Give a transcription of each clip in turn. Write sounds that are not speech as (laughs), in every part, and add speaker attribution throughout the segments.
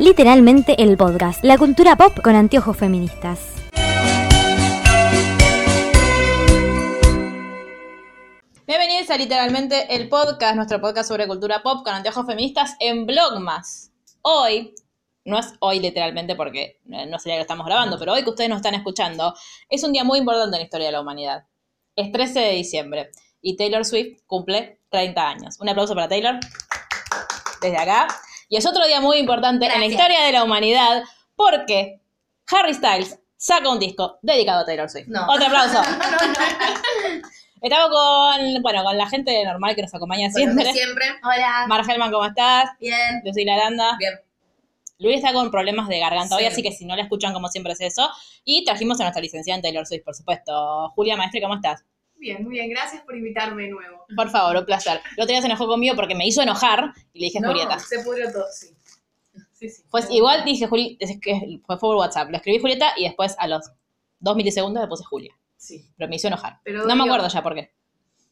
Speaker 1: literalmente el podcast, la cultura pop con anteojos feministas.
Speaker 2: Bienvenidos a literalmente el podcast, nuestro podcast sobre cultura pop con anteojos feministas en Blogmas. Hoy, no es hoy literalmente porque eh, no sería que lo estamos grabando, pero hoy que ustedes nos están escuchando, es un día muy importante en la historia de la humanidad. Es 13 de diciembre y Taylor Swift cumple 30 años. Un aplauso para Taylor desde acá. Y es otro día muy importante en la
Speaker 3: Gracias.
Speaker 2: historia de la humanidad porque Harry Styles saca un disco dedicado a Taylor Swift.
Speaker 3: No.
Speaker 2: Otro
Speaker 3: (laughs)
Speaker 2: aplauso.
Speaker 3: No, no, no.
Speaker 2: Estamos con, bueno, con la gente normal que nos acompaña
Speaker 3: Siempre.
Speaker 2: (laughs) siempre.
Speaker 3: siempre. Hola.
Speaker 2: Margelman, ¿cómo estás?
Speaker 3: Bien.
Speaker 2: Yo soy Laranda.
Speaker 3: Bien.
Speaker 2: Luis está con problemas de garganta hoy,
Speaker 3: Sí.
Speaker 2: así que si no la escuchan, como siempre es eso. Y trajimos a nuestra licenciada en Taylor Swift, por supuesto. Julia Maestre, ¿cómo estás?
Speaker 4: Bien, muy bien, gracias por invitarme de nuevo.
Speaker 2: Por favor, un placer. Lo tenías enojó conmigo porque me hizo enojar y le dije
Speaker 4: No,
Speaker 2: Julieta.
Speaker 4: se pudrió todo, sí. Sí, sí.
Speaker 2: Pues igual dije Juli, es que fue por WhatsApp. Lo escribí Julieta y después a los dos milisegundos le puse Julia.
Speaker 4: Sí.
Speaker 2: Pero me hizo enojar.
Speaker 4: Pero
Speaker 2: no me
Speaker 4: dolió.
Speaker 2: acuerdo ya por qué.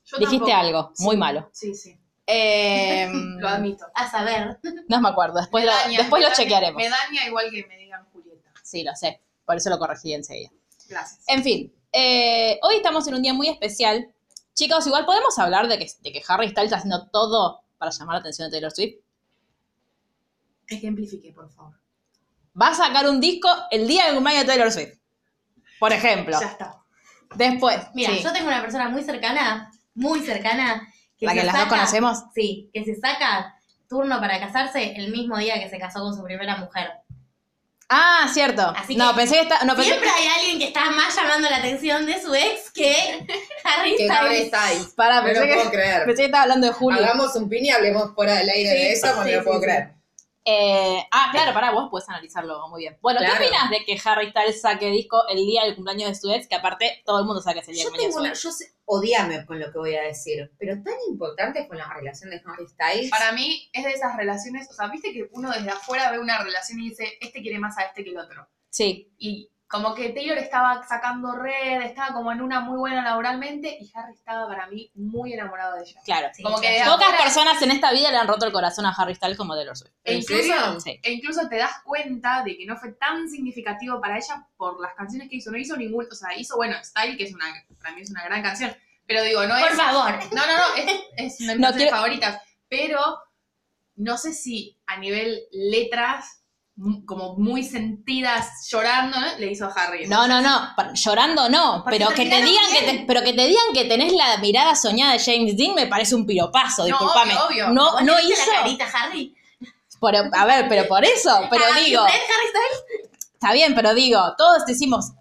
Speaker 4: Yo
Speaker 2: Dijiste
Speaker 4: tampoco.
Speaker 2: algo muy
Speaker 4: Sí,
Speaker 2: malo.
Speaker 4: Sí, sí,
Speaker 2: Eh,
Speaker 4: (laughs) lo admito.
Speaker 3: A saber.
Speaker 2: no me acuerdo. Después,
Speaker 4: Me
Speaker 2: lo,
Speaker 4: daña,
Speaker 2: después
Speaker 4: me
Speaker 2: lo
Speaker 4: daña-
Speaker 2: chequearemos.
Speaker 4: Me daña igual que me digan Julieta.
Speaker 2: Sí, lo sé. Por eso lo corregí enseguida.
Speaker 4: Gracias.
Speaker 2: En fin, eh, hoy estamos en un día muy especial. Chicos, igual podemos hablar de que, de que Harry Styles está haciendo todo para llamar la atención de Taylor Swift.
Speaker 4: Ejemplifique, por favor.
Speaker 2: Va a sacar un disco el día del cumpleaños de Taylor Swift. Por ejemplo.
Speaker 4: Ya está.
Speaker 2: Después,
Speaker 3: Mira,
Speaker 2: sí,
Speaker 3: yo tengo una persona muy cercana, muy cercana. Que
Speaker 2: la que
Speaker 3: se
Speaker 2: las dos
Speaker 3: saca-
Speaker 2: conocemos.
Speaker 3: Sí, que se saca turno para casarse el mismo día que se casó con su primera mujer.
Speaker 2: Ah, cierto.
Speaker 3: Así
Speaker 2: no,
Speaker 3: que
Speaker 2: pensé que está, no, pensé
Speaker 3: Siempre hay alguien que está más llamando la atención de su ex que
Speaker 2: (laughs)
Speaker 3: Harry
Speaker 5: que Harry
Speaker 3: Styles.
Speaker 5: Styles.
Speaker 2: Pará,
Speaker 5: No
Speaker 2: pensé
Speaker 5: lo
Speaker 2: que-
Speaker 5: puedo creer.
Speaker 2: pensé que estaba hablando de Julio.
Speaker 5: Hagamos un pin y hablemos fuera del aire de eso, porque
Speaker 3: sí,
Speaker 5: no lo puedo
Speaker 3: sí,
Speaker 5: creer.
Speaker 2: Eh, ah, claro, para vos puedes analizarlo muy bien. Bueno,
Speaker 5: Claro.
Speaker 2: ¿qué opinas de que Harry Styles saque disco el día del cumpleaños de su ex? Que aparte todo el mundo sabe que es el día
Speaker 5: Yo
Speaker 2: del cumpleaños
Speaker 5: tengo
Speaker 2: de su
Speaker 5: una,
Speaker 2: ex.
Speaker 5: yo sé- odiame con lo que voy a decir, pero tan importante fue la relación de Harry Styles.
Speaker 4: Para mí es de esas relaciones, o sea, viste que uno desde afuera ve una relación y dice, este quiere más a este que el otro.
Speaker 2: Sí,
Speaker 4: Y como que Taylor estaba sacando red, estaba como en una muy buena laboralmente y Harry estaba para mí muy enamorado de ella.
Speaker 2: claro.
Speaker 3: Sí,
Speaker 4: Como que de
Speaker 2: Pocas
Speaker 4: afuera-
Speaker 2: personas en esta vida le han roto el corazón a Harry Styles como Taylor Swift.
Speaker 4: E
Speaker 5: ¿En
Speaker 4: incluso-
Speaker 5: serio?
Speaker 2: Sí.
Speaker 4: E incluso te das cuenta de que no fue tan significativo para ella por las canciones que hizo. No hizo ningún, o sea, hizo, bueno, Style, que es una, para mí es una gran canción. Pero digo, no
Speaker 3: Por
Speaker 4: es.
Speaker 3: favor.
Speaker 4: No, no, no, es, es una de mis
Speaker 2: No,
Speaker 4: canciones
Speaker 2: quiero-
Speaker 4: favoritas. Pero no sé si a nivel letras, mu- como muy sentidas, llorando, ¿no? le hizo a Harry.
Speaker 2: No, no, no, pa- llorando no,
Speaker 4: Porque
Speaker 2: pero que te
Speaker 4: terminaron
Speaker 2: digan que
Speaker 4: bien.
Speaker 2: te- pero que te digan que tenés la mirada soñada de James Dean me parece un piropazo,
Speaker 4: No,
Speaker 2: disculpame.
Speaker 4: obvio, obvio.
Speaker 2: No,
Speaker 3: ¿Vos
Speaker 2: no
Speaker 3: le viste
Speaker 2: hizo.
Speaker 3: la carita, Harry?
Speaker 2: Por- a ver, pero por eso, pero
Speaker 3: Ah,
Speaker 2: digo,
Speaker 3: ¿usted, Harry Styles?
Speaker 2: está bien, pero digo, todos decimos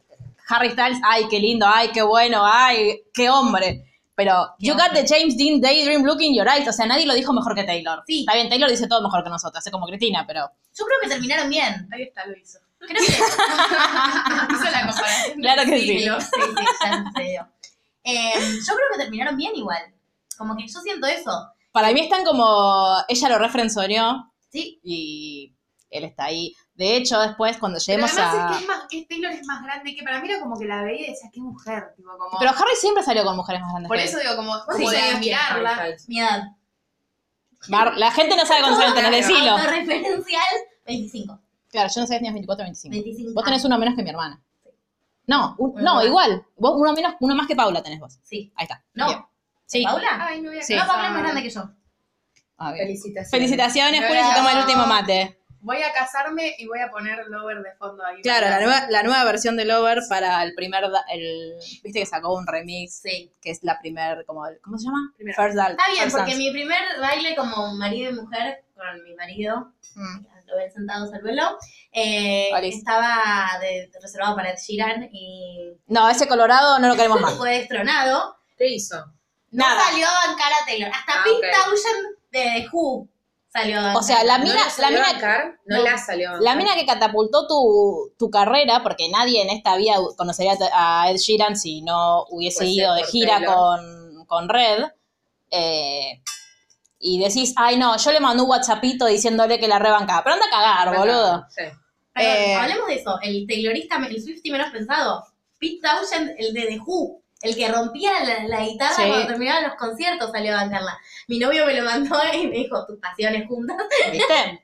Speaker 2: Harry Styles, ay, qué lindo, ay, qué bueno, ay, qué hombre. Pero you got the James Dean Daydream look in your eyes, o sea, nadie lo dijo mejor que Taylor.
Speaker 3: Sí.
Speaker 2: Está bien, Taylor dice todo mejor que nosotros, es como Cristina, pero
Speaker 3: Yo creo que terminaron bien.
Speaker 4: Ahí está, lo hizo.
Speaker 2: (laughs)
Speaker 3: Creo que
Speaker 4: Hizo la comparación.
Speaker 2: Claro que
Speaker 4: del
Speaker 2: sí.
Speaker 4: siglo.
Speaker 3: sí, sí, ya sucedió. Eh, yo creo que terminaron bien igual. Como que yo siento eso.
Speaker 2: Para mí están como. Ella lo referenzoneó
Speaker 3: Sí.
Speaker 2: y él está ahí. De hecho, después, cuando
Speaker 4: Pero
Speaker 2: lleguemos
Speaker 4: además
Speaker 2: a.
Speaker 4: es que es más, que Taylor es más grande que para mí era como que la veía y decía, qué mujer, tipo, como.
Speaker 2: Pero Harry siempre salió con mujeres más grandes.
Speaker 4: por
Speaker 2: que él.
Speaker 4: eso digo, como, como
Speaker 5: ¿Cuántos
Speaker 4: de
Speaker 5: años tiene Harry
Speaker 4: mirarla.
Speaker 5: Styles?
Speaker 3: Mi edad.
Speaker 2: Mar- la gente no sabe cuándo se va a
Speaker 5: Claro.
Speaker 2: decirlo.
Speaker 3: Autorreferencial, 25.
Speaker 2: Claro, yo no sé si tenías 24 o 25.
Speaker 3: 25.
Speaker 2: Vos tenés uno menos que mi hermana. No, un-
Speaker 3: Uno
Speaker 2: no,
Speaker 3: más.
Speaker 2: igual. Vos uno menos, uno más que Paula tenés vos.
Speaker 3: Sí.
Speaker 2: Ahí está.
Speaker 3: No.
Speaker 2: Bien. Sí.
Speaker 3: ¿Paula?
Speaker 4: Ay, me voy a
Speaker 2: Sí.
Speaker 3: No, Paula es
Speaker 4: casar.
Speaker 3: más grande que yo.
Speaker 2: Ah, bien.
Speaker 5: Felicitaciones.
Speaker 2: Felicitaciones, Juli se toma el último mate.
Speaker 4: Voy a casarme y voy a poner Lover de fondo ahí.
Speaker 2: Claro, la nueva, la nueva versión de Lover para el primer. da- El, Viste que sacó un remix,
Speaker 3: Sí.
Speaker 2: que es la primer. Como, el- ¿Cómo se llama?
Speaker 4: Primera.
Speaker 2: First Dance.
Speaker 3: Está bien,
Speaker 2: First
Speaker 3: porque
Speaker 2: Dance.
Speaker 3: mi primer baile como marido y mujer con mi marido,
Speaker 2: Mm.
Speaker 3: lo ven sentados al vuelo, eh,
Speaker 2: Alice.
Speaker 3: estaba de- reservado para Ed Sheeran y
Speaker 2: No, ese colorado no lo queremos más.
Speaker 3: fue destronado.
Speaker 5: ¿Qué hizo?
Speaker 3: No
Speaker 2: Nada.
Speaker 3: salió a bancar a Taylor. Hasta
Speaker 5: Ah,
Speaker 3: Pink
Speaker 5: ok.
Speaker 3: Townshend de The Who salió a bancar.
Speaker 2: O sea, la
Speaker 5: ¿No
Speaker 2: mina,
Speaker 5: la
Speaker 2: la
Speaker 5: salió a
Speaker 2: mina,
Speaker 5: bancar? No,
Speaker 3: no.
Speaker 5: la salió a
Speaker 2: la
Speaker 5: bancar.
Speaker 2: mina que catapultó tu, tu carrera, porque nadie en esta vida conocería a Ed Sheeran si no hubiese
Speaker 5: Pues sí,
Speaker 2: ido de
Speaker 5: por
Speaker 2: gira
Speaker 5: Taylor.
Speaker 2: con, con Red. eh, y decís, ay no, yo le mandé un WhatsAppito diciéndole que la rebancaba. Pero anda a cagar, boludo.
Speaker 5: Sí.
Speaker 3: Perdón,
Speaker 2: Eh,
Speaker 3: hablemos de eso. El Taylorista, el Swifty menos pensado. Pete Townshend, el de The Who. El que rompía la, la guitarra
Speaker 2: Sí.
Speaker 3: cuando terminaban los (laughs) conciertos salió a bancarla. Mi novio me lo mandó y me dijo, tus pasiones juntas.
Speaker 2: (laughs) ¿Viste?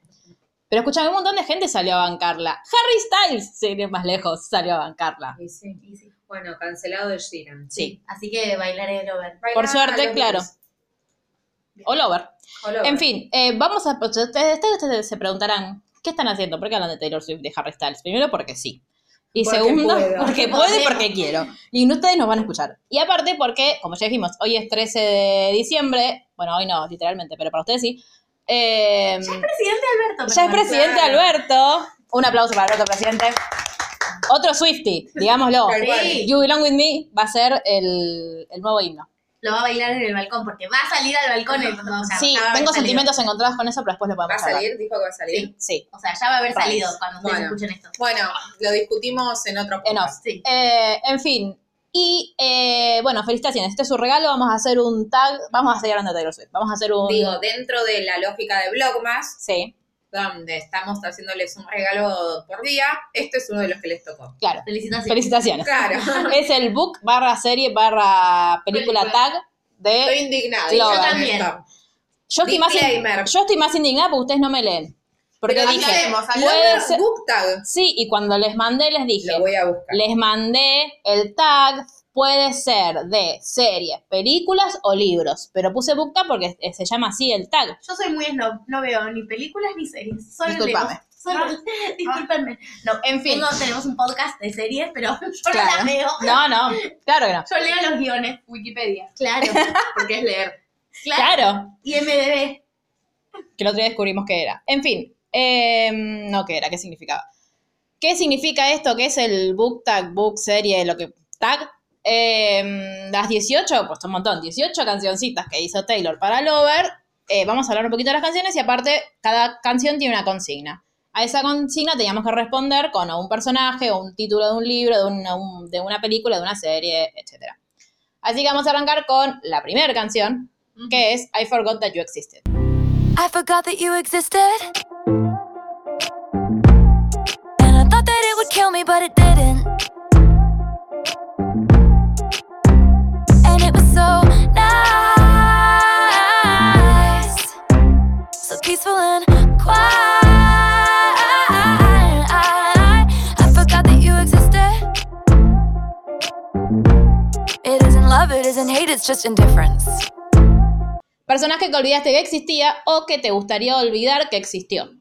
Speaker 2: Pero escúchame, un montón de gente salió a bancarla. Harry Styles, sin ir más lejos, salió a bancarla.
Speaker 5: Y sí. Bueno, cancelado de Sheeran.
Speaker 2: Sí.
Speaker 3: Así que bailaré el over.
Speaker 2: Por suerte, claro. All over. En fin, eh, vamos a. Ustedes, ustedes se preguntarán, ¿qué están haciendo? ¿Por qué hablan de Taylor Swift y de Harry Styles? Primero, porque sí. Y
Speaker 5: Porque
Speaker 2: segundo, (laughs)
Speaker 5: puedo.
Speaker 2: porque puedo y porque quiero. Y no- ustedes nos van a escuchar. Y aparte, porque, como ya dijimos, hoy es 13 de diciembre. Bueno, hoy no, literalmente, pero para ustedes sí. Eh,
Speaker 3: Presidente Alberto.
Speaker 2: ya es
Speaker 3: perdón.
Speaker 2: presidente
Speaker 5: claro.
Speaker 2: Alberto. Un aplauso para Alberto, presidente. Otro Swifty, digámoslo.
Speaker 5: Tal cual.
Speaker 3: Sí.
Speaker 2: You Belong With Me va a ser el, el nuevo himno.
Speaker 3: Lo va a bailar en el balcón porque va a salir al balcón. entonces, o sea,
Speaker 2: Sí,
Speaker 3: ya va a haber
Speaker 2: tengo
Speaker 3: salido.
Speaker 2: sentimientos encontrados con eso, pero después lo
Speaker 5: ¿Va a
Speaker 2: podemos hablar.
Speaker 5: salir? Dijo que va a salir.
Speaker 3: Sí.
Speaker 2: Sí.
Speaker 3: O sea, ya va a haber
Speaker 2: Vamos.
Speaker 3: salido cuando ustedes
Speaker 5: Bueno.
Speaker 3: escuchen esto.
Speaker 5: Bueno, lo discutimos en otro
Speaker 2: En
Speaker 5: podcast.
Speaker 2: off.
Speaker 3: Sí.
Speaker 2: Eh, en fin. Y eh, bueno, felicitaciones. Este es su regalo. Vamos a hacer un tag. Vamos a seguir hablando de Taylor Swift. Vamos a hacer un.
Speaker 5: Digo, dentro de la lógica de Blogmas,
Speaker 2: Sí,
Speaker 5: donde estamos haciéndoles un regalo por día, este es uno de los que les tocó.
Speaker 2: claro.
Speaker 3: Felicitaciones.
Speaker 2: Felicitaciones.
Speaker 5: Claro.
Speaker 2: (laughs) es el book barra serie barra película
Speaker 4: Película.
Speaker 2: tag de.
Speaker 5: Estoy indignada.
Speaker 2: Yo
Speaker 5: Con
Speaker 3: también.
Speaker 5: esto.
Speaker 2: Yo estoy, más in-
Speaker 5: Disclaimer.
Speaker 2: yo estoy más indignada porque ustedes no me leen. Porque
Speaker 4: Pero
Speaker 2: dije.
Speaker 4: hablaremos,
Speaker 2: puede ser-
Speaker 5: Book tag.
Speaker 2: Sí, y cuando les mandé, les dije.
Speaker 5: Lo voy a buscar.
Speaker 2: Les mandé el tag, puede ser de series, películas o libros, pero puse book tag porque eh, se llama así el tag.
Speaker 3: Yo soy muy snob, no veo ni películas ni series. Solo
Speaker 2: Disculpame.
Speaker 3: leo. (laughs) Solo, discúlpenme. No, en fin. No tenemos un podcast de series, pero (laughs) yo
Speaker 2: Claro.
Speaker 3: no las veo.
Speaker 2: No, no, claro que no.
Speaker 3: Yo leo los guiones.
Speaker 4: Wikipedia,
Speaker 3: (laughs) Claro,
Speaker 4: porque es leer.
Speaker 3: claro.
Speaker 2: Claro,
Speaker 3: Y MDB.
Speaker 2: que el otro día descubrimos que era. En fin, em, no, ¿qué era? ¿Qué significaba? ¿Qué significa esto? ¿Qué es el book tag, book serie, lo que tag? Em, las 18, pues un montón, 18 cancioncitas que hizo Taylor para Lover. Eh, vamos a hablar un poquito de las canciones y aparte cada canción tiene una consigna. A esa consigna teníamos que responder con o un personaje, o un título de un libro, de una, un- de una película, de una serie, etc. Así que vamos a arrancar con la primera canción, que es I Forgot That You Existed.
Speaker 6: I forgot that you existed. And I thought that it would kill me, but it didn't. And it was so nice, so peaceful and quiet. I forgot that you existed. It isn't love, it isn't hate, it's just indifference.
Speaker 2: Personaje que olvidaste que existía o que te gustaría olvidar que existió.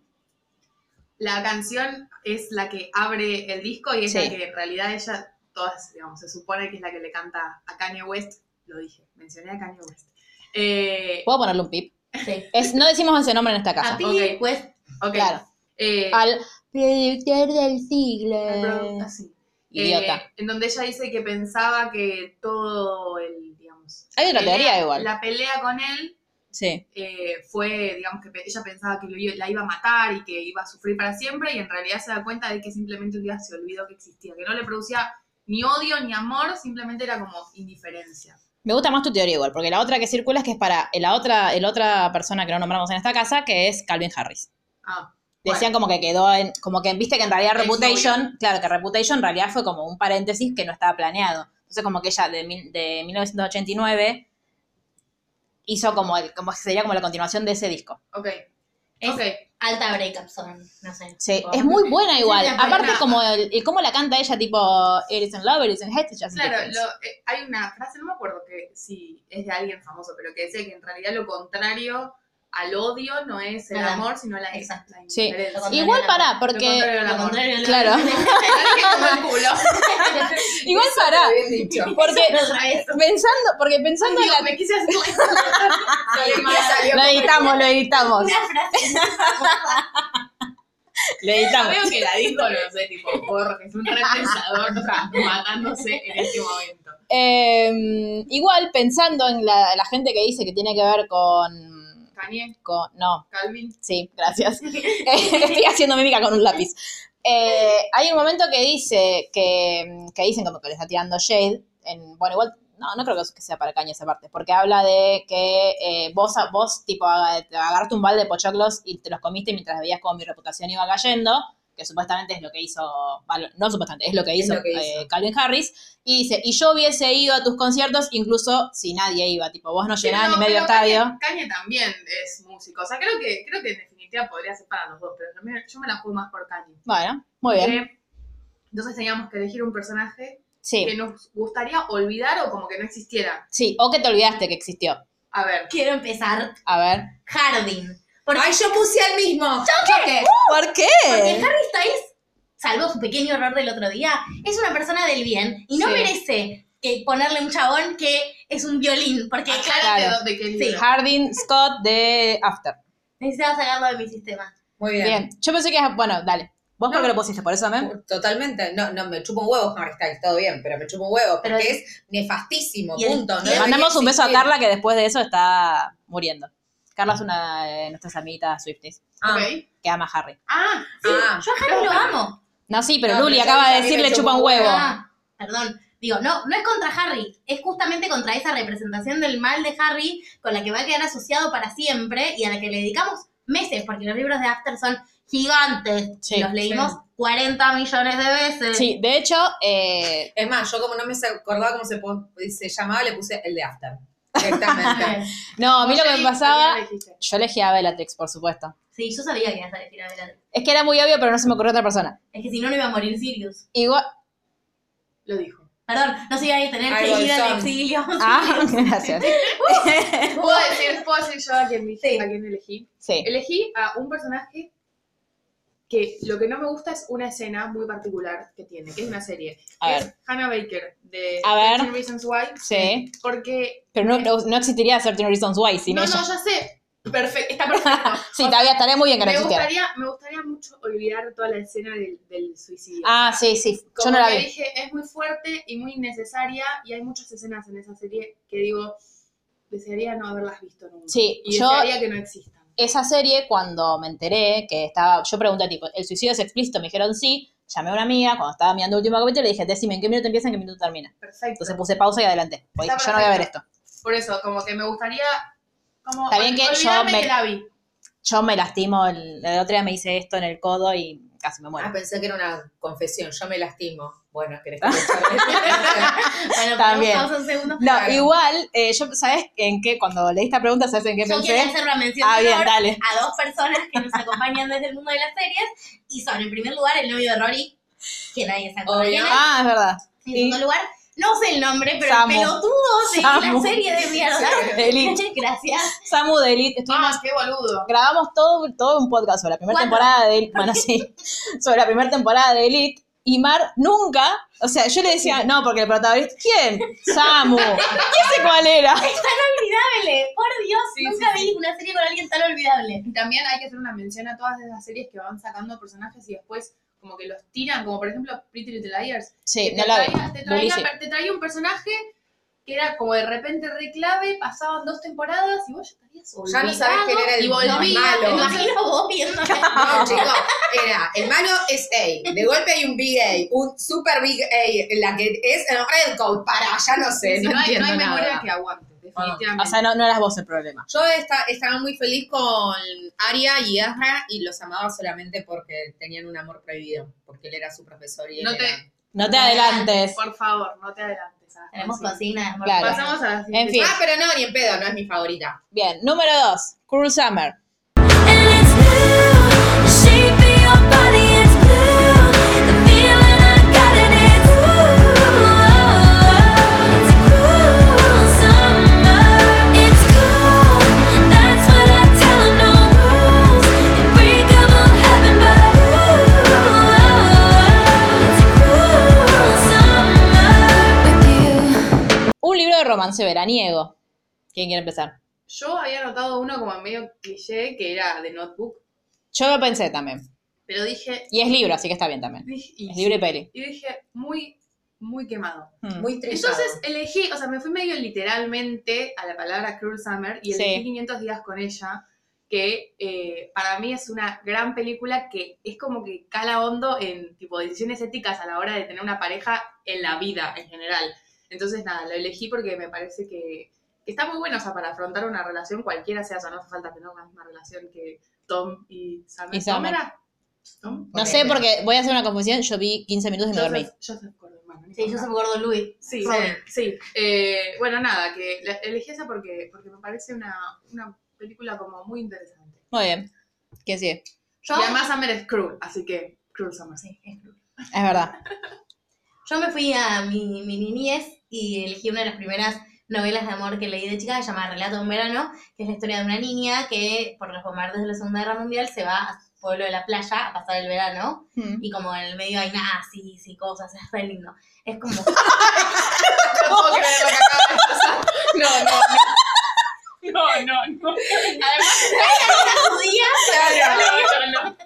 Speaker 4: La canción es la que abre el disco y es
Speaker 2: Sí.
Speaker 4: la que en realidad ella, todas, digamos, se supone que es la que le canta a Kanye West. Lo dije, mencioné a Kanye West. Eh,
Speaker 2: ¿Puedo ponerle un pip?
Speaker 3: Sí.
Speaker 2: Es- no decimos ese nombre en esta
Speaker 3: A
Speaker 2: casa.
Speaker 3: ti,
Speaker 4: Ok.
Speaker 3: pues,
Speaker 4: ok.
Speaker 2: Claro. Ah,
Speaker 4: Eh,
Speaker 2: Al productor del siglo.
Speaker 4: Bro, así.
Speaker 2: Idiota.
Speaker 4: Eh, en donde ella dice que pensaba que todo el, digamos...
Speaker 2: Hay otra
Speaker 4: pelea-
Speaker 2: teoría igual.
Speaker 4: La pelea con él
Speaker 2: Sí.
Speaker 4: eh, fue, digamos, que pe- ella pensaba que lo iba- la iba a matar y que iba a sufrir para siempre y en realidad se da cuenta de que simplemente un día se olvidó que existía, que no le producía ni odio ni amor, simplemente era como indiferencia.
Speaker 2: Me gusta más tu teoría igual, porque la otra que circula es que es para la otra, el otra persona que no nombramos en esta casa, que es Calvin Harris.
Speaker 4: Ah,
Speaker 2: Decían como que quedó en, como que viste que en realidad
Speaker 4: Es
Speaker 2: Reputation, claro, que Reputation en realidad fue como un paréntesis que no estaba planeado. Entonces como que ella de, mil- de 1989 hizo como, el, como sería como la continuación de ese disco.
Speaker 4: ok.
Speaker 3: Es-
Speaker 4: ok.
Speaker 3: alta breakup son, no sé.
Speaker 2: Sí,
Speaker 3: Tipo,
Speaker 2: es muy buena igual.
Speaker 3: Sí, la
Speaker 2: Aparte
Speaker 4: buena.
Speaker 2: como el, el cómo la canta ella, tipo, it is in love, it is in hate, it just
Speaker 4: Claro,
Speaker 2: difference.
Speaker 4: lo- eh, hay una frase, no me acuerdo que si es de alguien famoso, pero que decía que en realidad lo contrario al odio no es el
Speaker 3: Nada.
Speaker 4: amor, sino la,
Speaker 3: Exacto.
Speaker 4: la
Speaker 2: Sí.
Speaker 4: indiferencia.
Speaker 3: Lo
Speaker 2: Igual
Speaker 3: contrario,
Speaker 2: pará,
Speaker 4: Lo
Speaker 2: porque...
Speaker 4: contrario al
Speaker 3: Lo
Speaker 4: amor.
Speaker 3: contrario, lo-
Speaker 2: Claro.
Speaker 4: (laughs) Dije como el culo.
Speaker 2: Igual pará,
Speaker 5: Bien
Speaker 2: (laughs)
Speaker 5: dicho.
Speaker 2: (laughs) porque
Speaker 3: Al revés.
Speaker 2: pensando, porque pensando en
Speaker 4: Digo,
Speaker 2: la...
Speaker 4: me quise hacer
Speaker 5: Salió mal, salió
Speaker 2: Lo editamos, lo editamos,
Speaker 3: Una frase.
Speaker 2: (laughs) lo editamos.
Speaker 4: Veo que la dijo, no sé, tipo, Borges, un repensador matándose en este momento.
Speaker 2: Eh, igual pensando en la, la gente que dice que tiene que ver con,
Speaker 4: Kanye,
Speaker 2: con- no,
Speaker 4: Calvin,
Speaker 2: sí, gracias. (laughs) Estoy haciendo mímica con un lápiz. Eh, hay un momento que dice que, que dicen como que le está tirando shade. En, bueno, igual no, no creo que sea para caña esa parte, porque habla de que eh, vos, a- vos tipo aga- te agarraste un balde de pochoclos y te los comiste mientras veías cómo mi reputación iba cayendo, que supuestamente es lo que hizo, bueno, no supuestamente, es lo que hizo,
Speaker 5: lo que hizo.
Speaker 2: eh, Calvin Harris, y dice, y yo hubiese ido a tus conciertos incluso si nadie iba, tipo vos no llenabas
Speaker 4: Pero-
Speaker 2: ni medio
Speaker 4: pero Kanye-
Speaker 2: estadio.
Speaker 4: Kanye también es músico. O sea, creo que, creo que en definitiva definitiva podría ser para los dos, pero yo me, yo me la juego más por Kanye.
Speaker 2: Bueno, muy bien.
Speaker 4: Que- Entonces teníamos que elegir un personaje
Speaker 2: Sí,
Speaker 4: que nos gustaría olvidar o como que no existiera.
Speaker 2: sí. O que te olvidaste que existió.
Speaker 4: A ver,
Speaker 3: Quiero empezar
Speaker 2: A ver.
Speaker 3: Hardin. Porque,
Speaker 5: ¡Ay, yo puse al mismo!
Speaker 3: Porque-
Speaker 2: ¿Por
Speaker 3: porque
Speaker 2: qué?
Speaker 3: Harry Styles, salvo su pequeño error del otro día, es una persona del bien y no
Speaker 2: Sí.
Speaker 3: merece que ponerle un chabón que es un violín. Porque, Ah, claro,
Speaker 4: aclárate de de qué libro.
Speaker 2: Hardin Scott de After.
Speaker 3: necesitaba sacarlo de mi sistema.
Speaker 5: Muy bien.
Speaker 2: Bien. Yo pensé que. Bueno, dale. ¿Vos por qué lo pusiste? ¿Por eso también?
Speaker 5: Totalmente, no, no, me chupo un huevo Harry Styles, todo bien, pero me chupo un huevo porque
Speaker 3: Pero-
Speaker 5: es nefastísimo,
Speaker 3: Y el-
Speaker 5: punto.
Speaker 3: y
Speaker 5: no
Speaker 3: el-
Speaker 2: Le
Speaker 5: debería
Speaker 2: mandamos un beso a
Speaker 5: existir.
Speaker 2: Carla que después de eso está muriendo. Carla es una de nuestras amiguitas Swifties
Speaker 5: Ah,
Speaker 4: Ok.
Speaker 2: que ama a Harry.
Speaker 4: Ah,
Speaker 3: Sí,
Speaker 5: Ah.
Speaker 3: yo a Harry lo amo.
Speaker 2: No, sí, pero
Speaker 5: No,
Speaker 2: Luli
Speaker 5: pero yo
Speaker 2: acaba de
Speaker 5: dije, a mí me
Speaker 2: decirle
Speaker 5: chupa
Speaker 2: chupa un
Speaker 5: un
Speaker 2: huevo.
Speaker 3: Ah, perdón. Digo, no, no es contra Harry, es justamente contra esa representación del mal de Harry con la que va a quedar asociado para siempre y a la que le dedicamos meses, porque los libros de After son gigantes.
Speaker 2: Sí,
Speaker 3: los leímos 40 millones de veces.
Speaker 2: Sí, de hecho, eh,
Speaker 5: Es más, yo como no me acordaba cómo se, po- se llamaba, le puse el de After.
Speaker 2: (laughs)
Speaker 5: Directamente.
Speaker 2: no, a mí lo que me
Speaker 4: Oye,
Speaker 2: pasaba.
Speaker 4: ¿qué elegiste?
Speaker 2: Yo elegí a Bellatrix, por supuesto.
Speaker 3: Sí, yo sabía que ibas a elegir a Belal.
Speaker 2: Es que era muy obvio, pero no se me ocurrió otra persona.
Speaker 3: Es que si no, no iba a morir Sirius.
Speaker 2: Igual.
Speaker 4: Lo dijo.
Speaker 3: Perdón, no se iba a tener
Speaker 5: Ay,
Speaker 3: que ir al
Speaker 5: Bolsón.
Speaker 3: exilio. (laughs)
Speaker 2: Ah, (laughs) gracias. (laughs)
Speaker 4: ¿Puedo decir, puedo decir yo a quién, elegí-
Speaker 3: Sí.
Speaker 4: a quién elegí?
Speaker 2: Sí.
Speaker 4: Elegí a un personaje que lo que no me gusta es una escena muy particular que tiene, que es una serie.
Speaker 2: A
Speaker 4: es
Speaker 2: ver.
Speaker 4: Hannah Baker, de
Speaker 2: A ver.
Speaker 4: 13 Reasons Why.
Speaker 2: Sí.
Speaker 4: Porque
Speaker 2: Pero no, no, no existiría 13 Reasons Why sin
Speaker 4: no,
Speaker 2: ella.
Speaker 4: no, ya sé. Perfecto, está perfecto.
Speaker 2: (laughs) sí, todavía estaría muy bien que no
Speaker 4: me,
Speaker 2: existiera.
Speaker 4: gustaría, me gustaría mucho olvidar toda la escena del, del suicidio.
Speaker 2: Ah, sí, sí. Yo
Speaker 4: Como
Speaker 2: no la
Speaker 4: que
Speaker 2: vi.
Speaker 4: dije, es muy fuerte y muy innecesaria y hay muchas escenas en esa serie que digo, desearía no haberlas visto nunca.
Speaker 2: Sí,
Speaker 4: y
Speaker 2: yo
Speaker 4: desearía que no existan.
Speaker 2: esa serie, cuando me enteré que estaba, yo pregunté tipo, ¿el suicidio es explícito? Me dijeron sí. Llamé a una amiga cuando estaba mirando el último capítulo le dije, decime en qué minuto empieza, en qué minuto termina.
Speaker 4: Perfecto.
Speaker 2: Entonces puse pausa y adelante. Porque
Speaker 4: Está
Speaker 2: dije, yo no voy a ver
Speaker 4: perfecto.
Speaker 2: esto.
Speaker 4: Por eso, como que me gustaría... Como,
Speaker 2: Está bien que yo
Speaker 4: olvidarme
Speaker 2: me-
Speaker 4: que la vi.
Speaker 2: Yo me lastimo, el, la otra día me hice esto en el codo y casi me muero.
Speaker 5: Ah, pensé que era una confesión, yo me lastimo. Bueno,
Speaker 2: (laughs)
Speaker 5: querés que te
Speaker 3: bueno,
Speaker 2: también.
Speaker 3: pausa un segundo.
Speaker 2: no,
Speaker 5: claro.
Speaker 2: igual, eh, yo, ¿sabes en qué? Cuando leí esta pregunta, ¿sabes en qué
Speaker 3: Yo quiero
Speaker 2: pensé?
Speaker 3: hacer una mención
Speaker 2: Ah,
Speaker 3: de
Speaker 2: bien,
Speaker 3: honor
Speaker 2: dale.
Speaker 3: a dos personas que nos acompañan desde el mundo de las series y son, en primer lugar, el novio de Rory, que nadie se acuerda quién es.
Speaker 2: Ah, es verdad. sí.
Speaker 3: En segundo lugar, no sé el nombre, pero
Speaker 2: Samu.
Speaker 3: el pelotudo de
Speaker 2: Samu.
Speaker 3: la serie de mierda.
Speaker 2: Elite.
Speaker 3: (laughs) Muchas gracias.
Speaker 2: Samu de Elite. Estuvimos
Speaker 4: Ah, qué boludo.
Speaker 2: grabamos todo, todo un podcast sobre la primera
Speaker 3: Cuatro.
Speaker 2: temporada de Elite. Bueno, sí. Sobre la primera temporada de Elite. Y Mar nunca, o sea, yo le decía, no, porque el protagonista, ¿quién? (laughs) Samu. ¿Quién sé cuál era?
Speaker 3: Es tan olvidable. Por Dios,
Speaker 4: Sí,
Speaker 3: nunca
Speaker 4: sí,
Speaker 3: vi una serie con alguien tan olvidable.
Speaker 4: Y también hay que hacer una mención a todas esas series que van sacando personajes y después como que los tiran, como por ejemplo Pretty Little Liars.
Speaker 2: Sí,
Speaker 4: que
Speaker 2: no
Speaker 4: te,
Speaker 2: la vi.
Speaker 4: traía, te,
Speaker 2: Luli
Speaker 4: traía-
Speaker 2: sí.
Speaker 4: te traía un personaje que era como de repente re clave, pasaban dos temporadas y vos ya estarías
Speaker 5: Ya
Speaker 4: olvidado
Speaker 5: no sabés quién era
Speaker 4: y
Speaker 5: el
Speaker 4: volvía,
Speaker 5: malo.
Speaker 3: Me
Speaker 4: entonces-
Speaker 3: imagino vos
Speaker 2: (laughs)
Speaker 3: viendo.
Speaker 5: No, chicos, era el malo es A. De golpe hay un big A, un super big A, la que es el Red Coat. Para, ya no sé,
Speaker 4: Sí,
Speaker 5: no,
Speaker 4: no, hay, no
Speaker 5: entiendo
Speaker 4: hay
Speaker 5: nada.
Speaker 4: memoria que aguante, definitivamente.
Speaker 2: O sea, no, no eras vos el problema.
Speaker 5: Yo esta- estaba muy feliz con Aria y Ezra y los amaba solamente porque tenían un amor prohibido, porque él era su profesor y él
Speaker 4: No te-
Speaker 5: era-
Speaker 2: No te adelantes.
Speaker 4: Por favor, no te adelantes. ah,
Speaker 3: Tenemos
Speaker 4: sí.
Speaker 3: cocina. amor.
Speaker 2: Claro.
Speaker 4: Pasamos a la siguiente.
Speaker 2: En fin.
Speaker 5: Ah, pero no, ni en pedo, no es mi favorita.
Speaker 2: Bien, número dos, Cruel Summer.
Speaker 6: And it's blue, shape of your body is blue. The feeling I got it is ooh, it's cool summer. It's cool, that's what I tell 'em, no rules. Unbreakable heaven, but ooh, it's cool summer with you.
Speaker 2: Un libro de romance veraniego. ¿Quién quiere empezar?
Speaker 4: Yo había anotado uno como medio cliché que era de Notebook,
Speaker 2: Yo lo pensé también.
Speaker 4: pero dije...
Speaker 2: Y es libro, así que está bien también.
Speaker 4: dije- y,
Speaker 2: Es libro y peli.
Speaker 4: y dije, muy, muy quemado.
Speaker 2: Hmm.
Speaker 5: Muy triste.
Speaker 4: Entonces elegí, o sea, me fui medio literalmente a la palabra Cruel Summer y
Speaker 2: Sí.
Speaker 4: elegí 500 días con ella, que eh, para mí es una gran película que es como que cala hondo en tipo decisiones éticas a la hora de tener una pareja en la vida en general. Entonces, nada, lo elegí porque me parece que está muy bueno, o sea, para afrontar una relación cualquiera sea, o sea, no hace falta tener la misma relación que Tom y Summer.
Speaker 2: Y Summer.
Speaker 4: ¿Tom era? ¿Tom?
Speaker 2: No sé, porque voy a hacer una confusión. Yo vi 15 minutos y me dormí.
Speaker 4: Joseph, Joseph Gordon, bueno, no
Speaker 3: Sí, yo
Speaker 4: importa.
Speaker 3: soy gordo Luis.
Speaker 4: Sí,
Speaker 3: Robin.
Speaker 4: sí. Eh, bueno, nada, que la- elegí esa porque, porque me parece una, una película como muy interesante.
Speaker 2: Muy bien. ¿Quién sigue?
Speaker 3: Yo,
Speaker 4: Y además Summer es cruel, así que cruel Summer.
Speaker 3: sí, es cruel.
Speaker 2: Es verdad.
Speaker 3: Yo me fui a mi, mi niñez y elegí una de las primeras novelas de amor que leí de chica, que se llama Relato de un verano, que es la historia de una niña que por los bombardeos de la Segunda Guerra Mundial se va a su pueblo de la playa a pasar el verano
Speaker 2: Mm.
Speaker 3: y como en el medio hay nazis y cosas, es re lindo. Es como, (laughs)
Speaker 4: No puedo creer lo que acaba de pasar. No, no, (laughs) no. No, no, no.
Speaker 3: además, una judía
Speaker 5: Claro.
Speaker 4: (laughs) No, no, no.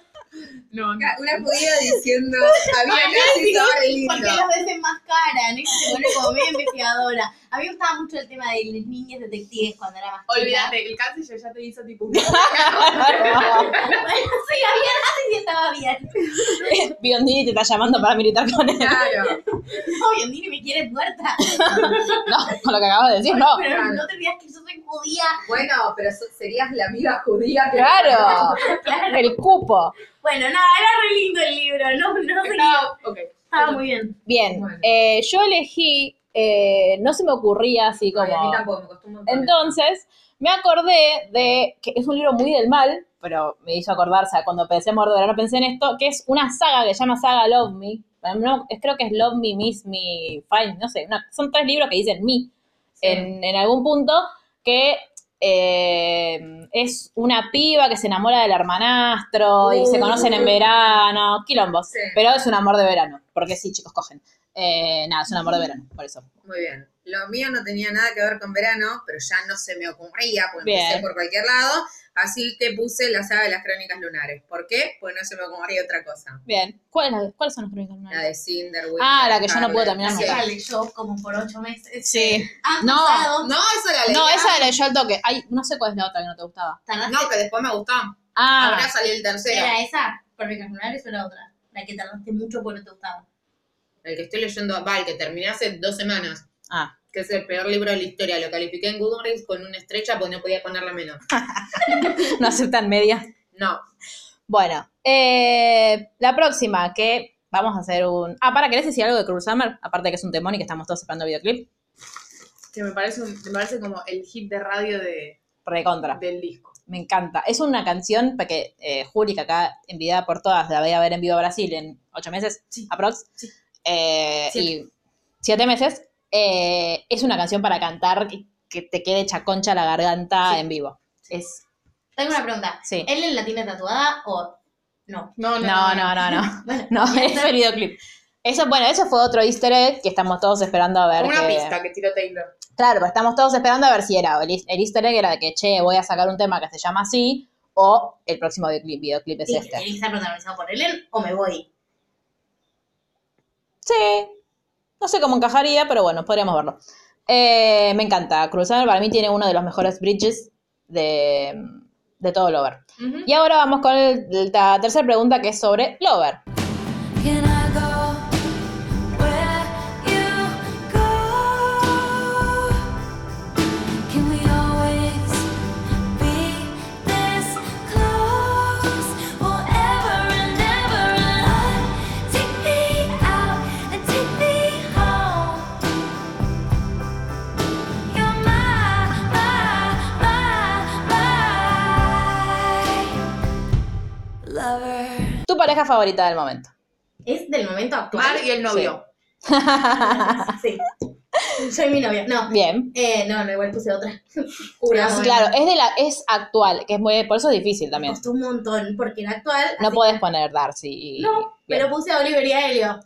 Speaker 4: No, no.
Speaker 5: Una judía diciendo, había
Speaker 3: Ay,
Speaker 5: casi
Speaker 3: no,
Speaker 5: sobre
Speaker 3: porque
Speaker 5: lindo.
Speaker 3: los desenmascaran, ¿eh? se vuelve como medio investigadora. A mí me gustaba mucho el tema de las niñas detectives cuando era más chica.
Speaker 4: Olvídate, el canciller ya te hizo tipo un...
Speaker 3: (laughs) Bueno, sí, había nazis y estaba bien. (laughs)
Speaker 2: (laughs) Biondini te está llamando para militar con él. (laughs)
Speaker 4: (laughs)
Speaker 5: Claro.
Speaker 3: No, Biondini me quiere muerta.
Speaker 2: No, con lo que acabas de decir, no.
Speaker 3: Pero no te olvides que yo soy judía.
Speaker 5: Bueno, pero so- serías la amiga judía que
Speaker 2: Claro. El cupo.
Speaker 3: Bueno, nada, era re lindo el libro. No, no sé qué.
Speaker 4: Estaba- ok.
Speaker 3: Estaba muy bien.
Speaker 2: Bien,
Speaker 5: Bueno.
Speaker 2: eh, yo elegí, eh, no se me ocurría así como...
Speaker 5: Ay, a mí tampoco, me costó un montón.
Speaker 2: Entonces, me acordé de que es un libro muy del mal, pero me hizo acordar, o sea, cuando pensé en Amor de Verano pensé en esto, que es una saga que se llama Saga Love Me. No, es- creo que es Love Me, Miss Me, Find, no sé, una- son tres libros que dicen Me en, en algún punto, que eh, es una piba que se enamora del hermanastro y se conocen en verano, quilombos,
Speaker 5: Sí.
Speaker 2: pero es un amor de verano, porque sí, chicos, cogen. Eh, nada, es un amor de verano, por eso.
Speaker 5: Muy bien. Lo mío no tenía nada que ver con verano, pero ya no se me ocurría, porque empecé
Speaker 2: Bien.
Speaker 5: por cualquier lado. Así que puse la saga de las crónicas lunares. ¿Por qué? Pues no se me ocurría otra cosa.
Speaker 2: Bien, ¿cuáles ¿cuáles son los crónicas lunares?
Speaker 5: La de Cinder,
Speaker 2: Ah, la que yo no pude terminar
Speaker 3: Así
Speaker 5: Sí.
Speaker 3: la leyó como por ocho meses. este,
Speaker 2: Sí.
Speaker 3: Han
Speaker 2: No.
Speaker 3: pasado.
Speaker 5: No, esa la leí. Ah,
Speaker 2: No, esa la leyó al toque. Ay, no sé cuál es la otra que no te gustaba.
Speaker 3: Tardaste-
Speaker 5: No, que después me gustó. Ahora
Speaker 2: Ah,
Speaker 5: salió el tercero.
Speaker 3: ¿Era esa? Crónicas lunares o era otra. La que tardaste mucho porque no te gustaba.
Speaker 5: El que estoy leyendo, va, el que terminé hace dos semanas,
Speaker 2: ah.
Speaker 5: que es el peor libro de la historia. Lo califiqué en Goodreads con una estrecha porque no podía ponerla menos.
Speaker 2: ah. no aceptan media.
Speaker 5: No.
Speaker 2: Bueno, eh, la próxima que vamos a hacer un... Ah, para, ¿querés decir algo de Cruel Summer? Aparte que es un temón y que estamos todos esperando el videoclip.
Speaker 4: Que me parece, un- me parece como el hit de radio de,
Speaker 2: Recontra.
Speaker 4: del disco.
Speaker 2: Me encanta. Es una canción pa' que eh, Juli, que acá envidiada por todas, la voy a ver en vivo a Brasil en ocho meses, aprox. Eh,
Speaker 5: Siete.
Speaker 2: Y siete meses. Eh, es una canción para cantar y que te quede chaconcha la garganta en vivo. Es,
Speaker 3: Tengo una pregunta.
Speaker 2: sí.
Speaker 3: ¿Ellen la tiene tatuada o no?
Speaker 2: No, no, no, no.
Speaker 3: Bueno,
Speaker 2: No, es el videoclip. Eso, bueno, eso fue otro easter egg que estamos todos esperando a ver.
Speaker 4: Como una
Speaker 2: que-
Speaker 4: pista que tiró Taylor.
Speaker 2: Claro, pero estamos todos esperando a ver si era. o El, el easter egg era de que, che, voy a sacar un tema que se llama así, o el próximo videoclip, videoclip es
Speaker 3: ¿Y
Speaker 2: este.
Speaker 3: ¿Tiene que estar protagonizado por Ellen o me voy?
Speaker 2: Sí. No sé cómo encajaría, pero bueno, podríamos verlo. Eh, me encanta. Cruzar para mí tiene uno de los mejores bridges de, de todo Lover. Y ahora vamos con el- la tercera pregunta que es sobre Lover.
Speaker 6: Can I go where you go? Can we always be this close? Forever and ever and I take me out and take me home. You're my, my, my, my lover.
Speaker 2: Tu pareja favorita del momento.
Speaker 3: ¿Es del momento
Speaker 4: Mar
Speaker 3: actual?
Speaker 4: y el novio.
Speaker 3: (laughs) Sí. Soy mi novia. No.
Speaker 2: Bien.
Speaker 3: Eh, no, no, igual puse otra. (laughs)
Speaker 5: Juro.
Speaker 3: No,
Speaker 2: Claro, es de la es actual, que es muy por eso es difícil
Speaker 3: Me
Speaker 2: también.
Speaker 3: costó un montón porque era actual.
Speaker 2: No
Speaker 3: así-
Speaker 2: puedes poner Darcy. y-
Speaker 3: No,
Speaker 2: bien.
Speaker 3: pero puse a Oliveria Helio.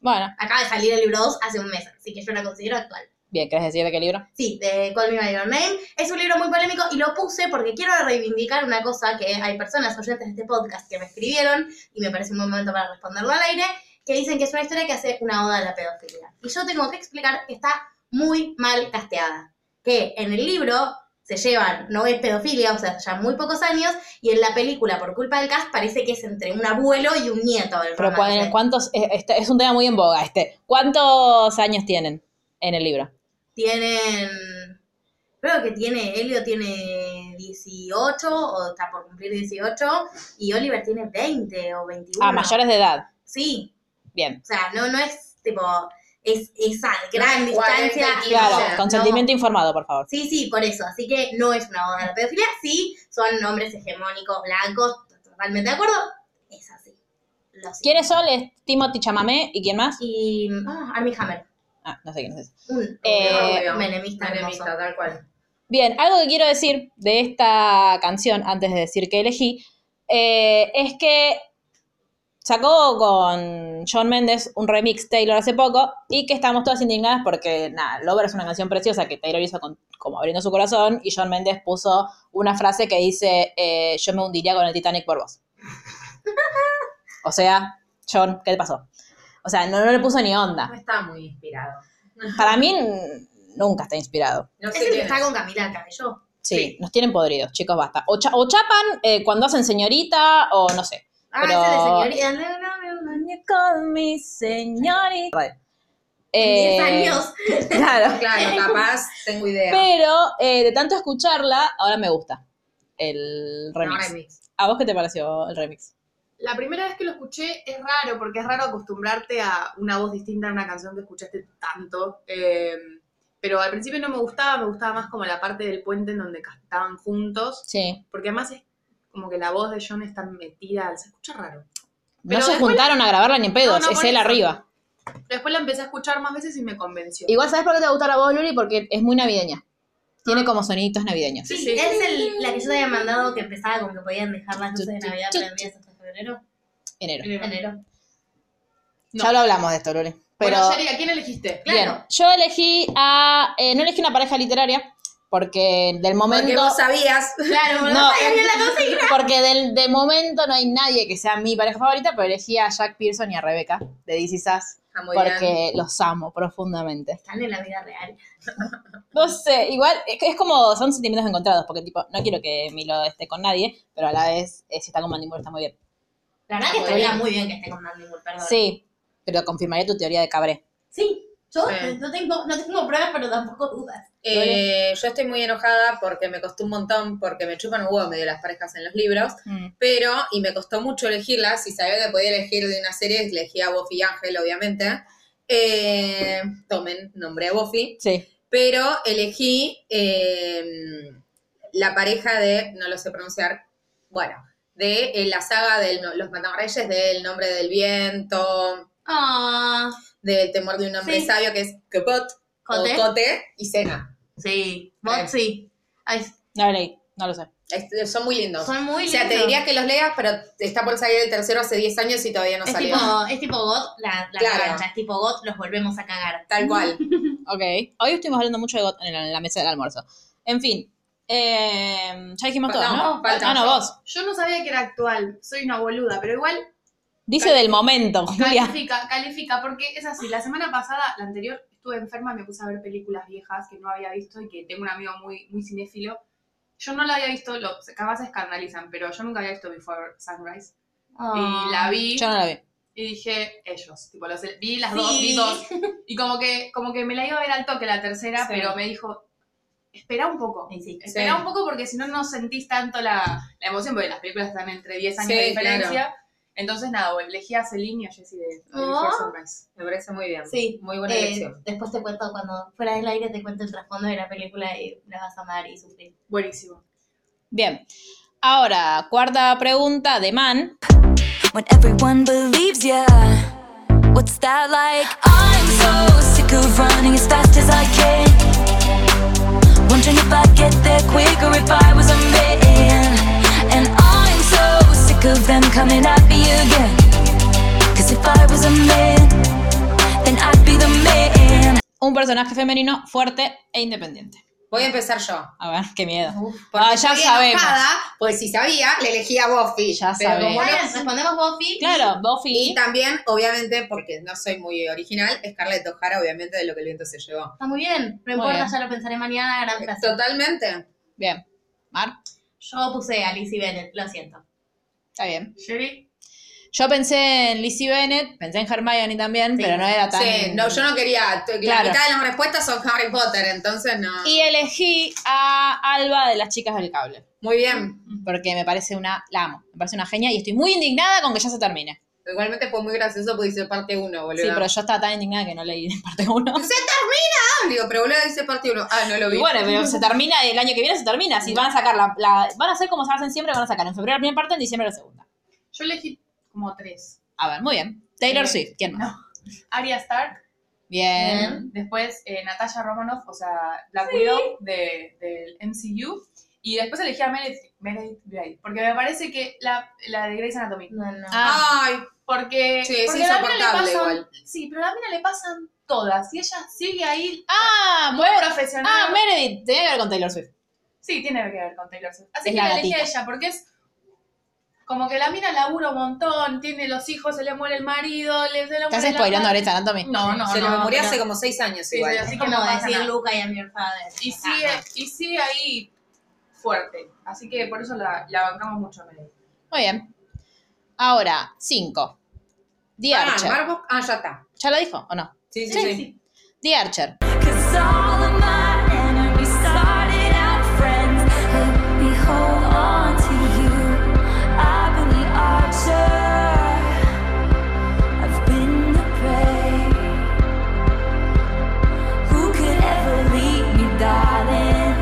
Speaker 2: Bueno,
Speaker 3: Acaba de salir el libro 2 hace un mes, así que yo la considero actual.
Speaker 2: bien, ¿querés decir de qué libro?
Speaker 3: Sí, de Call Me By Your Name. Es un libro muy polémico y lo puse porque quiero reivindicar una cosa que hay personas oyentes de este podcast que me escribieron y me parece un buen momento para responderlo al aire, que dicen que es una historia que hace una oda a la pedofilia. Y yo tengo que explicar que está muy mal casteada. Que en el libro se llevan, no es pedofilia, o sea, ya muy pocos años, y en la película, por culpa del cast, parece que es entre un abuelo y un nieto. el
Speaker 2: Pero
Speaker 3: romance.
Speaker 2: ¿cuán- cuántos eh, este- es un tema muy en boga este. ¿Cuántos años tienen en el libro?
Speaker 3: tienen. Creo que tiene. Helio tiene 18 o está por cumplir 18. Y Oliver tiene 20 o 21.
Speaker 2: Ah, mayores de edad.
Speaker 3: Sí.
Speaker 2: Bien.
Speaker 3: O sea, no, no es tipo. es esa gran
Speaker 5: Cuarenta y
Speaker 3: distancia.
Speaker 5: quince.
Speaker 2: Claro,
Speaker 5: O sea,
Speaker 2: consentimiento informado, por favor.
Speaker 3: Sí, sí, por eso. Así que no es una boda de la pedofilia. Sí, son hombres hegemónicos, blancos, totalmente de acuerdo. Es así. Lo siento.
Speaker 2: ¿Quiénes son? Es Timothy Chamamé y quién más?
Speaker 3: Y. Ah, Armie Hammer.
Speaker 2: Ah, no sé quién es.
Speaker 3: Un
Speaker 2: Eh,
Speaker 3: un menemista hermoso.
Speaker 5: Menemista, tal cual.
Speaker 2: Bien, algo que quiero decir de esta canción, antes de decir que elegí, eh, es que sacó con John Méndez un remix Taylor hace poco y que estamos todas indignadas porque, nada, Lover es una canción preciosa que Taylor hizo con- como abriendo su corazón y John Méndez puso una frase que dice, eh, yo me hundiría con el Titanic por vos. o sea, John, ¿qué te pasó? O sea, no, no le puso ni
Speaker 5: No
Speaker 2: onda.
Speaker 5: está muy inspirado.
Speaker 2: Para mí, n- nunca está inspirado.
Speaker 5: No
Speaker 3: Es
Speaker 5: sé
Speaker 3: el que
Speaker 5: quién
Speaker 3: está
Speaker 5: es.
Speaker 3: con Camila Cabello.
Speaker 2: Sí, nos tienen podridos, chicos, basta. O, cha- o chapan eh, cuando hacen señorita o no sé.
Speaker 3: Ah,
Speaker 2: Pero-
Speaker 3: ese de señorita.
Speaker 2: Con mi señorita. Eh,
Speaker 3: 10 años.
Speaker 2: (laughs) Claro. (laughs)
Speaker 5: (laughs) Claro, capaz, tengo idea.
Speaker 2: Pero eh, de tanto escucharla, ahora me gusta el remix. ¿A vos qué te pareció el remix?
Speaker 4: La primera vez que lo escuché es raro, porque es raro acostumbrarte a una voz distinta en una canción que escuchaste tanto. eh, pero al principio no me gustaba, me gustaba más como la parte del puente en donde cantaban juntos,
Speaker 2: Sí.
Speaker 4: porque además es como que la voz de John está metida, se escucha raro.
Speaker 2: No
Speaker 4: Pero
Speaker 2: se
Speaker 4: después-
Speaker 2: juntaron a grabarla ni en pedos,
Speaker 4: No, no,
Speaker 2: es
Speaker 4: por
Speaker 2: él
Speaker 4: eso.
Speaker 2: arriba.
Speaker 4: Pero después la empecé a escuchar más veces y me convenció.
Speaker 2: Igual, ¿sabes por qué te gusta la voz, Luli? Porque es muy navideña. Tiene como soniditos navideños.
Speaker 3: Sí,
Speaker 4: Sí, sí.
Speaker 3: es el, la que yo te había mandado que empezaba con que podían dejar las luces de Navidad prendidas hasta febrero.
Speaker 2: Enero.
Speaker 3: Eh, Enero.
Speaker 4: No.
Speaker 2: Ya lo hablamos de esto, Luli. Pero...
Speaker 4: Bueno, Sherry, ¿a quién elegiste?
Speaker 2: Bien, yo elegí a. eh, no elegí una pareja literaria, porque del
Speaker 5: Porque
Speaker 2: momento.
Speaker 5: vos sabías.
Speaker 3: Claro, bueno,
Speaker 2: No.
Speaker 3: no sabía bien
Speaker 5: (laughs)
Speaker 3: la cosa y
Speaker 2: Porque del, de momento no hay nadie que sea mi pareja favorita, pero elegí a Jack Pearson y a Rebecca de DC Sass,
Speaker 5: Está muy
Speaker 2: porque
Speaker 5: bien.
Speaker 2: los amo profundamente.
Speaker 3: están en la vida real.
Speaker 2: No sé, igual es, que es como. Son sentimientos encontrados, porque tipo, no quiero que Milo esté con nadie, pero a la vez, eh, si está con Mandíbulo está muy bien.
Speaker 3: La verdad que estaría muy bien que esté con Mandy Moore, perdón.
Speaker 2: Ah, Sí, pero confirmaría tu teoría de cabré.
Speaker 3: Sí, yo
Speaker 5: Sí.
Speaker 3: No, tengo, no tengo pruebas, pero tampoco dudas.
Speaker 5: Eh, yo estoy muy enojada porque me costó un montón, porque me chupan un huevo medio las parejas en los libros,
Speaker 2: Mm.
Speaker 5: pero, y me costó mucho elegirlas, si sabía que podía elegir de una serie, elegí a Buffy y Ángel, obviamente. Eh, tomen, nombré a Buffy,
Speaker 2: Sí.
Speaker 5: pero elegí eh, la pareja de, no lo sé pronunciar, bueno, de eh, la saga de Los Matamorreyes, del Nombre del Viento,
Speaker 3: Ah,
Speaker 5: del Temor de un Hombre
Speaker 3: Sí.
Speaker 5: Sabio, que es Copot,
Speaker 3: Cote.
Speaker 5: o Cote y Cena.
Speaker 3: Sí,
Speaker 5: Eh.
Speaker 3: bot sí. Ay,
Speaker 2: No lo leí, no lo sé.
Speaker 5: Este, Son muy lindos.
Speaker 3: son muy
Speaker 5: o sea, te
Speaker 3: lindos.
Speaker 5: diría que los leas, pero está por salir el tercero hace 10 años y todavía no
Speaker 3: es
Speaker 5: salió.
Speaker 3: tipo, es tipo GOT, la, la
Speaker 5: Claro.
Speaker 3: revancha, es tipo GOT, los volvemos a cagar.
Speaker 5: Tal cual.
Speaker 2: Ok. Hoy estuvimos hablando mucho de Got en la, en la mesa del almuerzo. En fin. eh, ya dijimos
Speaker 5: Falta-
Speaker 2: todo, ¿no?
Speaker 5: no, falta
Speaker 2: ah, no,
Speaker 5: yo.
Speaker 2: vos.
Speaker 4: Yo no sabía que era actual, soy una boluda, pero igual
Speaker 2: Dice del momento, Julia.
Speaker 4: Califica, califica, porque es así. La semana pasada, la anterior, estuve enferma, me puse a ver películas viejas que no había visto y que tengo un amigo muy, muy cinéfilo. Yo no la había visto, lo, capaz se escandalizan, pero yo nunca había visto Before Sunrise.
Speaker 3: Ah.
Speaker 4: Y la vi
Speaker 2: Yo no la vi.
Speaker 4: y dije, ellos. Tipo, los, vi las
Speaker 3: Sí.
Speaker 4: dos,
Speaker 2: (laughs)
Speaker 4: vi dos. Y como que, como que me la iba a ver al toque la tercera,
Speaker 2: Sí.
Speaker 4: pero me dijo, espera un poco.
Speaker 3: Y sí.
Speaker 4: Espera
Speaker 5: Sí.
Speaker 4: un poco porque si no, no sentís tanto la, la emoción, porque las películas están entre 10 años
Speaker 5: Sí,
Speaker 4: de diferencia. Entonces, nada, elegí a Celine y a Jessie de, de
Speaker 3: Oh.
Speaker 4: Before Sunrise.
Speaker 5: Ah. Me parece muy bien.
Speaker 3: Sí.
Speaker 5: Muy buena
Speaker 3: Eh,
Speaker 5: elección.
Speaker 3: después te cuento cuando fuera del aire te cuento el trasfondo de la película y la vas a amar y sufrir.
Speaker 4: Buenísimo.
Speaker 2: Bien. Ahora, cuarta pregunta de Man.
Speaker 6: when everyone believes ya. What's that like? I'm so sick of running as fast as I can. Wondering if I'd get there quicker if I was a man. And I'm so sick of them coming at me again. Cause if I was a man, then I'd be the man.
Speaker 2: Un personaje femenino fuerte e independiente.
Speaker 5: Voy a empezar yo.
Speaker 2: A ver, qué miedo.
Speaker 5: Porque
Speaker 2: Ah, ya
Speaker 5: estoy
Speaker 2: sabemos.
Speaker 5: enojada, pues si sabía, le elegí a Buffy.
Speaker 2: Ya
Speaker 5: pero como
Speaker 2: sabemos.
Speaker 5: no-
Speaker 3: Bueno, respondemos Buffy.
Speaker 2: Claro, Buffy.
Speaker 5: Y también, obviamente, porque no soy muy original, Scarlett O'Hara, obviamente, de lo que el viento se llevó.
Speaker 3: Está muy bien, no
Speaker 2: Muy
Speaker 3: importa,
Speaker 2: bien.
Speaker 3: ya lo pensaré mañana,
Speaker 5: Eh,
Speaker 3: gran frase.
Speaker 5: Totalmente.
Speaker 2: Bien. Mar,
Speaker 3: Yo puse a Lizzie Bennett, lo siento.
Speaker 2: está bien.
Speaker 4: Sherry,
Speaker 2: Yo pensé en Lizzie Bennett, pensé en Hermione también, pero no era tan.
Speaker 5: Sí, no, yo no quería. t-
Speaker 2: Claro.
Speaker 5: La mitad de las respuestas son Harry Potter, entonces no.
Speaker 2: Y elegí a Alba de las chicas del cable.
Speaker 5: Muy bien.
Speaker 2: Porque me parece una. La amo. Me parece una genia y estoy muy indignada con que ya se termine.
Speaker 5: Igualmente fue muy gracioso porque dice parte 1, boludo.
Speaker 2: Sí, pero yo estaba tan indignada que no leí (laughs) parte 1.
Speaker 5: ¡Se termina! Digo, pero boludo dice parte 1. Ah, no lo vi.
Speaker 2: Y bueno, pero se termina, el año que viene se termina. Si van a sacar la, la- Van a hacer como se hacen siempre, van a sacar en febrero la primera parte, en diciembre la segunda.
Speaker 4: Yo elegí como tres.
Speaker 2: A ver, muy bien. Taylor Swift, ¿quién más?
Speaker 4: No. Arya Stark.
Speaker 2: Bien.
Speaker 4: Después eh, Natalia Romanoff, o sea, la Widow de, del MCU. Y después elegí a Meredith, Meredith Grey. Porque me parece que la, la de Grey's Anatomy.
Speaker 3: No, no.
Speaker 2: Ah,
Speaker 5: Ay,
Speaker 4: Porque,
Speaker 5: Sí, es
Speaker 4: porque a la mina
Speaker 5: insoportable
Speaker 4: le pasan,
Speaker 5: igual.
Speaker 4: Sí, pero a la mina le pasan todas. Y ella sigue ahí.
Speaker 2: ah,
Speaker 4: Muy
Speaker 2: bueno.
Speaker 4: profesional.
Speaker 2: Ah, Meredith, tenía que ver con Taylor Swift.
Speaker 4: Sí, tiene que ver con Taylor Swift. Así
Speaker 2: Es
Speaker 4: que
Speaker 2: la
Speaker 4: la elegí a
Speaker 2: gatita.
Speaker 4: ella porque es como que la mina labura un montón, tiene los hijos, se le muere el marido, le se le muere
Speaker 2: ¿Estás
Speaker 4: la
Speaker 2: spoileando
Speaker 4: madre.
Speaker 2: Grey's Anatomy?
Speaker 4: No, no,
Speaker 5: se
Speaker 4: no.
Speaker 5: lo murió
Speaker 4: pero-
Speaker 5: hace como 6 años
Speaker 4: Sí,
Speaker 5: igual.
Speaker 4: sí,
Speaker 3: Es
Speaker 4: así que
Speaker 3: como
Speaker 4: no pasa
Speaker 3: decir
Speaker 4: nada.
Speaker 3: Luca y I'm your father.
Speaker 4: Y eh,
Speaker 3: Ajá.
Speaker 4: sigue, y sigue ahí fuerte. Así que por eso la, la bancamos mucho a Meredith.
Speaker 2: Muy bien. Ahora, 5. The
Speaker 5: Ah,
Speaker 2: Archer.
Speaker 5: Marvel- ah, ya está.
Speaker 2: ¿Ya lo dijo o no?
Speaker 5: Sí, sí,
Speaker 2: Sí,
Speaker 5: sí.
Speaker 2: The Archer.
Speaker 6: Cause all of my enemies started out friends. Let me hold on to you. I've been the archer. I've been the prey. Who could ever leave me, darling?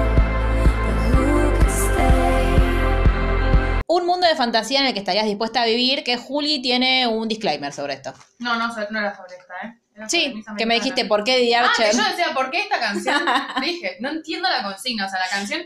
Speaker 6: But who could stay?
Speaker 2: Un mundo de fantasía en el que estarías dispuesta a vivir, que Juli tiene un disclaimer sobre esto.
Speaker 4: No, no, so- no era sobre esta, ¿eh? Era sobre
Speaker 2: Sí,
Speaker 4: Miss
Speaker 2: que me
Speaker 4: Americana.
Speaker 2: dijiste por qué The
Speaker 4: Ah,
Speaker 2: Archer.
Speaker 4: que yo decía, ¿por qué esta
Speaker 2: (laughs)
Speaker 4: canción? Dije, no entiendo la consigna. O sea, la canción,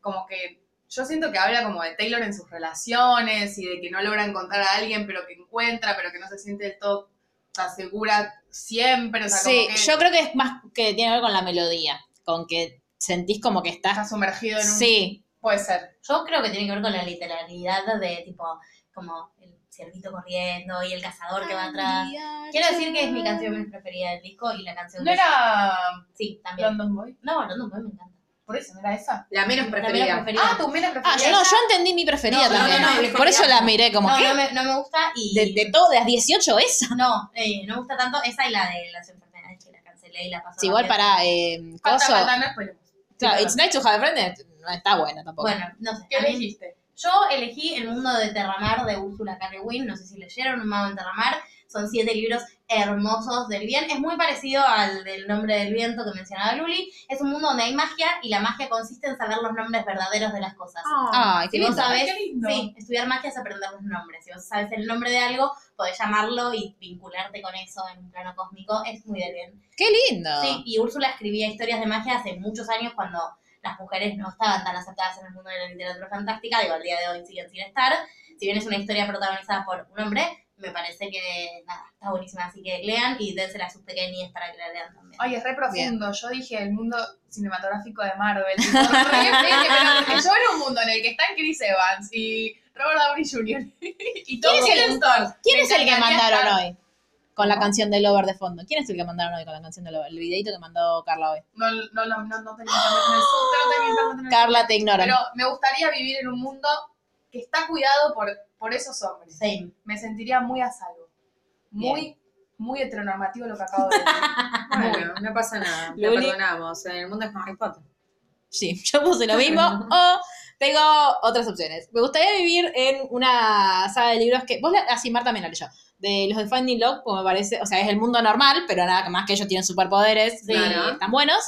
Speaker 4: como que yo siento que habla como de Taylor en sus relaciones y de que no logra encontrar a alguien, pero que encuentra, pero que no se siente del todo tan segura siempre. O sea,
Speaker 2: Sí,
Speaker 4: como que
Speaker 2: yo creo que es más que tiene que ver con la melodía, con que sentís como que
Speaker 4: está
Speaker 2: estás...
Speaker 4: sumergido en un.
Speaker 2: Sí,
Speaker 4: Puede ser.
Speaker 3: Yo creo que tiene que ver con la literalidad de tipo, como el ciervito corriendo y el cazador que va atrás. Quiero decir que es mi canción menos preferida del disco y la canción
Speaker 4: ¿No
Speaker 3: que-
Speaker 4: era
Speaker 3: Sí, también.
Speaker 4: London Boy?
Speaker 3: No, no, no, me encanta.
Speaker 4: Por eso, ¿no era esa?
Speaker 5: La menos
Speaker 3: La menos
Speaker 5: preferida.
Speaker 3: preferida.
Speaker 4: Ah, tu menos preferida.
Speaker 2: Ah, yo no, yo entendí mi preferida
Speaker 3: No, no,
Speaker 2: también. eh,
Speaker 5: no, no,
Speaker 2: Por
Speaker 5: preferida
Speaker 2: eso la
Speaker 5: no.
Speaker 2: miré como,
Speaker 3: no,
Speaker 2: ¿qué?
Speaker 3: no me, no me gusta y...
Speaker 2: De, de todas, 18 esa.
Speaker 3: No, eh, no me gusta tanto esa y la de las enfermedades que la cancelé y la pasó.
Speaker 2: Sí, igual
Speaker 3: rápido.
Speaker 2: para... Eh,
Speaker 4: Falta,
Speaker 2: coso.
Speaker 4: falta, no spoilemos.
Speaker 2: Claro,
Speaker 4: Sí,
Speaker 2: It's Nice to Have a Friend no está buena tampoco.
Speaker 3: Bueno, no sé.
Speaker 4: ¿Qué
Speaker 3: a mí-
Speaker 4: elegiste?
Speaker 3: Yo elegí El mundo de Terramar de Úrsula K. Le Guin, no sé si leyeron Un mago en Terramar, son siete libros hermosos del bien, es muy parecido al del nombre del viento que mencionaba Luli, es un mundo donde hay magia y la magia consiste en saber los nombres verdaderos de las cosas.
Speaker 5: Ah.
Speaker 2: Ay, qué
Speaker 3: si vos
Speaker 2: lindo.
Speaker 3: sabés,
Speaker 4: qué lindo.
Speaker 3: sí, estudiar magia es aprender los nombres, si vos sabes el nombre de algo, podés llamarlo y vincularte con eso en un plano cósmico, es muy del bien.
Speaker 2: Qué lindo.
Speaker 3: Sí, y Úrsula escribía historias de magia hace muchos años cuando las mujeres no estaban tan aceptadas en el mundo de la literatura fantástica, digo, al día de hoy siguen sin estar. Si bien es una historia protagonizada por un hombre, me parece que nada, está buenísima, así que lean y dénsela a sus pequeñas para que la lean también.
Speaker 4: Ay, es re profundo. Yo dije el mundo cinematográfico de Marvel. tipo, re pele, pero porque yo era un mundo en el que están Chris Evans y Robert Downey Jr. (laughs) y Tom
Speaker 2: ¿Quién es el-
Speaker 4: Hiddleston.
Speaker 2: ¿Quién
Speaker 4: Me
Speaker 2: es el que
Speaker 4: encantaría
Speaker 2: mandaron
Speaker 4: estar-
Speaker 2: hoy? Con la canción de Lover de fondo. ¿Quién es el que mandaron hoy con la canción de Lover? El videito que mandó Carla hoy.
Speaker 4: No, no, no, no, no tenía internet en el sur, no tenía internet en el sur.
Speaker 2: Carla te ignora.
Speaker 4: Pero me gustaría vivir en un mundo que está cuidado por, por esos hombres.
Speaker 3: Same.
Speaker 4: Me sentiría muy a salvo. Muy, muy heteronormativo lo que acabo de
Speaker 2: (laughs)
Speaker 4: decir.
Speaker 5: Bueno, no pasa nada. Lo
Speaker 2: Luli.
Speaker 5: perdonamos. En el mundo es Harry Potter.
Speaker 2: Sí, (laughs) yo puse lo mismo. o tengo otras opciones. Me gustaría vivir en una saga de libros que. Vos, la, así Marta también la leyó. De los de Finding Love, pues me parece. O sea, es el mundo normal, pero nada más que ellos tienen superpoderes
Speaker 5: Sí.
Speaker 2: y están buenos.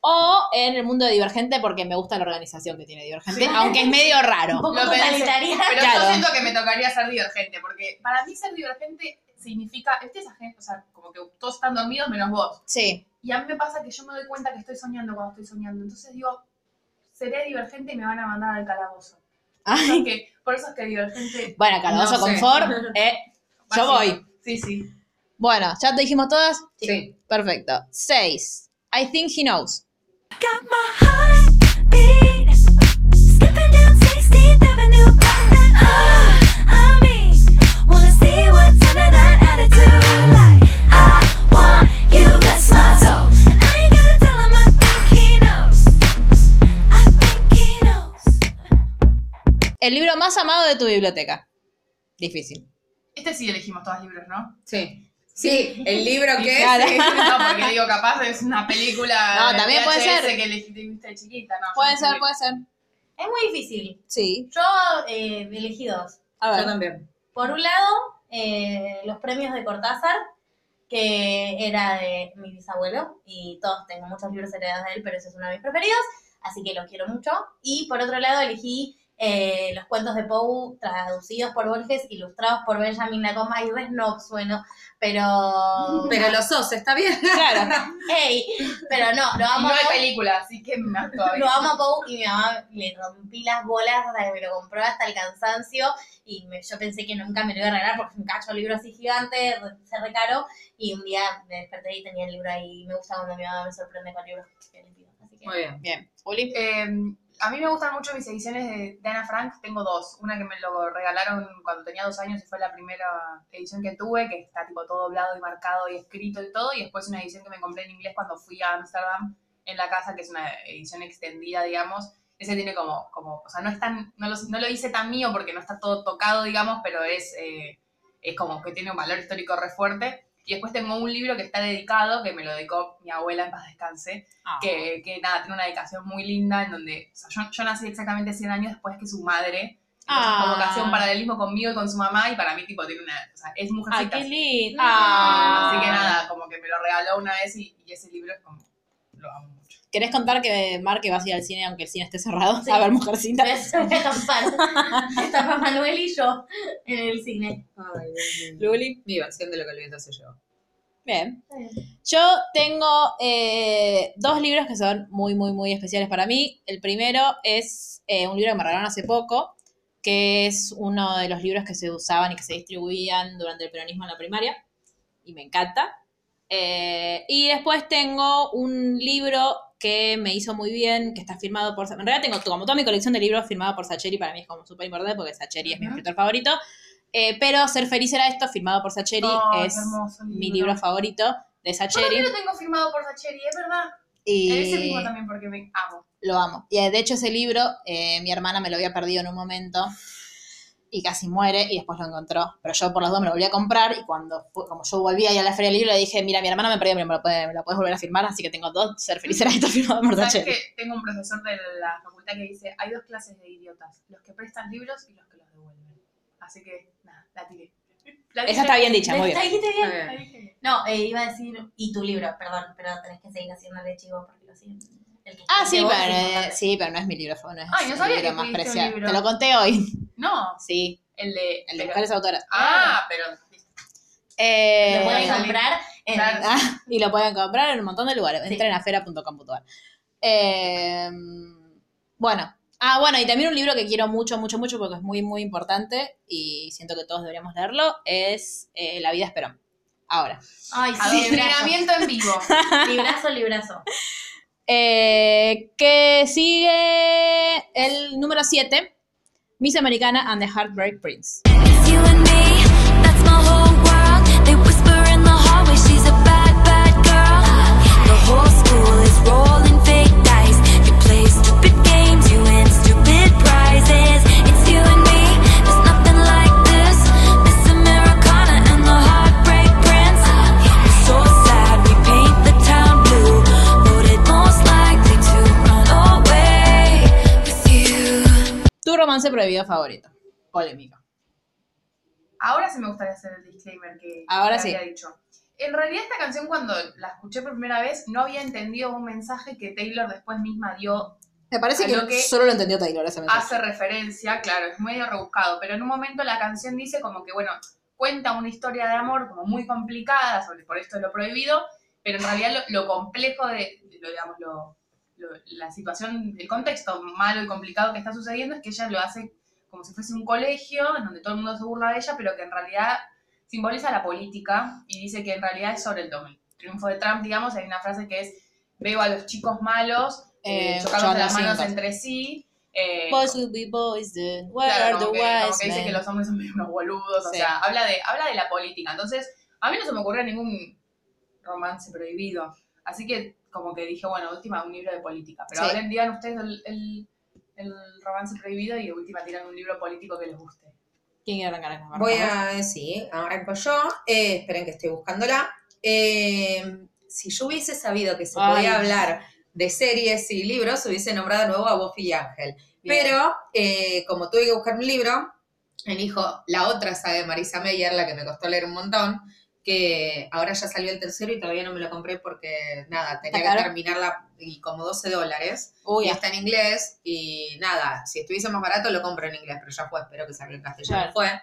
Speaker 2: O en el mundo de Divergente, porque me gusta la organización que tiene Divergente, aunque es medio raro.
Speaker 4: (laughs)
Speaker 3: poco
Speaker 4: Lo pensé,
Speaker 3: totalitaria.
Speaker 4: Pero
Speaker 2: Claro.
Speaker 4: yo siento que me tocaría ser divergente, porque para mí ser divergente significa, este es agente, o sea, como que todos están dormidos menos vos.
Speaker 2: Sí.
Speaker 4: Y a mí me pasa que yo me doy cuenta que estoy soñando cuando estoy soñando. Entonces digo, seré divergente y me van a mandar al calabozo. Por eso es que, por eso es que divergente...
Speaker 2: Bueno, Cardoso
Speaker 5: No sé.
Speaker 4: (laughs)
Speaker 2: confort, eh, yo
Speaker 4: vacío.
Speaker 2: voy.
Speaker 4: Sí, sí.
Speaker 2: Bueno, ¿ya te dijimos todas?
Speaker 5: Sí.
Speaker 2: Perfecto. Seis. I think he knows.
Speaker 6: Got my heart beat, skipping down 16th Avenue, got that ah, I mean, wanna see what's under that attitude. Like I want you, that's my soul. And I ain't gotta tell him I think he knows. I think he knows.
Speaker 2: El libro más amado de tu biblioteca. Difícil.
Speaker 4: Este sí elegimos todos libros, ¿no?
Speaker 5: Sí. Sí, el libro que es. eh,
Speaker 2: Claro.
Speaker 4: No, porque digo, capaz es una película
Speaker 2: No,
Speaker 4: de
Speaker 2: también puede
Speaker 4: VHS
Speaker 2: ser.
Speaker 4: que elegiste y viste de chiquita, ¿no?
Speaker 2: Puede
Speaker 4: yo
Speaker 2: ser,
Speaker 4: elegí-
Speaker 2: puede ser.
Speaker 3: Es muy difícil.
Speaker 2: Sí.
Speaker 3: Yo eh, elegí dos.
Speaker 2: A
Speaker 5: Yo
Speaker 2: ver.
Speaker 5: también.
Speaker 3: Por un lado, eh, los premios de Cortázar, que era de mi bisabuelo, y todos tengo muchos libros heredados de él, pero ese es uno de mis preferidos, así que lo quiero mucho. Y por otro lado elegí eh, los cuentos de Poe, traducidos por Borges, ilustrados por Benjamin Lacomba, y res no sueno,
Speaker 4: (laughs)
Speaker 3: pero...
Speaker 5: Pero los sos, está bien. (laughs)
Speaker 2: Claro.
Speaker 3: Ey, pero no, lo
Speaker 4: no
Speaker 3: amo a
Speaker 4: hay
Speaker 3: Poe.
Speaker 4: película, así que más todavía.
Speaker 3: Lo amo a Pou y mi mamá le rompí las bolas hasta que me lo compró hasta el cansancio y me- yo pensé que nunca me lo iba a regalar porque es un cacho de libro así gigante, re- se recaro y un día me desperté y tenía el libro ahí y me gusta cuando mi mamá me sorprende con libros que le pido. Así que
Speaker 5: Muy bien.
Speaker 2: Bien. Uli.
Speaker 4: Eh, a mí me gustan mucho mis ediciones de, de Ana Frank. Tengo dos. Una que me lo regalaron cuando tenía dos años y fue la primera edición que tuve, que está tipo todo doblado y marcado y escrito y todo. Y después una edición que me compré en inglés cuando fui a Ámsterdam en la casa, que es una edición extendida, digamos. Ese tiene como, como o sea, no, es tan, no, lo, no lo hice tan mío porque no está todo tocado, digamos, pero es, eh, es como que tiene un valor histórico re fuerte. Y después tengo un libro que está dedicado, que me lo dedicó mi abuela en paz descanse,
Speaker 2: Ah.
Speaker 4: que, que nada, tiene una dedicación muy linda en donde, o sea, yo, yo nací exactamente 100 años después que su madre, entonces
Speaker 2: Ah.
Speaker 4: como que hacía un paralelismo conmigo y con su mamá y para mí tipo tiene una, o sea, es
Speaker 2: Ah,
Speaker 4: mujercita.
Speaker 2: qué lindo.
Speaker 3: No.
Speaker 2: Ah.
Speaker 4: Así que nada, como que me lo regaló una vez y, y ese libro es como, lo amo mucho.
Speaker 2: ¿Querés contar que Marque vas a ir al cine aunque el cine esté cerrado? A ver, mujercita.
Speaker 3: Entonces, voy (laughs) a acampar. Estaba Manuel y yo en el cine.
Speaker 5: Ay, Dios mío.
Speaker 2: Luli.
Speaker 5: Mi versión de lo que el viento se llevó.
Speaker 2: Bien. Yo tengo eh, dos libros que son muy, muy, muy especiales para mí. El primero es eh, un libro que me regalaron hace poco, que es uno de los libros que se usaban y que se distribuían durante el peronismo en la primaria, y me encanta. Eh, y después tengo un libro que me hizo muy bien, que está firmado por... En realidad tengo como toda mi colección de libros firmada por Sacheri, para mí es como súper importante porque Sacheri es mi
Speaker 4: Ujú.
Speaker 2: escritor favorito. Eh, pero Ser feliz era esto, firmado por Sacheri,
Speaker 4: Ay, qué
Speaker 2: es
Speaker 4: hermoso
Speaker 2: mi libro favorito de
Speaker 4: Yo también
Speaker 2: Sacheri.
Speaker 4: lo tengo firmado por Sacheri, es verdad.
Speaker 2: Y
Speaker 4: En ese mismo también porque me amo.
Speaker 2: lo amo. Y eh, de hecho ese libro, eh, mi hermana me lo había perdido en un momento y casi muere y después lo encontró. Pero yo por las dos me lo volví a comprar y cuando, fu- como yo volví ahí a la feria del libro, le dije, mira, mi hermana me perdió, pero me lo puede- me la puedes volver a firmar, así que tengo dos, ser feliz era esto (laughs)
Speaker 4: (laughs)
Speaker 2: firmado por
Speaker 4: ¿Sabes
Speaker 2: Sacheri.
Speaker 4: que tengo un profesor de la facultad que dice, hay dos clases de idiotas, los que prestan libros y los que los devuelven. Así que, nada, la tiré. La
Speaker 2: Esa
Speaker 4: dije.
Speaker 2: está bien dicha, muy
Speaker 3: ¿Está-
Speaker 2: bien.
Speaker 3: dijiste bien?
Speaker 5: Muy bien.
Speaker 4: La dije.
Speaker 3: No, eh, iba a decir, y tu libro, perdón, pero tenés que seguir haciéndole chivo porque lo siguen. El que
Speaker 2: Ah,
Speaker 3: escribe
Speaker 2: sí,
Speaker 3: vos
Speaker 2: pero,
Speaker 3: es
Speaker 2: eh,
Speaker 3: importante.
Speaker 2: sí, pero no es mi libro, fue- no es
Speaker 4: Ay, no sabía
Speaker 2: mi libro
Speaker 4: que
Speaker 2: más
Speaker 4: escribiste un
Speaker 2: preciado.
Speaker 4: libro.
Speaker 2: Te lo conté hoy. (laughs)
Speaker 4: No,
Speaker 2: Sí,
Speaker 4: el de.
Speaker 2: el de
Speaker 4: pero-
Speaker 2: mujeres autoras.
Speaker 4: Ah, pero.
Speaker 2: Eh,
Speaker 3: Lo pueden
Speaker 4: eh,
Speaker 3: comprar en
Speaker 4: claro.
Speaker 2: Ah, (laughs) y lo pueden comprar en un montón de lugares.
Speaker 3: Sí.
Speaker 2: Entren a fera.com.ar. Eh, bueno. Ah, bueno, y también un libro que quiero mucho, mucho, mucho porque es muy, muy importante y siento que todos deberíamos leerlo, es eh, La vida es Perón. Ahora.
Speaker 3: Ay, sí, librazo,
Speaker 4: Adoctrinamiento en vivo.
Speaker 3: librazo, librazo.
Speaker 2: Eh, que sigue el número 7, Miss Americana and the Heartbreak Prince.
Speaker 6: It's you and me, that's my whole world. They whisper in the hallway, she's a bad, bad girl. The whole school is rolling fake dice. You play stupid games, you win stupid prizes. It's you and me, there's nothing like this. Miss Americana and the Heartbreak Prince. We're so sad, we paint the town blue. Voted most likely to run away with you.
Speaker 2: Tu romance prohibido favorito. Polémico.
Speaker 4: Ahora sí me gustaría hacer el disclaimer que
Speaker 2: Ahora
Speaker 4: que
Speaker 2: sí.
Speaker 4: había dicho. En realidad esta canción cuando la escuché por primera vez no había entendido un mensaje que Taylor después misma dio.
Speaker 2: Me parece
Speaker 4: A
Speaker 2: Ah, que,
Speaker 4: lo que- Ah,
Speaker 2: solo lo entendió Taylor ese mensaje.
Speaker 4: Hace referencia, claro, es medio rebuscado, pero en un momento la canción dice como que, bueno, cuenta una historia de amor como muy complicada sobre por esto de lo prohibido, pero en realidad lo, lo complejo de, de lo, digamos, lo- lo- la situación, el contexto malo y complicado que está sucediendo es que ella lo hace como si fuese un colegio en donde todo el mundo se burla de ella, pero que en realidad simboliza la política y dice que en realidad es sobre el, dom- el triunfo de Trump, digamos, hay una frase que es, veo a los chicos malos eh,
Speaker 2: Eh,
Speaker 4: chocándose las
Speaker 2: chocándose
Speaker 4: manos
Speaker 2: juntos".
Speaker 4: entre sí. eh,
Speaker 2: Boys will be boys then. Where
Speaker 4: Claro,
Speaker 2: are the
Speaker 4: como que, como
Speaker 2: wise
Speaker 4: que dice que
Speaker 2: men?
Speaker 4: los hombres son medio unos boludos, o
Speaker 2: Sí.
Speaker 4: sea, habla de, habla de la política. Entonces, a mí no se me ocurrió ningún romance prohibido. Así que, como que dije, bueno, última, un libro de política. Pero
Speaker 2: Sí.
Speaker 4: ahora digan ustedes el, el, el romance prohibido y última tiran un libro político que les guste.
Speaker 2: ¿Quién quiere arrancar acá?
Speaker 5: Voy a decir, arranco yo. Eh, esperen que estoy buscándola. Eh, si yo hubiese sabido que se
Speaker 2: Ay.
Speaker 5: podía hablar de series y libros, hubiese nombrado de nuevo a Buffy y Ángel.
Speaker 2: Bien.
Speaker 5: Pero, eh, como tuve que buscar un libro, elijo la otra saga de Marisa Meyer, la que me costó leer un montón, que ahora ya salió el tercero y todavía no me lo compré porque, nada, tenía
Speaker 2: Está
Speaker 5: que
Speaker 2: caro.
Speaker 5: terminarla y como 12 dólares.
Speaker 2: Uy,
Speaker 5: Y está en inglés y nada, si estuviese más barato lo compro en inglés, pero ya fue, espero que salga en castellano.
Speaker 2: Claro.
Speaker 5: Fue.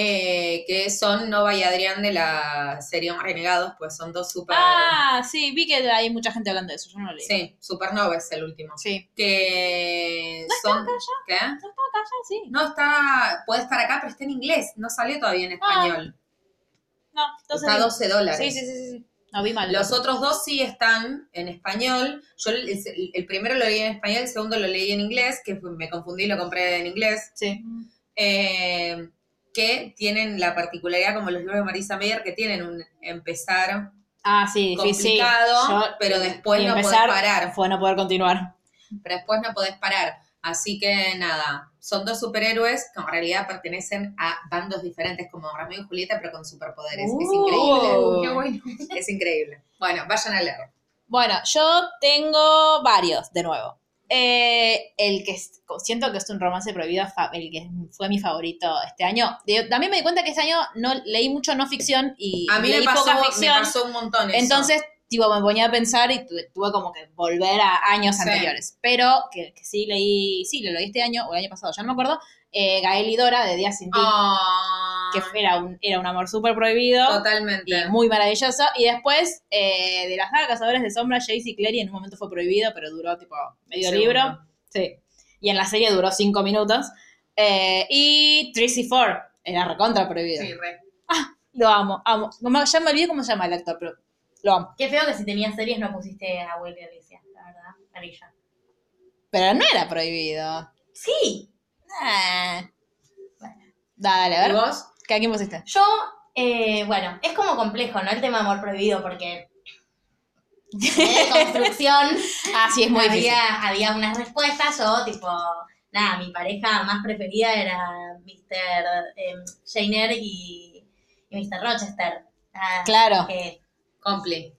Speaker 5: Eh, que son Nova y Adrián de la serie Renegados, pues son dos super...
Speaker 2: Ah, sí, vi que hay mucha gente hablando de eso, yo no lo leí.
Speaker 5: sí, Supernova es el último.
Speaker 2: Sí.
Speaker 5: Que son... ¿Qué?
Speaker 2: No estaba acá ya, sí.
Speaker 5: No está, puede estar acá, pero está en inglés. No salió todavía en español.
Speaker 2: No, Ah, entonces.
Speaker 5: está a 12 dólares.
Speaker 2: sí, sí, sí, sí, sí. No vi mal.
Speaker 5: Los otros dos sí están en español. Yo el, el- el primero lo leí en español, el segundo lo leí en inglés, que fue- me confundí y lo compré en inglés.
Speaker 2: Sí.
Speaker 5: Eh, que tienen la particularidad, como los libros de Marisa Meyer, que tienen un empezar
Speaker 2: Ah, sí, difícil.
Speaker 5: complicado,
Speaker 2: Yo- eh,
Speaker 5: pero después
Speaker 2: y
Speaker 5: no podés
Speaker 2: empezar
Speaker 5: parar.
Speaker 2: Fue no poder continuar.
Speaker 5: pero después no podés parar. Así que nada, son dos superhéroes que en realidad pertenecen a bandos diferentes, como Romeo y Julieta, pero con superpoderes. Es increíble,
Speaker 2: Uh.
Speaker 4: Qué bueno.
Speaker 5: es increíble. Bueno, vayan a leer.
Speaker 2: Bueno, yo tengo varios, de nuevo. Eh, el que es- siento que es un romance prohibido, fa- el que fue mi favorito este año. De- también me di cuenta que este año no leí mucho no ficción y
Speaker 5: A mí
Speaker 2: leí
Speaker 5: me pasó,
Speaker 2: poca
Speaker 5: me
Speaker 2: ficción.
Speaker 5: pasó un montón eso.
Speaker 2: Entonces, tipo, me ponía a pensar y tuve, tuve como que volver a años
Speaker 5: Sí.
Speaker 2: anteriores. Pero que, que sí leí, sí, lo leí este año o el año pasado, ya no me acuerdo. Eh, Gael y Dora de Días sin ti,
Speaker 5: Ah,
Speaker 2: que era un, era un amor súper prohibido y
Speaker 5: totalmente.
Speaker 2: muy maravilloso. Y después, eh, de las dagas Cazadores de Sombra, Jace y Clary en un momento fue prohibido, pero duró tipo medio
Speaker 5: Segundo.
Speaker 2: libro. Sí. Y en la serie duró cinco minutos. Eh, y Tracy Ford era recontra prohibido.
Speaker 4: Sí, re.
Speaker 2: Lo amo, amo. No me- Ya me olvidé cómo se llama el actor, pero lo amo.
Speaker 3: Qué feo que si tenías series no pusiste a Will y Alicia, la verdad. Marilla.
Speaker 2: Pero no era prohibido.
Speaker 3: Sí, Ah.
Speaker 2: Nah. Dale, a
Speaker 5: ¿Y
Speaker 2: ver.
Speaker 5: vos?
Speaker 2: ¿Qué, ¿A quién pusiste?
Speaker 3: yo, eh, bueno, es como complejo, ¿no? El tema amor prohibido, porque en construcción
Speaker 2: (laughs) Ah, sí, es muy difícil.
Speaker 3: había, había unas respuestas. Yo, tipo, nada, mi pareja más preferida era Mr. em, Jane Eyre y, y Mr. Rochester. Ah,
Speaker 2: Claro,
Speaker 3: (laughs)
Speaker 2: (laughs)
Speaker 3: que-
Speaker 5: Compli.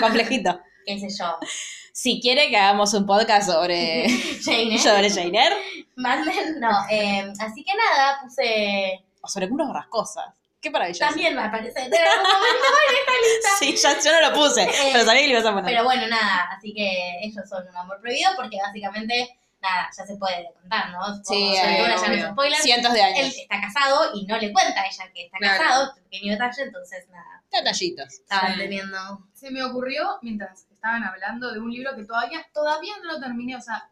Speaker 2: complejito.
Speaker 3: qué sé yo.
Speaker 2: Si quiere que hagamos un podcast sobre,
Speaker 3: Jane Eyre.
Speaker 2: sobre Jane Eyre
Speaker 3: Manden, no. em, así que nada, puse
Speaker 2: o sobre cumbres rascosas. Qué maravilloso.
Speaker 3: También me aparece. Pero, en algún momento en esta lista.
Speaker 2: Sí, ya, yo no lo puse, pero sabía que lo ibas a poner.
Speaker 3: Pero bueno, nada, así que ellos son un amor prohibido porque básicamente, nada, ya se puede contar, ¿no? Supongo
Speaker 2: Sí,
Speaker 3: que
Speaker 5: eh,
Speaker 3: ahora ya no
Speaker 5: obvio.
Speaker 3: se spoilan.
Speaker 2: Cientos de
Speaker 3: Él
Speaker 2: años.
Speaker 3: está casado y no le cuenta a ella que está
Speaker 5: Claro.
Speaker 3: casado, este pequeño detalle, entonces nada,
Speaker 2: Detallitos.
Speaker 3: estaban
Speaker 5: Sí.
Speaker 3: teniendo.
Speaker 4: Se me ocurrió mientras estaban hablando de un libro que todavía, todavía no lo terminé. O sea,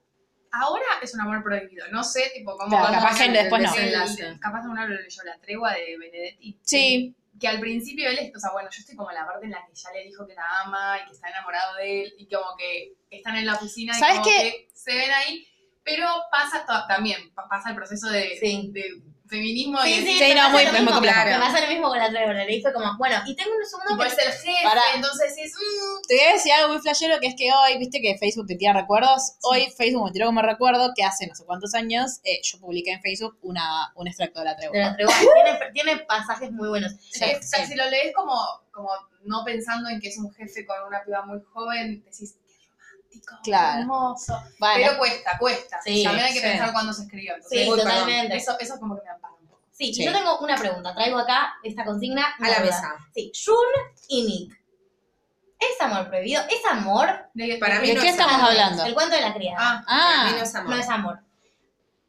Speaker 4: ahora es un amor prohibido. No sé, tipo, cómo.
Speaker 2: Claro,
Speaker 4: cómo
Speaker 2: capaz que
Speaker 4: el-
Speaker 2: después no.
Speaker 5: Desenlace.
Speaker 4: Capaz alguna lo leyó la tregua de Benedetti.
Speaker 2: Sí,
Speaker 4: que al principio él, es- o sea, bueno, yo estoy como en la parte en la que ya le dijo que la ama y que está enamorado de él y como que están en la oficina y
Speaker 2: ¿Sabes
Speaker 4: como
Speaker 2: qué?
Speaker 4: que se ven ahí, pero pasa to- también, pa- pasa el proceso de,
Speaker 3: Sí.
Speaker 4: de feminismo y
Speaker 3: Sí, sí,
Speaker 4: decir,
Speaker 2: sí,
Speaker 3: me
Speaker 2: no,
Speaker 3: pasa
Speaker 2: muy-
Speaker 3: lo
Speaker 2: es muy
Speaker 3: mismo,
Speaker 2: complejo.
Speaker 3: Me pasa lo mismo con la Trevor, le dijo como, bueno, y tengo un segundo
Speaker 4: tipo, es
Speaker 3: que...
Speaker 4: el jefe,
Speaker 2: Pará.
Speaker 4: entonces es, mm,
Speaker 2: te voy a decir algo muy flashero que es que hoy, viste que Facebook te tira recuerdos. Hoy Facebook me tiró como recuerdo que hace no sé cuántos años eh, yo publiqué en Facebook una, un extracto de la
Speaker 3: De
Speaker 2: tregua.
Speaker 3: la Trevor, tiene, tiene pasajes muy buenos.
Speaker 4: es- o sea,
Speaker 2: sí.
Speaker 4: si lo lees como, como no pensando en que es un jefe con una piba muy joven, decís, qué romántico, qué
Speaker 2: Claro.
Speaker 4: hermoso,
Speaker 2: Bueno,
Speaker 4: pero cuesta, cuesta,
Speaker 3: Sí,
Speaker 4: también hay que
Speaker 5: sí.
Speaker 4: pensar cuándo se escribió, entonces
Speaker 3: Sí,
Speaker 5: Uy, perdón.
Speaker 3: totalmente.
Speaker 4: eso, eso como que me ampara un poco.
Speaker 3: Sí,
Speaker 2: Sí.
Speaker 3: yo tengo una pregunta, traigo acá esta consigna.
Speaker 5: A la
Speaker 3: duda.
Speaker 5: mesa.
Speaker 3: Sí, Jun y Nick. ¿Es amor prohibido? ¿Es amor? Ah,
Speaker 4: De-
Speaker 5: Para mí
Speaker 2: ¿de
Speaker 5: no
Speaker 2: qué
Speaker 5: es
Speaker 2: estamos
Speaker 5: amor.
Speaker 2: hablando?
Speaker 3: El cuento de la criada.
Speaker 4: Ah,
Speaker 5: Para mí no
Speaker 2: Ah,
Speaker 5: es amor.
Speaker 3: no es amor.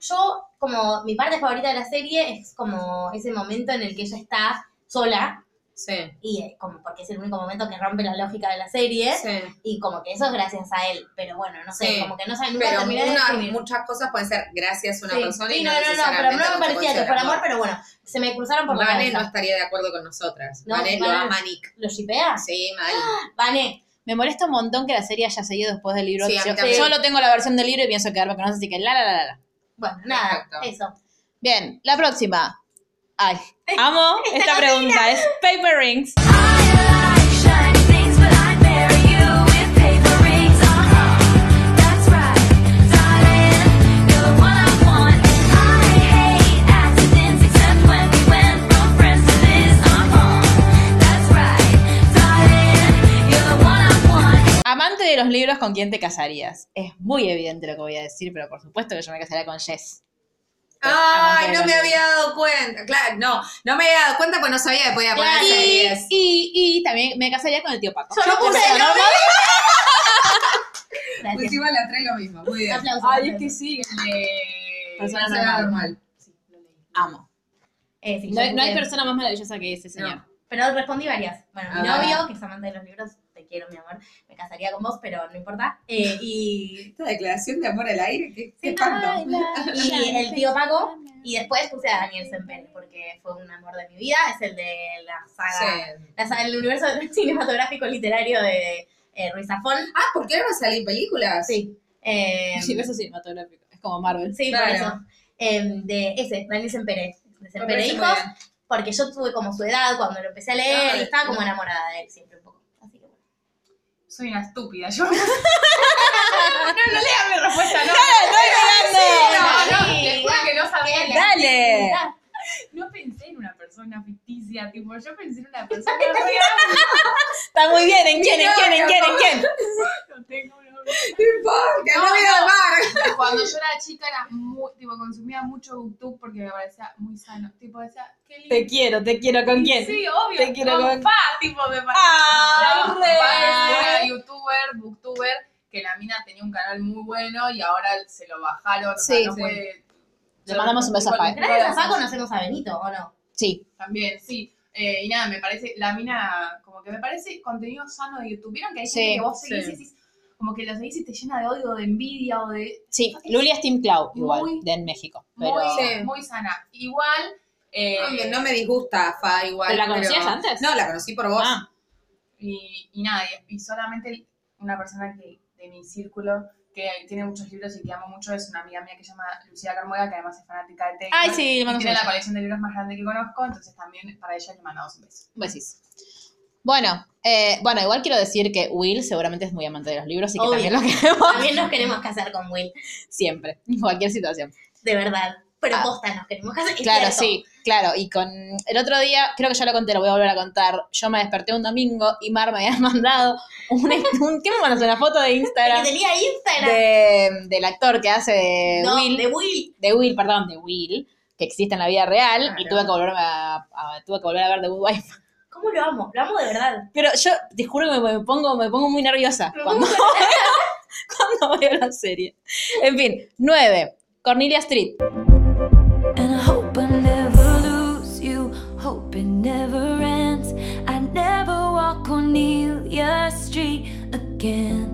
Speaker 3: Yo, como mi parte favorita de la serie es como ese momento en el que ella está sola
Speaker 5: Sí,
Speaker 3: y eh, como porque es el único momento que rompe la lógica de la serie
Speaker 5: sí.
Speaker 3: y como que eso es gracias a él, pero bueno, no sé,
Speaker 5: Sí,
Speaker 3: como que no sé, nunca
Speaker 5: Pero
Speaker 3: terminé de
Speaker 5: una-
Speaker 3: descubrir.
Speaker 5: muchas cosas pueden ser gracias a una
Speaker 3: Sí.
Speaker 5: persona
Speaker 3: Sí,
Speaker 5: y
Speaker 3: no,
Speaker 5: no,
Speaker 3: no, no, pero no me parecía que fuera amor, pero bueno, se me cruzaron por la
Speaker 5: Vane no
Speaker 3: cabeza.
Speaker 5: estaría de acuerdo con nosotras.
Speaker 3: No,
Speaker 5: Vane lo
Speaker 3: Vane-
Speaker 5: ama a Nick.
Speaker 3: ¿Lo shipeas?
Speaker 5: Sí, mal.
Speaker 3: Vane,
Speaker 2: me molesta un montón que la serie haya seguido después del libro.
Speaker 5: Sí, a mí
Speaker 2: yo,
Speaker 5: también.
Speaker 2: yo lo tengo la versión del libro y pienso quedarme con eso, así que la la la la. la.
Speaker 3: bueno, nada,
Speaker 5: Perfecto.
Speaker 3: eso.
Speaker 2: Bien, la próxima. Ay, amo esta pregunta. Es Paper Rings. Amante de los libros, ¿con quién te casarías? Es muy evidente lo que voy a decir, pero por supuesto que yo me casaría con Jess.
Speaker 3: Ah,
Speaker 5: Ay, no me había dado Claro, no, no me había dado cuenta pues no sabía que podía poner
Speaker 2: Y,
Speaker 5: series.
Speaker 2: y, y también me casaría con el tío Paco.
Speaker 3: Solo puse
Speaker 2: Eso,
Speaker 3: el
Speaker 2: ¿no?
Speaker 3: nombre. Gracias.
Speaker 5: Pusimos las tres lo mismo, muy bien.
Speaker 3: Aplausos.
Speaker 4: Ay, es que sí. Le...
Speaker 2: Persona
Speaker 5: Persona normal.
Speaker 4: Sí, lo leí.
Speaker 2: Amo.
Speaker 3: Eh, sí,
Speaker 2: No,
Speaker 3: yo
Speaker 2: no hay
Speaker 3: puse-
Speaker 2: persona más maravillosa que ese señor.
Speaker 3: Pero respondí varias. Bueno, mi
Speaker 5: Ah.
Speaker 3: novio, que es amante de los libros, te quiero, mi amor, me casaría con vos, pero no importa. Eh,
Speaker 5: (laughs)
Speaker 3: y,
Speaker 5: Esta declaración de amor al aire, qué, qué
Speaker 3: Ay,
Speaker 5: espanto.
Speaker 3: la- y el tío Paco. Y después puse a Daniel Semper, porque fue un amor de mi vida. Es el de la saga,
Speaker 5: Sí.
Speaker 3: la saga- el universo (laughs) cinematográfico literario de eh, Ruiz Zafón.
Speaker 5: Ah, ¿por qué ahora salen películas?
Speaker 3: Sí. Eh,
Speaker 2: El universo cinematográfico. Es como Marvel.
Speaker 3: sí,
Speaker 5: Claro.
Speaker 3: por eso. Eh, de ese, Daniel Sempere. De
Speaker 5: Me
Speaker 3: Sempere
Speaker 5: parece muy
Speaker 3: Hijos,
Speaker 5: bien.
Speaker 3: porque yo tuve como su edad cuando lo empecé a leer y
Speaker 5: Ay,
Speaker 3: estaba como
Speaker 5: no.
Speaker 3: enamorada de él siempre un poco. Así que bueno.
Speaker 4: Soy una estúpida. Yo. no, no lea mi respuesta,
Speaker 5: (laughs)
Speaker 4: no. No, no,
Speaker 3: Sí,
Speaker 4: les juro que no sabía leer.
Speaker 2: ¡Dale!
Speaker 4: No pensé en una persona ficticia, tipo, yo pensé en una persona real.
Speaker 2: Está muy bien. ¿En quién? ¿En quién? ¿En quién? ¿En quién?
Speaker 4: No tengo una
Speaker 5: No importa, no,
Speaker 4: No,
Speaker 5: voy
Speaker 4: no.
Speaker 5: al bar.
Speaker 4: Cuando yo era chica era muy, tipo, consumía mucho YouTube porque me parecía muy sano. Tipo, decía, qué lindo.
Speaker 2: Te quiero, te quiero. ¿Con quién?
Speaker 4: Sí, obvio.
Speaker 2: Te quiero
Speaker 4: con
Speaker 2: con-
Speaker 4: Pa, tipo, me parecía.
Speaker 2: ¡Ah!
Speaker 4: una
Speaker 2: re.
Speaker 4: youtuber, booktuber, que la mina tenía un canal muy bueno y ahora se lo bajaron. o sea,
Speaker 2: Sí,
Speaker 4: no
Speaker 5: sí.
Speaker 4: fue-
Speaker 2: Le mandamos un beso a Faye.
Speaker 3: Gracias a Paco conocemos a Benito, ¿o no?
Speaker 2: Sí.
Speaker 4: También, sí. Eh, y nada, me parece, la mina, como que me parece contenido sano de YouTube. Vieron que hay
Speaker 2: Sí,
Speaker 4: gente que vos seguís
Speaker 5: sí.
Speaker 4: y decís, como que la seguís y te llena de odio, de envidia o de.
Speaker 2: Sí, Luli es Team Cloud, igual,
Speaker 4: Muy-
Speaker 2: de en México.
Speaker 4: Muy,
Speaker 2: Pero,
Speaker 5: Sí.
Speaker 4: muy sana. Igual. eh,
Speaker 5: No, me- no me disgusta, Fa, igual.
Speaker 2: ¿Pero la conocías antes?
Speaker 5: No, la conocí por vos.
Speaker 2: Ah,
Speaker 4: y, y nada, y, y solamente una persona que de mi círculo que tiene muchos libros y que amo mucho es una amiga mía que se llama Lucía Carmuega, que además es fanática de Taylor.
Speaker 2: Ay, sí, le
Speaker 4: y
Speaker 2: mando un
Speaker 4: tiene la
Speaker 2: beso.
Speaker 4: colección de libros más grande que conozco, entonces también para ella le mandamos un beso.
Speaker 2: Besis. Bueno, eh, bueno, igual quiero decir que Will seguramente es muy amante de los libros y que
Speaker 3: Obvio.
Speaker 2: también lo queremos (laughs)
Speaker 3: También nos queremos casar con Will,
Speaker 2: siempre, en cualquier situación.
Speaker 3: de verdad. Pero
Speaker 2: Ah.
Speaker 3: posta, nos queremos casar. es
Speaker 2: Claro,
Speaker 3: cierto.
Speaker 2: sí, claro. Y con el otro día, creo que ya lo conté, lo voy a volver a contar. Yo me desperté un domingo y Mar me había (laughs) mandado una, un- ¿qué me mandas? Una foto de
Speaker 3: Que (laughs)
Speaker 2: Instagram
Speaker 3: tenía Instagram.
Speaker 2: de- del actor que hace de
Speaker 3: no,
Speaker 2: Will.
Speaker 3: de Will.
Speaker 2: de Will, perdón, de Will, que existe en la vida real, y
Speaker 3: Ah,
Speaker 5: Claro.
Speaker 2: tuve que volverme a, a- tuve que volver a ver The Good Wife.
Speaker 3: ¿Cómo lo amo? Lo amo de verdad.
Speaker 2: Pero yo te juro que me, me pongo, me pongo muy nerviosa
Speaker 3: Me
Speaker 2: cuando, (laughs) cuando veo la serie. En fin, 9. Cornelia Street.
Speaker 6: And I hope I never lose you. Hope it never ends. I never walk Cornelia Street again.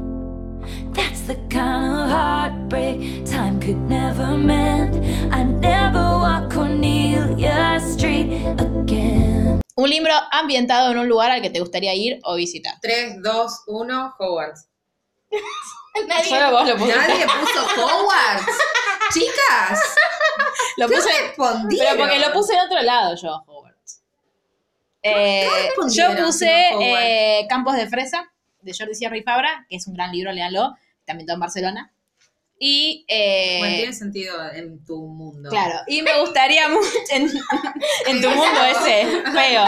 Speaker 6: That's the kind of heartbreak time could never mend. I never walk Cornelia Street again.
Speaker 2: Un libro ambientado en un lugar al que te gustaría ir o visitar.
Speaker 5: 3, 2, 1, Hogwarts.
Speaker 3: Nadie.
Speaker 2: Solo (laughs) vos lo pusiste.
Speaker 5: Nadie puso
Speaker 2: (laughs)
Speaker 5: Hogwarts. Chicas,
Speaker 2: Lo
Speaker 5: ¿qué
Speaker 2: puse,
Speaker 5: respondieron?
Speaker 2: pero porque lo puse de otro lado yo, Hogwarts. Eh, yo
Speaker 5: respondieron
Speaker 2: puse
Speaker 5: si no Hogwarts?
Speaker 2: eh, Campos de Fresa, de Jordi Sierra y Fabra, que es un gran libro, léanlo, también todo en Barcelona. Y eh,
Speaker 5: Bueno, tiene sentido en tu mundo.
Speaker 2: Claro, y me gustaría mucho en, en tu mundo ese
Speaker 5: (laughs)
Speaker 2: feo.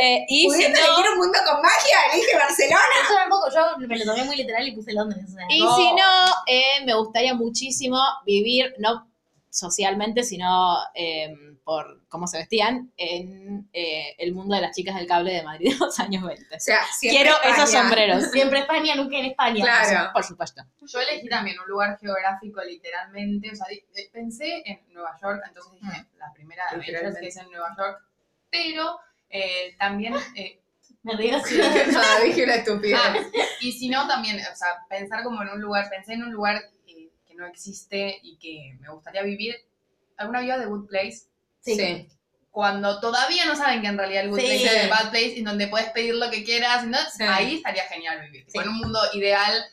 Speaker 2: Eh, y si
Speaker 5: Pudiendo
Speaker 2: no,
Speaker 5: elegir un mundo con magia, elige Barcelona.
Speaker 3: Eso tampoco, yo me lo tomé muy literal y puse Londres. o sea,
Speaker 2: y
Speaker 5: No.
Speaker 2: si no eh, me gustaría muchísimo vivir, no socialmente, sino eh, por cómo se vestían, en eh, el mundo de las chicas del cable de Madrid de los años 20.
Speaker 5: O sea, siempre
Speaker 2: Quiero
Speaker 5: España.
Speaker 2: esos sombreros.
Speaker 3: Siempre España, nunca en España.
Speaker 5: Claro.
Speaker 2: Por supuesto.
Speaker 4: Yo elegí también un lugar geográfico, literalmente. O sea, di- eh, pensé en Nueva York, entonces dije, la primera de Avengers que
Speaker 5: Literalmente.
Speaker 4: es en Nueva York. Pero eh, también, eh,
Speaker 3: Me río.
Speaker 5: (laughs) Ah, dije una estupidez.
Speaker 4: ah, y si no, también, o sea, pensar como en un lugar, pensé en un lugar eh, que no existe y que me gustaría vivir. ¿Alguna vida de Good Place?
Speaker 5: sí.
Speaker 4: Cuando todavía no saben que en realidad el Good
Speaker 3: Sí.
Speaker 4: Place es el Bad Place, en donde puedes pedir lo que quieras, ¿no?
Speaker 5: Sí.
Speaker 4: ahí estaría genial vivir.
Speaker 3: Sí.
Speaker 4: Con un mundo ideal,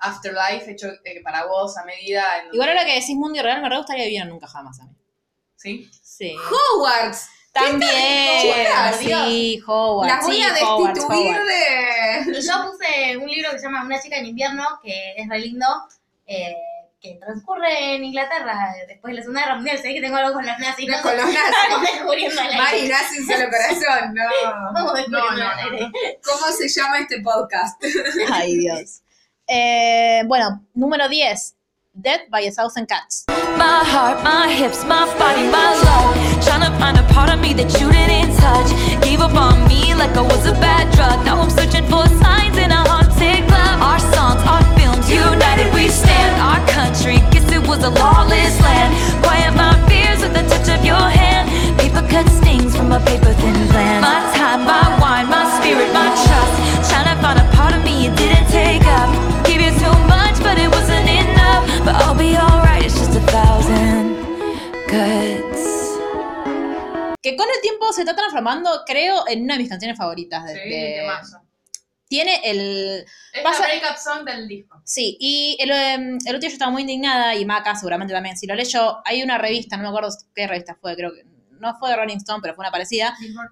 Speaker 4: afterlife, hecho eh, para vos a medida. en donde-
Speaker 2: Igual ahora que decís mundo irreal, me re gustaría vivir en nunca jamás a mí.
Speaker 4: ¿Sí?
Speaker 2: Sí.
Speaker 5: Hogwarts.
Speaker 2: También.
Speaker 5: Chicas,
Speaker 2: Sí, Hogwarts.
Speaker 5: Las voy
Speaker 2: sí,
Speaker 5: a
Speaker 2: Hogwarts,
Speaker 5: destituir
Speaker 2: Hogwarts.
Speaker 5: de.
Speaker 3: Y yo puse un libro que se llama Una chica en invierno, que es re lindo, eh, que transcurre en Inglaterra después de la Segunda Guerra Mundial. Sé que tengo algo con los nazis. No,
Speaker 5: Con
Speaker 3: sé, (laughs)
Speaker 5: los nazis.
Speaker 3: Vamos descubriendo al
Speaker 5: Mari
Speaker 2: (laughs)
Speaker 3: aire.
Speaker 5: nace un solo corazón, no.
Speaker 3: Vamos descubriendo
Speaker 4: No, no,
Speaker 3: al
Speaker 4: no,
Speaker 3: aire.
Speaker 5: ¿Cómo se llama este podcast?
Speaker 2: Ay, Dios. Eh, bueno, número 10. Dead by a Thousand Cats.
Speaker 6: My heart, my hips, my body, my love. Tryna find
Speaker 2: Que con el tiempo se está transformando, creo, en una de mis canciones favoritas. De,
Speaker 4: Sí,
Speaker 2: de-
Speaker 4: temazo.
Speaker 2: Tiene el.
Speaker 4: Es
Speaker 2: Pasa-
Speaker 4: la breakup song del disco.
Speaker 2: Sí, y el, em, el otro día yo estaba muy indignada, y Maca seguramente también, si lo leyó, hay una revista, no me acuerdo qué revista fue, creo que. No fue de Rolling Stone, pero fue una parecida.
Speaker 4: Billboard.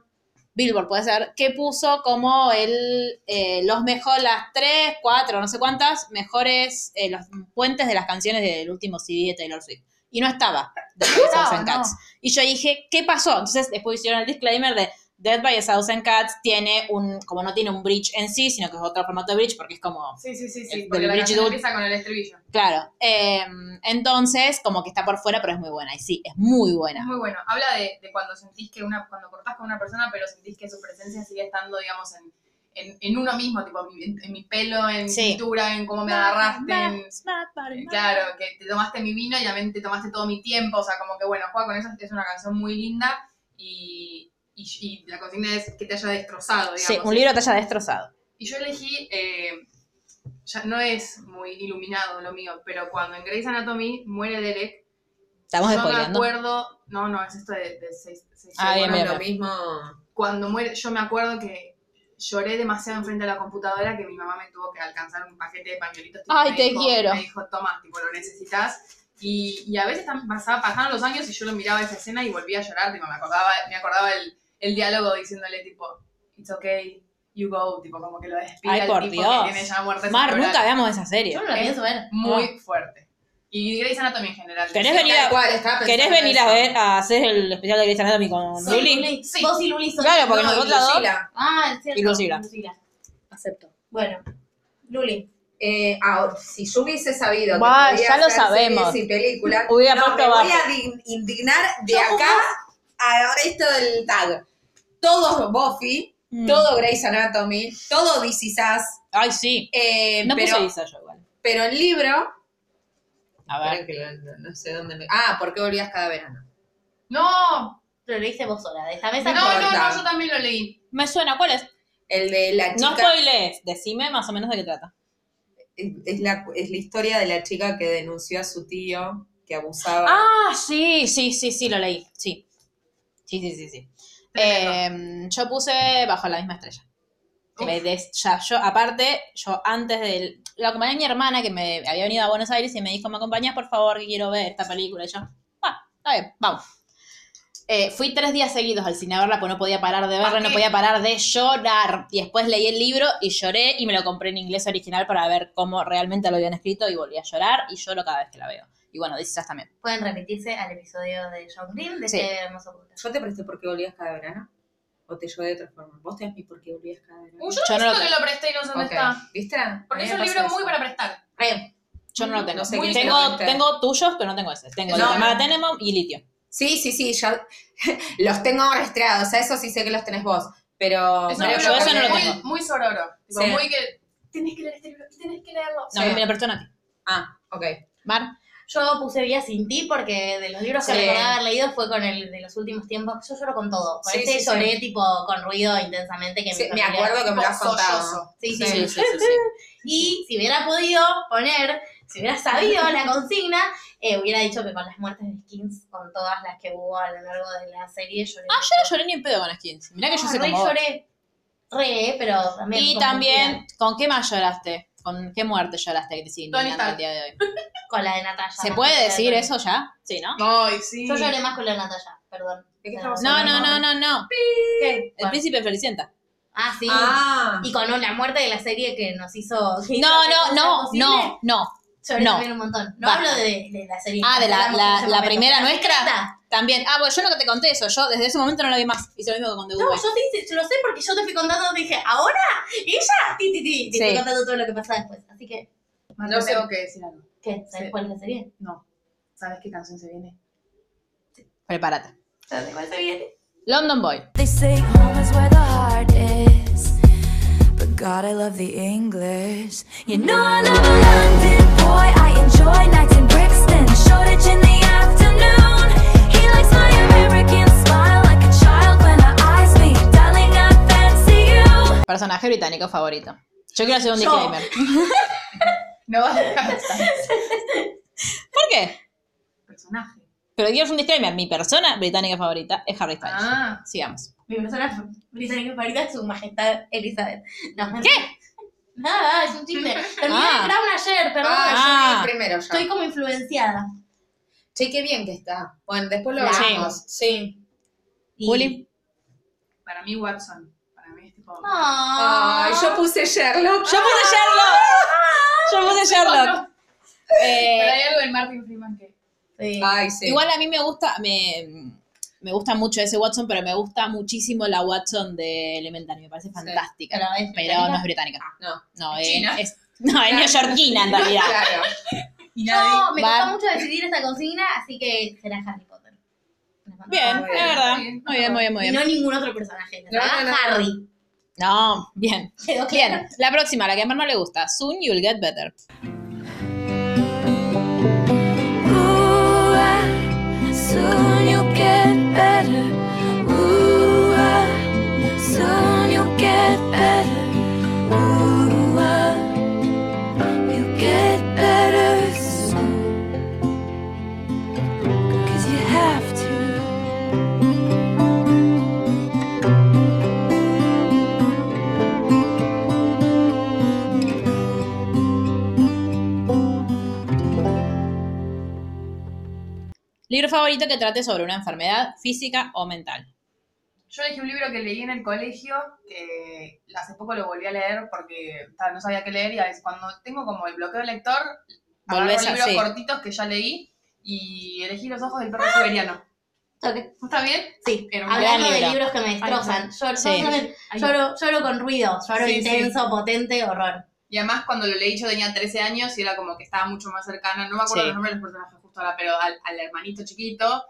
Speaker 2: Billboard puede ser, que puso como el, eh, los mejores, las tres, cuatro, no sé cuántas, mejores, eh, los puentes de las canciones del último CD de Taylor Swift. Y no estaba. de Dead by a Thousand
Speaker 4: No, no.
Speaker 2: Cats. Y yo dije, ¿qué pasó? Entonces después hicieron el disclaimer de Dead by a Thousand Cats tiene un, como no tiene un bridge en sí, sino que es otro formato de bridge porque es como
Speaker 4: Sí, sí, sí,
Speaker 2: El
Speaker 4: sí.
Speaker 2: de
Speaker 4: Porque la
Speaker 2: Bridget
Speaker 4: canción
Speaker 2: Wood.
Speaker 4: empieza con el estribillo.
Speaker 2: Claro. Eh, entonces, como que está por fuera, pero es muy buena. Y sí, es muy
Speaker 4: Es
Speaker 2: buena.
Speaker 4: muy bueno. Habla de, de cuando sentís que una, cuando cortás con una persona, pero sentís que su presencia sigue estando, digamos, en, en, en uno mismo, tipo en, mi- en- en mi pelo, en mi
Speaker 2: Sí.
Speaker 4: pintura, en cómo me agarraste, en-
Speaker 2: Smart body,
Speaker 4: Claro, que te tomaste mi vino y también te tomaste todo mi tiempo. O sea, como que bueno, juega con eso. Es una canción muy linda y, y- y la consigna es que te haya destrozado, digamos.
Speaker 2: Sí, un libro te haya destrozado.
Speaker 4: Y yo elegí, eh, ya no es muy iluminado lo mío, pero cuando en Grey's Anatomy muere Derek,
Speaker 2: Estamos
Speaker 4: yo me
Speaker 2: spoileando.
Speaker 4: acuerdo. No, no, es esto de, de seis, seis
Speaker 2: Ah, bien,
Speaker 5: Bueno,
Speaker 2: bien,
Speaker 5: lo
Speaker 2: bien.
Speaker 5: mismo.
Speaker 4: Cuando muere, yo me acuerdo que lloré demasiado enfrente de la computadora que mi mamá me tuvo que alcanzar un paquete de pañuelitos. tipo,
Speaker 2: Ay,
Speaker 4: me
Speaker 2: te
Speaker 4: dijo-
Speaker 2: quiero.
Speaker 4: Me dijo, Tomás, tipo, lo necesitas. Y, y a veces tam- pasaba, pasaban los años y yo lo miraba esa escena y volvía a llorar. Tipo, me acordaba, me acordaba el, el diálogo diciéndole, tipo, it's okay, you go. Tipo, como que lo despide
Speaker 2: Ay,
Speaker 4: al
Speaker 2: por
Speaker 4: tipo
Speaker 2: Dios.
Speaker 4: que tiene ya
Speaker 5: Pues,
Speaker 4: muerte
Speaker 2: Mar,
Speaker 4: cerebral.
Speaker 2: nunca Ah. veamos esa serie.
Speaker 3: Yo no la pienso ver.
Speaker 4: Muy fuerte. Y Grey's Anatomy en general.
Speaker 2: ¿Querés
Speaker 4: Sí,
Speaker 2: venir
Speaker 5: Tal
Speaker 2: a-
Speaker 5: cual, estaba pensando
Speaker 2: ¿Querés venir
Speaker 5: en
Speaker 2: a
Speaker 5: eso.
Speaker 2: ver a hacer el especial de Grey's Anatomy con
Speaker 3: Soy
Speaker 2: Luli?
Speaker 3: Luli. Vos y Luli son.
Speaker 2: Claro, porque
Speaker 5: No, y
Speaker 2: nosotras dos-
Speaker 5: Lucila.
Speaker 3: Ah, es cierto.
Speaker 2: Y Lucila.
Speaker 5: Acepto.
Speaker 3: Bueno, Luli.
Speaker 5: Eh, ahora, si yo hubiese sabido que
Speaker 2: Va,
Speaker 5: podía
Speaker 2: ya lo
Speaker 5: hacer
Speaker 2: sabemos.
Speaker 5: series y películas,
Speaker 2: Hubiera
Speaker 5: no,
Speaker 2: puesto
Speaker 5: me voy
Speaker 2: barro.
Speaker 5: a di- indignar de
Speaker 2: Yo
Speaker 5: acá a ahora esto del tag. Todo Buffy,
Speaker 2: Mm.
Speaker 5: todo Grey's Anatomy, todo This Is Us,
Speaker 2: Ay, sí.
Speaker 5: eh,
Speaker 2: No puse
Speaker 5: pero,
Speaker 2: Isa yo igual.
Speaker 5: pero el libro...
Speaker 2: A ver.
Speaker 5: Esperen que lo- no sé dónde me- Ah, ¿por qué volvías cada verano?
Speaker 4: No,
Speaker 3: Pero lo hice vos sola, de esta mesa.
Speaker 4: no, no,
Speaker 5: corta.
Speaker 4: no, yo también lo leí.
Speaker 2: Me suena. ¿Cuál es?
Speaker 5: El de la chica...
Speaker 2: No spoilees. Decime más o menos de qué trata.
Speaker 5: es, es la, es la historia de la chica que denunció a su tío que abusaba.
Speaker 2: Ah, sí, sí, sí, sí, lo leí. Sí. Sí, sí, sí, sí.
Speaker 4: Tremendo.
Speaker 2: Eh, yo puse bajo la misma estrella.
Speaker 4: Uf.
Speaker 2: Me des- ya, yo, aparte, yo antes del. Lo acompañé a mi hermana que me había venido a Buenos Aires y me dijo, ¿me acompañas por favor? Que quiero ver esta película. Y yo, ah, está bien, vamos. Eh, fui tres días seguidos al cine a verla, pues no podía parar de verla,
Speaker 4: ¿Para
Speaker 2: no
Speaker 4: qué?
Speaker 2: podía parar de llorar. Y después leí el libro y lloré y me lo compré en inglés original para ver cómo realmente lo habían escrito y volví a llorar y lloro cada vez que la veo. Y bueno, dices también.
Speaker 3: Pueden remitirse al episodio de John Green de
Speaker 2: Sí.
Speaker 3: este hermoso podcast.
Speaker 5: ¿Yo te presté por qué volvías cada verano? ¿O te llevé de otra forma? ¿Vos tenés mi por qué volvías cada verano?
Speaker 4: Uy, Uh, yo
Speaker 2: Yo
Speaker 4: no
Speaker 2: no lo
Speaker 4: siento que lo presté y no sé dónde
Speaker 5: Ok.
Speaker 4: está.
Speaker 5: ¿Viste?
Speaker 4: Porque es un libro muy para prestar.
Speaker 5: Eh,
Speaker 2: Yo no lo tengo.
Speaker 5: No sé
Speaker 2: Muy
Speaker 5: qué
Speaker 2: tengo,
Speaker 5: instrumento.
Speaker 2: tengo tuyos, pero este. no tengo ese. Tengo el
Speaker 5: No.
Speaker 2: de Matenemo y litio.
Speaker 5: sí, sí, sí, ya (laughs) los tengo rastreados, a eso sí sé que los tenés vos, pero...
Speaker 4: Es
Speaker 2: No,
Speaker 4: un
Speaker 2: yo
Speaker 4: libro
Speaker 2: eso no lo
Speaker 4: muy,
Speaker 2: tengo.
Speaker 4: muy sororo. Tipo,
Speaker 5: Sí.
Speaker 4: muy que. Tenés que leer este libro, tenés que leerlo.
Speaker 2: No,
Speaker 5: Sí.
Speaker 2: me lo prestaron a ti.
Speaker 5: Ah, ok.
Speaker 2: Mar,
Speaker 3: Yo puse Vía sin ti porque de los libros que
Speaker 5: Sí.
Speaker 3: recordaba haber leído fue con el de los últimos tiempos. Yo lloro con todo. Con
Speaker 5: Sí,
Speaker 3: este
Speaker 5: sí,
Speaker 3: lloré tipo con ruido intensamente que mi
Speaker 5: Sí, me
Speaker 3: familia-
Speaker 5: acuerdo que me lo has
Speaker 4: Tipo,
Speaker 5: contado.
Speaker 4: sollozo.
Speaker 3: Sí, sí,
Speaker 2: sí, sí, sí. sí.
Speaker 3: Y si hubiera podido poner, si hubiera sabido la consigna, eh, hubiera dicho que con las muertes de Skins, con todas las que hubo a lo largo de la serie, lloré.
Speaker 2: Ah, yo no lloré ni en pedo con Skins. Mirá que yo
Speaker 3: No,
Speaker 2: sé
Speaker 3: re
Speaker 2: cómo.
Speaker 3: lloré. Re, pero también.
Speaker 2: Y
Speaker 3: confundida.
Speaker 2: también, ¿con qué más lloraste? ¿Con qué muerte lloraste que te sigue
Speaker 4: Tony
Speaker 2: indignando el
Speaker 4: Stark.
Speaker 2: día de hoy?
Speaker 3: Con la de Natalia.
Speaker 2: ¿Se puede decir eso ya? Sí, ¿no?
Speaker 4: Ay, sí.
Speaker 3: Yo lloré más con la de Natalia, perdón.
Speaker 5: ¿De qué estamos
Speaker 2: No, no, no, no, no.
Speaker 3: ¿Qué?
Speaker 2: El príncipe Felicienta.
Speaker 3: Ah, sí.
Speaker 5: Ah,
Speaker 3: Y con la muerte de la serie que nos hizo. que hizo
Speaker 2: No,
Speaker 3: que
Speaker 2: no,
Speaker 3: sea
Speaker 2: no,
Speaker 3: posible,
Speaker 2: no, no.
Speaker 3: Lloré
Speaker 2: no.
Speaker 3: también un montón. No
Speaker 2: Basta.
Speaker 3: hablo de, de la serie.
Speaker 2: Ah, de la,
Speaker 3: Hablamos en
Speaker 2: la,
Speaker 3: ese
Speaker 2: la
Speaker 3: momento.
Speaker 2: primera nuestra.
Speaker 3: Esta.
Speaker 2: También. Ah, bueno, yo nunca te conté eso. Yo desde ese momento no la vi más. Hice lo mismo que con The
Speaker 3: No,
Speaker 2: Good
Speaker 3: yo sí, sí, lo sé porque yo te fui contando, dije, ¿ahora? ¿Y ella? Ti, ti, ti. Te
Speaker 2: Sí.
Speaker 3: fui contando todo lo que pasa después. Así que,
Speaker 4: Mar,
Speaker 5: No
Speaker 4: te
Speaker 5: sé.
Speaker 4: tengo que decir algo.
Speaker 3: ¿qué? ¿Sabes
Speaker 4: Sí.
Speaker 3: cuál es la serie?
Speaker 4: No. ¿Sabes qué canción se viene?
Speaker 2: Prepárate.
Speaker 3: ¿Sabes cuál se viene?
Speaker 2: London Boy.
Speaker 6: They say home is where the heart is. But God, I love the English. You know I love a London boy. I enjoy nights in Brixton, Shoreditch in the afternoon. He likes my American smile like a child when our eyes meet. Darling, I fancy you.
Speaker 2: Personaje británico favorito. Yo quiero hacer un
Speaker 3: Yo.
Speaker 2: disclaimer.
Speaker 4: (laughs) No vas a dejar de estar.
Speaker 2: ¿Por qué?
Speaker 4: Personaje.
Speaker 2: Pero quiero hacer un disclaimer. Mi persona británica favorita es Harry Styles.
Speaker 4: Ah,
Speaker 2: Sigamos.
Speaker 3: Mi persona británica favorita es su majestad Elizabeth. No, ¿Qué? Nada, es un chiste. Terminé
Speaker 2: Ah.
Speaker 3: el Crown ayer, perdón.
Speaker 5: Ah,
Speaker 2: Ah.
Speaker 5: yo vi el primero ya.
Speaker 3: Estoy como influenciada.
Speaker 5: Che, qué bien que está. Bueno, después lo
Speaker 3: La
Speaker 5: hablamos. Sí.
Speaker 3: Y-
Speaker 2: Juli.
Speaker 4: para mí Watson. Para mí es tipo...
Speaker 3: Ay,
Speaker 5: Ay, yo puse Sherlock.
Speaker 2: Ah. Yo puse Sherlock. Yo puse Sherlock.
Speaker 4: Pero
Speaker 2: Eh,
Speaker 4: hay algo en Martin Freeman que...
Speaker 3: Sí.
Speaker 5: Ay, sí. (laughs)
Speaker 2: Igual a mí me gusta, me, me gusta mucho ese Watson, pero me gusta muchísimo la Watson de Elementary, me parece fantástica.
Speaker 3: Pero es
Speaker 2: Pero no es
Speaker 3: británica.
Speaker 2: británica.
Speaker 5: No.
Speaker 2: No, es,
Speaker 4: China.
Speaker 2: es- no, es neoyorquina en realidad.
Speaker 5: Claro.
Speaker 4: Y nadie...
Speaker 3: Yo me
Speaker 2: va-
Speaker 3: gusta mucho decidir esta consigna, así que será Harry Potter.
Speaker 2: (laughs)
Speaker 3: Ah,
Speaker 2: Bien, es
Speaker 5: Muy bien,
Speaker 2: verdad.
Speaker 4: muy bien.
Speaker 2: Muy bien, muy bien, muy
Speaker 3: Y
Speaker 2: bien.
Speaker 3: no ningún otro personaje.
Speaker 5: No,
Speaker 3: será
Speaker 5: no, no.
Speaker 3: Harry.
Speaker 2: No, bien.
Speaker 3: Quedó claro.
Speaker 2: Bien, la próxima, la que a Mar no le gusta. Soon you'll get better.
Speaker 6: Ooh, ah, soon you'll get better. Ooh, ah, soon you'll get better. Ooh, ah, you get better soon. 'Cause you have to.
Speaker 2: Libro favorito que trate sobre una enfermedad física o mental.
Speaker 4: Yo elegí un libro que leí en el colegio, que hace poco lo volví a leer porque ta, no sabía qué leer y a veces cuando tengo como el bloqueo del lector, agarro
Speaker 2: Volvés a-
Speaker 4: libros
Speaker 2: sí.
Speaker 4: cortitos que ya leí y elegí Los ojos del perro siberiano.
Speaker 3: Ok.
Speaker 4: ¿Está bien?
Speaker 3: Sí,
Speaker 4: Era un
Speaker 3: hablando
Speaker 2: gran
Speaker 3: de
Speaker 2: libro.
Speaker 3: libros que me destrozan. Lloro,
Speaker 2: Sí.
Speaker 3: lloro-
Speaker 4: Ay,
Speaker 3: lloro- lloro con ruido, lloro
Speaker 4: Sí,
Speaker 3: intenso, potente, horror.
Speaker 4: Y además cuando lo leí yo tenía 13 años y era como que estaba mucho más cercana, no me acuerdo
Speaker 2: Sí.
Speaker 4: los nombres de los personajes justo ahora, pero al, al hermanito chiquito.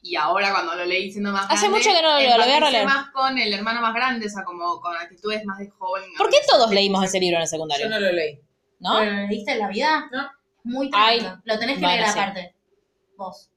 Speaker 4: Y ahora cuando lo leí siendo más
Speaker 2: Hace
Speaker 4: grande,
Speaker 2: mucho que no lo leo, lo voy a
Speaker 4: empaticé
Speaker 2: releer.
Speaker 4: más con el hermano más grande, o sea, como con actitudes más de joven.
Speaker 2: ¿Por qué todos
Speaker 4: adolescente.
Speaker 2: leímos ese libro en el
Speaker 5: Yo
Speaker 2: secundario?
Speaker 5: no lo leí.
Speaker 2: ¿No?
Speaker 3: ¿Pero lo leíste en la vida?
Speaker 5: No.
Speaker 3: Muy
Speaker 2: Ay.
Speaker 3: tremendo. Lo tenés que
Speaker 2: Bueno,
Speaker 3: leer
Speaker 2: sí.
Speaker 3: aparte. Vos.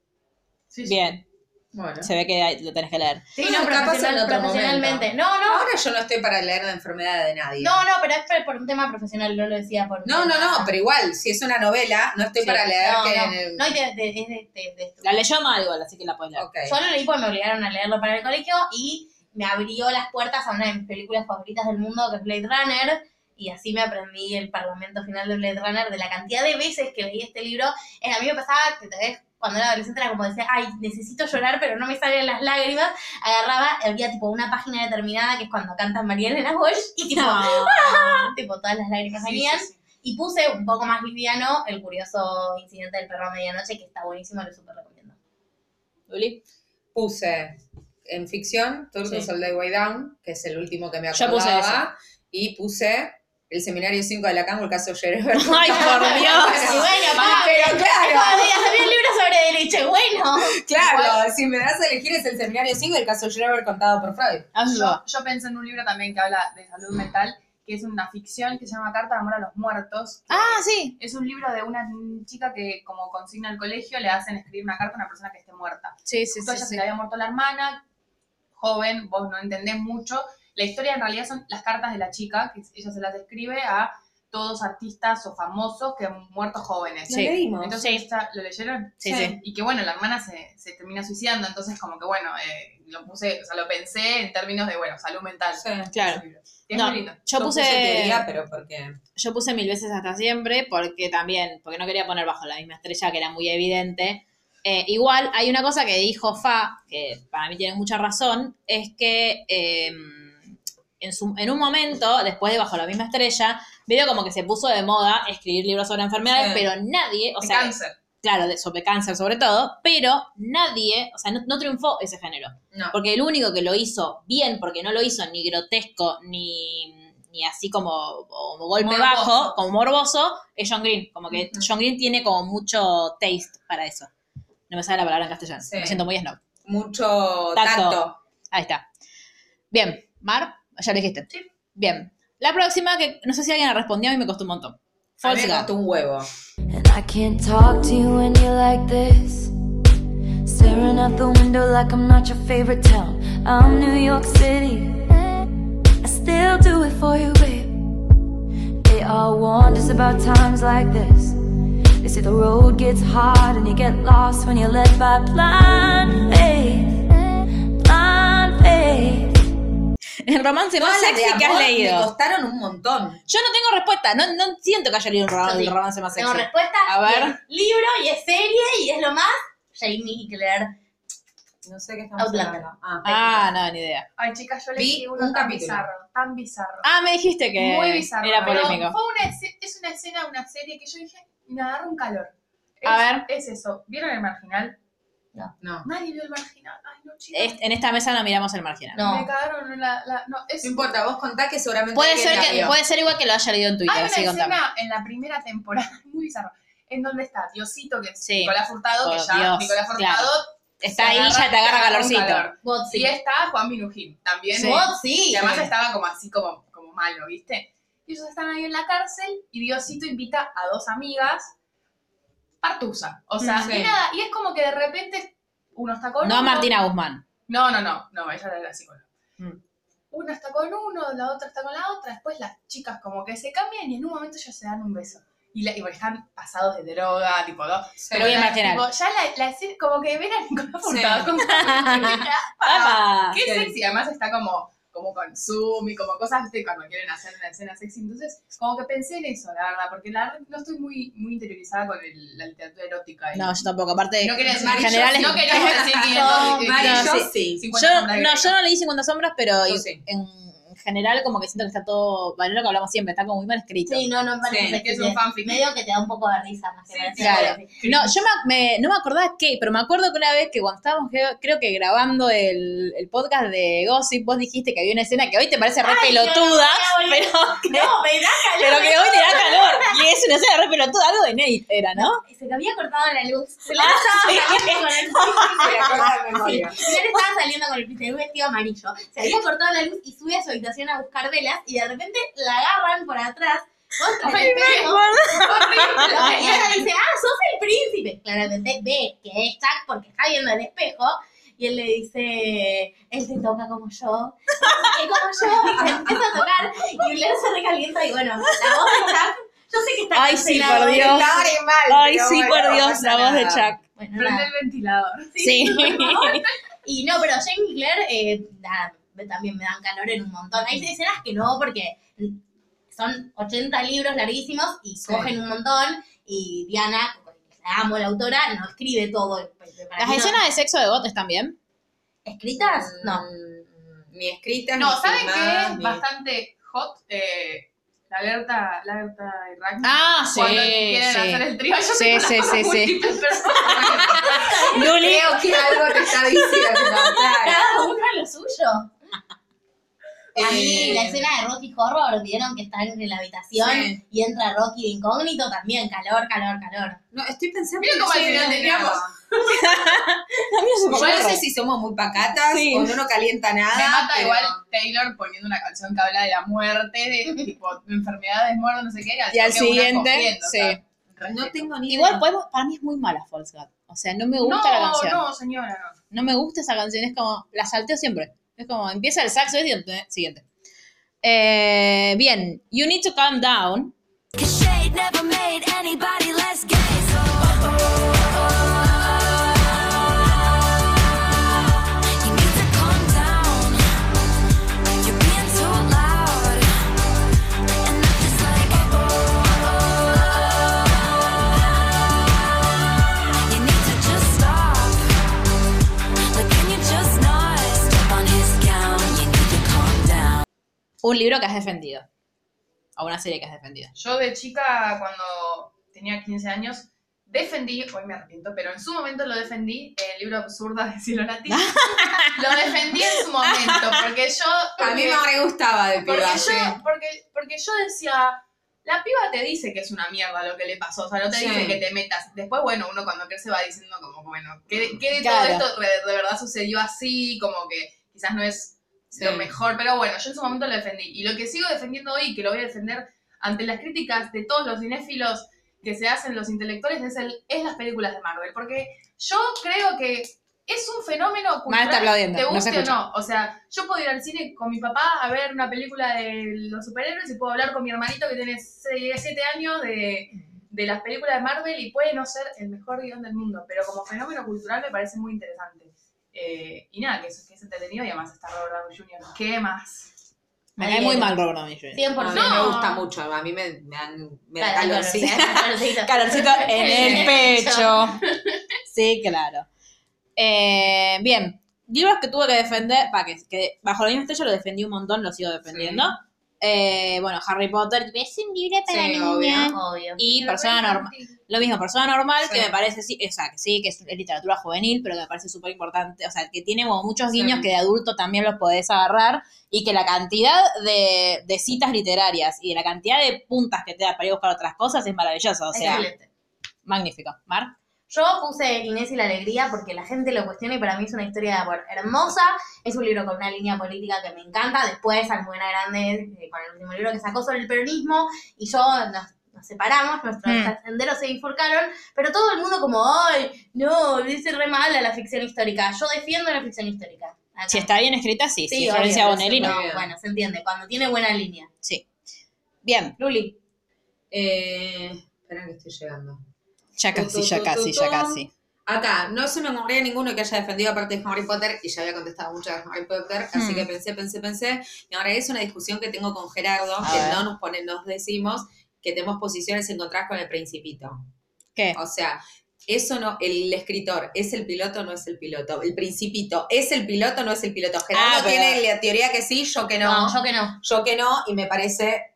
Speaker 4: Sí, sí.
Speaker 2: Bien,
Speaker 5: Bueno.
Speaker 2: se ve que ahí lo tenés que leer.
Speaker 3: Sí,
Speaker 5: no,
Speaker 3: no,
Speaker 5: capaz en
Speaker 3: profesional-
Speaker 5: otro
Speaker 3: profesionalmente. No, no,
Speaker 5: Ahora yo no estoy para leer la enfermedad de nadie.
Speaker 3: no, no, pero es por- por un tema profesional, no lo decía por...
Speaker 5: No, no, no, pero igual, si es una novela, no estoy
Speaker 2: Sí,
Speaker 5: para leer
Speaker 3: No,
Speaker 5: que
Speaker 3: no,
Speaker 5: en el-
Speaker 3: no, y te- te- es de- te- de-
Speaker 2: La leyó mal igual, así que la puedes leer.
Speaker 5: Ok.
Speaker 3: Yo lo leí porque me obligaron a leerlo para el colegio y me abrió las puertas a una de mis películas favoritas del mundo, que es Blade Runner. Y así me aprendí el parlamento final de Blade Runner, de la cantidad de veces que leí este libro. Eh, a mí me pasaba que tal vez cuando era adolescente era como decía, ay, necesito llorar, pero no me salen las lágrimas. Agarraba, había tipo una página determinada, que es cuando canta María Elena Walsh, (laughs) y tipo,
Speaker 2: Ah,
Speaker 3: tipo todas las lágrimas
Speaker 4: Ah. Sí, sí,
Speaker 3: venían.
Speaker 4: sí.
Speaker 3: Y puse un poco más liviano el curioso incidente del perro a medianoche, que está buenísimo, lo súper recomiendo.
Speaker 2: Luli.
Speaker 5: Puse en ficción Turtles
Speaker 2: Sí.
Speaker 5: All the Way Down, que es el último que me
Speaker 2: Yo
Speaker 5: acordaba.
Speaker 2: puse
Speaker 5: Y puse el seminario 5 de Lacan, o el caso
Speaker 2: (laughs)
Speaker 5: Gerber.
Speaker 2: Ay,
Speaker 5: (laughs)
Speaker 2: por
Speaker 4: Ah,
Speaker 3: Y
Speaker 2: Dios.
Speaker 3: bueno, pa,
Speaker 5: Pero claro,
Speaker 3: Todavía había un libro sobre derecho, bueno.
Speaker 5: claro, si me das a elegir es el seminario 5 del caso Gerber contado por Freud.
Speaker 2: Ah,
Speaker 4: Yo, yo pensé en un libro también que habla de salud mental, que es una ficción que se llama Carta de Amor a los Muertos.
Speaker 2: Ah, sí.
Speaker 4: Es un libro de una chica que, como consigna al colegio, le hacen escribir una carta a una persona que esté muerta.
Speaker 2: Sí, sí,
Speaker 4: Justo a ella se le había muerto la hermana, joven, vos no entendés mucho. La historia en realidad son las cartas de la chica, que ella se las escribe a todos artistas o famosos que han muerto jóvenes.
Speaker 5: Lo
Speaker 2: Sí.
Speaker 5: leímos.
Speaker 4: Entonces, esta- ¿lo leyeron?
Speaker 2: Sí, sí.
Speaker 4: Y que bueno, la hermana se, se termina suicidando, entonces como que bueno, eh, lo puse, o sea, lo pensé en términos de, bueno, salud mental.
Speaker 5: Sí.
Speaker 2: Claro.
Speaker 4: Y es
Speaker 2: No,
Speaker 4: muy lindo.
Speaker 2: yo puse,
Speaker 5: teoría, pero porque...
Speaker 2: yo puse mil veces hasta siempre porque también, porque no quería poner bajo la misma estrella que era muy evidente. Eh, igual hay una cosa que dijo Fa, que para mí tiene mucha razón, es que eh, en, su- en un momento, después de Bajo la misma estrella, medio como que se puso de moda escribir libros sobre enfermedades,
Speaker 5: Sí.
Speaker 2: pero nadie, o
Speaker 4: De
Speaker 2: sea,
Speaker 4: cáncer.
Speaker 2: claro, de, sobre cáncer sobre todo, pero nadie, o sea, no, no triunfó ese género.
Speaker 5: No.
Speaker 2: Porque el único que lo hizo bien, porque no lo hizo ni grotesco, ni, ni así como, como golpe
Speaker 4: Morboso.
Speaker 2: bajo, como morboso, es John Green. Como que John Green tiene como mucho taste para eso. No me sale la palabra en castellano.
Speaker 5: Sí.
Speaker 2: Me siento muy snob.
Speaker 5: Mucho
Speaker 2: Tacto.
Speaker 5: tacto.
Speaker 2: Ahí está. Bien, Mar, ya lo dijiste. Sí. Bien. La próxima, que no sé si alguien la respondió, a mí me costó un montón.
Speaker 5: A mí
Speaker 2: False
Speaker 5: me
Speaker 2: God.
Speaker 5: costó un huevo.
Speaker 6: And I can't talk to you when you're like this. Staring out the window like I'm not your favorite town. I'm New York City. I still do it for you, babe. They all warned us about times like this. They say the road gets hard and you get lost when you're led by blind faith. Blind faith.
Speaker 2: El romance más
Speaker 5: Todas las
Speaker 2: sexy
Speaker 5: de
Speaker 2: que has
Speaker 5: amor Me
Speaker 2: leído.
Speaker 5: costaron un montón.
Speaker 2: Yo no tengo respuesta. No, no siento que haya leído un ro-
Speaker 3: Yo sí.
Speaker 2: el romance más sexy.
Speaker 3: Tengo respuesta.
Speaker 2: A ver.
Speaker 3: y es libro y es serie y es lo más Jamie Claire.
Speaker 5: No sé qué estamos
Speaker 3: Outlander.
Speaker 5: hablando. Ah.
Speaker 2: Ah, no, ni idea.
Speaker 4: Ay, chicas, yo
Speaker 5: Vi
Speaker 4: leí uno
Speaker 5: un
Speaker 4: tan
Speaker 5: capítulo.
Speaker 4: bizarro, tan bizarro.
Speaker 2: Ah, me dijiste que
Speaker 4: Muy bizarro.
Speaker 2: era
Speaker 4: pero
Speaker 2: polémico.
Speaker 4: Fue una esce- es una escena de una serie que yo dije, me agarra un calor. Es,
Speaker 2: A ver.
Speaker 4: Es eso. ¿Vieron el marginal?
Speaker 5: No.
Speaker 4: Nadie vio el marginal. Ay, no, chicos.
Speaker 2: Est- En esta mesa Este no miramos el marginal.
Speaker 3: No.
Speaker 4: Me cagaron la, la- No, es,
Speaker 5: No importa, vos contá que seguramente
Speaker 2: Puede
Speaker 5: alguien
Speaker 2: ser,
Speaker 5: la
Speaker 2: que,
Speaker 5: vio.
Speaker 2: puede ser igual que lo haya leído en
Speaker 4: Hay
Speaker 2: Twitter,
Speaker 4: una
Speaker 2: así contame.
Speaker 4: escena en la primera temporada, (laughs) muy bizarro, en donde está Diosito, que es
Speaker 2: Sí.
Speaker 4: Nicolás Furtado, que
Speaker 2: Por
Speaker 4: ya
Speaker 2: Dios,
Speaker 4: Nicolás
Speaker 2: claro.
Speaker 4: Furtado
Speaker 2: Está ahí y ya te agarra
Speaker 4: un
Speaker 2: calorcito.
Speaker 4: calor.
Speaker 3: Botsi.
Speaker 4: Y está Juan Minujín, también. eh,
Speaker 3: Botsi.
Speaker 4: Y además estaba como así, como, como malo, ¿viste? Y ellos están ahí en la cárcel y Diosito invita a dos amigas partusa. O sea,
Speaker 5: Sí.
Speaker 4: y nada, y es como que de repente uno está con
Speaker 2: No a
Speaker 4: uno.
Speaker 2: Martina Guzmán.
Speaker 4: No, no, no, no, ella era la psicóloga.
Speaker 2: Mm.
Speaker 4: Una está con uno, la otra está con la otra, después las chicas como que se cambian y en un momento ellos se dan un beso. Y, la, y porque están pasados de droga, tipo dos.
Speaker 5: Pero
Speaker 2: voy a
Speaker 4: la-
Speaker 2: imaginar.
Speaker 4: tipo, ya la, la escena- como que ven a Nicolás
Speaker 5: Sí.
Speaker 2: (laughs)
Speaker 4: Furtado con
Speaker 2: ¡Apa!
Speaker 4: Qué
Speaker 5: Sí.
Speaker 4: sexy, además está como, como con Zoom y como cosas, ¿viste? Cuando quieren hacer una escena sexy. Entonces, como que pensé en eso, la verdad, porque la verdad no estoy muy, muy interiorizada con el- la literatura erótica. y-
Speaker 2: No, yo tampoco. Aparte,
Speaker 4: no quería decir,
Speaker 2: en general es-
Speaker 4: no quería decir
Speaker 2: (laughs)
Speaker 4: eh, que no, que-
Speaker 5: Mari,
Speaker 4: que-
Speaker 5: yo
Speaker 4: que-
Speaker 5: sí.
Speaker 4: 50
Speaker 2: Yo,
Speaker 4: sombras de
Speaker 2: no,
Speaker 4: Grey.
Speaker 2: yo no leí 50 sombras, pero
Speaker 5: Yo
Speaker 2: y-
Speaker 5: sí.
Speaker 2: en general como que siento que está todo, bueno, lo que hablamos siempre, está como muy mal escrito.
Speaker 3: Sí, no, no me
Speaker 5: Sí,
Speaker 3: parece
Speaker 4: que es
Speaker 3: que
Speaker 4: un fanfic.
Speaker 3: Medio que te da un poco de risa más que
Speaker 4: Sí,
Speaker 3: nada.
Speaker 4: sí,
Speaker 2: claro.
Speaker 3: Sí.
Speaker 2: No, yo me, me- no me acordaba qué, pero me acuerdo que una vez que cuando estábamos, creo- creo que grabando el, el podcast de Gossip, vos dijiste que había una escena que hoy te parece re
Speaker 3: Ay, no, no,
Speaker 2: pelotuda,
Speaker 3: no, no,
Speaker 2: pero, que,
Speaker 3: No, me da
Speaker 2: pero que hoy te da calor. Y es una escena re pelotuda, algo de Nate era, ¿no?
Speaker 3: calor. Se te había cortado la luz. Se
Speaker 2: Ah,
Speaker 3: la
Speaker 2: sí.
Speaker 3: (laughs) estaba saliendo con el
Speaker 5: Se la acordaba de
Speaker 3: Sí,
Speaker 5: memoria.
Speaker 3: Claire estaba saliendo con el pincel, un vestido amarillo. Se había cortado la luz y sube a su habitación a buscar velas y de repente la agarran por atrás. Vos el
Speaker 2: (laughs)
Speaker 3: pelo. Lo que- Y ella dice, ah, sos el príncipe. Claramente ve que es Jack porque está viendo el espejo. Y él le dice, él te toca como yo. Y como yo. Y se empieza a tocar. Y Blair se recalienta y bueno, la voz de Jack. Yo sé que está
Speaker 2: Ay, sí,
Speaker 3: cancelado.
Speaker 2: (laughs) por Dios.
Speaker 5: Está re mal,
Speaker 2: Ay,
Speaker 5: pero
Speaker 2: sí,
Speaker 5: bueno,
Speaker 2: por
Speaker 5: no
Speaker 2: Dios,
Speaker 5: pasa
Speaker 2: la voz de
Speaker 5: nada.
Speaker 2: Chuck.
Speaker 3: Bueno,
Speaker 4: Prende
Speaker 3: nada.
Speaker 4: el ventilador.
Speaker 2: Sí. (laughs)
Speaker 3: Y no, pero Jamie y Claire, eh, nada, me- también me dan calor en un montón. Hay escenas "Ah, que no, porque son 80 libros larguísimos y cogen un montón. Y Diana, la amo, la autora, no escribe todo. pues, para
Speaker 2: Las
Speaker 3: mí no-
Speaker 2: escenas de sexo de Bot están bien.
Speaker 3: ¿Escritas? No.
Speaker 5: Mm, Ni escritas,
Speaker 4: No,
Speaker 5: ni
Speaker 4: ¿saben
Speaker 5: filmadas,
Speaker 4: qué es
Speaker 5: ni-
Speaker 4: bastante hot? Eh, la alerta, la alerta y Ragnar.
Speaker 2: Ah,
Speaker 4: Cuando quieren hacer el trío, yo
Speaker 2: Sí, (laughs) sí,
Speaker 4: tengo las
Speaker 2: sí,
Speaker 4: cosas
Speaker 2: sí.
Speaker 4: múltiples, (laughs) pero-
Speaker 2: Luli.
Speaker 5: Creo que algo te está diciendo, claro.
Speaker 3: Cada uno lo suyo. A mí
Speaker 5: Eh,
Speaker 3: la escena de Rocky Horror, vieron que están en la habitación
Speaker 5: Sí.
Speaker 3: y entra Rocky de incógnito, también calor, calor, calor.
Speaker 5: No, estoy pensando
Speaker 4: Miren
Speaker 5: que
Speaker 4: cómo
Speaker 5: no
Speaker 4: al
Speaker 5: sé de
Speaker 4: final
Speaker 5: dónde
Speaker 4: teníamos.
Speaker 5: grabo.
Speaker 2: A mí no se me
Speaker 5: Yo no
Speaker 2: ocurre.
Speaker 5: sé si somos muy pacatas
Speaker 2: Sí.
Speaker 5: o no nos calienta nada.
Speaker 4: Me mata
Speaker 5: pero-
Speaker 4: igual Taylor poniendo una canción que habla de la muerte,
Speaker 2: (laughs)
Speaker 4: de tipo de enfermedades, muerto, no sé qué.
Speaker 2: Y al
Speaker 4: toque una
Speaker 2: siguiente,
Speaker 4: cogiendo, o
Speaker 2: sí.
Speaker 4: sea, respeto.
Speaker 5: No tengo ni
Speaker 2: Igual
Speaker 5: idea.
Speaker 2: podemos, para mí es muy mala False God. O sea, no me
Speaker 4: No,
Speaker 2: gusta la canción. No.
Speaker 4: no, señora, no.
Speaker 2: me gusta esa canción, es como, la salteo siempre. Es como, empieza el saxo y eh, siguiente. Eh, bien, You Need to Calm Down.
Speaker 6: Cause shade never made anybody less gay. So you need to calm down. You're being too loud. And I'm just like, oh, you need to just stop. Like, can you just not step on his gown? You need to calm down.
Speaker 2: Un libro que has defendido. O una serie que has defendido.
Speaker 4: Yo de chica, cuando tenía 15 años, defendí, hoy me arrepiento, pero en su momento lo defendí, el libro absurdo de
Speaker 2: (laughs)
Speaker 4: Cielo Latino. lo defendí en su momento, porque yo...
Speaker 5: A mí
Speaker 4: porque-
Speaker 5: me re gustaba de
Speaker 4: Porque
Speaker 5: piba, sí.
Speaker 4: yo, porque, porque yo decía, la piba te dice que es una mierda lo que le pasó, o sea, no te
Speaker 5: Sí.
Speaker 4: dice que te metas. Después, bueno, uno cuando crece va diciendo como, bueno, que, que de
Speaker 2: Claro.
Speaker 4: todo esto de, de verdad sucedió así, como que quizás no es
Speaker 5: Sí.
Speaker 4: lo mejor, pero bueno, yo en su momento lo defendí. Y lo que sigo defendiendo hoy, y que lo voy a defender ante las críticas de todos los cinéfilos que se hacen los intelectuales, es, el, es las películas de Marvel, porque yo creo que es un fenómeno
Speaker 2: Mal
Speaker 4: cultural
Speaker 2: está aplaudiendo.
Speaker 4: te
Speaker 2: No se
Speaker 4: guste o
Speaker 2: escucha.
Speaker 4: no. O sea, yo puedo ir al cine con mi papá a ver una película de los superhéroes y puedo hablar con mi hermanito que tiene 7 años de, de las películas de Marvel y puede no ser el mejor guión del mundo, pero como fenómeno cultural me parece muy interesante. Eh, y nada, que eso que es entretenido y además está Robert Downey Jr. ¿Qué más?
Speaker 2: Me cae
Speaker 3: Ahí
Speaker 2: muy
Speaker 3: es.
Speaker 2: mal Robert Downey Jr.
Speaker 3: 100%.
Speaker 5: A mí me gusta mucho, a mí me, me dan me da
Speaker 3: Claro,
Speaker 5: calor, (laughs)
Speaker 2: (laughs)
Speaker 5: sí. Eh,
Speaker 3: calorcito.
Speaker 2: Calorcito en el pecho. (laughs) Sí, claro. Eh, bien, libros que tuve que defender, para que, que bajo la misma estrella lo defendí un montón, lo sigo defendiendo. Eh, bueno, Harry Potter, es un libro para
Speaker 5: Sí,
Speaker 2: niños.
Speaker 5: obvio.
Speaker 3: Obvio.
Speaker 2: Y persona normal. Lo mismo, persona normal,
Speaker 5: Sí.
Speaker 2: que me parece, sí, o sea, que sí, que es literatura juvenil, pero que me parece súper importante, o sea, que tiene como muchos guiños
Speaker 5: Sí.
Speaker 2: que de adulto también los podés agarrar, y que la cantidad de, de citas literarias y de la cantidad de puntas que te da para ir a buscar otras cosas es maravillosa, o sea,
Speaker 3: Excelente.
Speaker 2: magnífico. Mar,
Speaker 3: Yo puse Inés y la Alegría porque la gente lo cuestiona y para mí es una historia de amor hermosa. Es un libro con una línea política que me encanta. Después, Almudena Grande, eh, con el último libro que sacó sobre el peronismo, y yo nos, nos separamos, nuestros
Speaker 2: Mm.
Speaker 3: senderos se bifurcaron, pero todo el mundo como, ay, no, dice re mal a la ficción histórica. Yo defiendo la ficción histórica. Acá.
Speaker 2: si está bien escrita, sí, si es
Speaker 3: obvio,
Speaker 2: Florencia
Speaker 3: pero
Speaker 2: Bonelli,
Speaker 3: sí,
Speaker 2: no.
Speaker 5: Muy bien.
Speaker 3: Bueno, se entiende, cuando tiene buena línea.
Speaker 2: Sí. Bien,
Speaker 3: Luli,
Speaker 5: Eh, espera que estoy llegando.
Speaker 2: ya casi, ya casi, ya casi.
Speaker 5: Acá, no se me ocurría ninguno que haya defendido aparte de Harry Potter y ya había contestado mucho de Harry Potter, así
Speaker 2: Hmm.
Speaker 5: que pensé, pensé, pensé. Y ahora es una discusión que tengo con Gerardo,
Speaker 2: A
Speaker 5: que
Speaker 2: ver.
Speaker 5: no nos pone, nos decimos que tenemos posiciones encontradas con el principito.
Speaker 2: ¿Qué?
Speaker 5: O sea, eso no, el escritor, ¿es el piloto o no es el piloto? El principito, ¿es el piloto o no es el piloto? Gerardo
Speaker 2: Ah, pero-
Speaker 5: tiene la teoría que sí, yo que no.
Speaker 3: no, yo que no.
Speaker 5: Yo que no, y me parece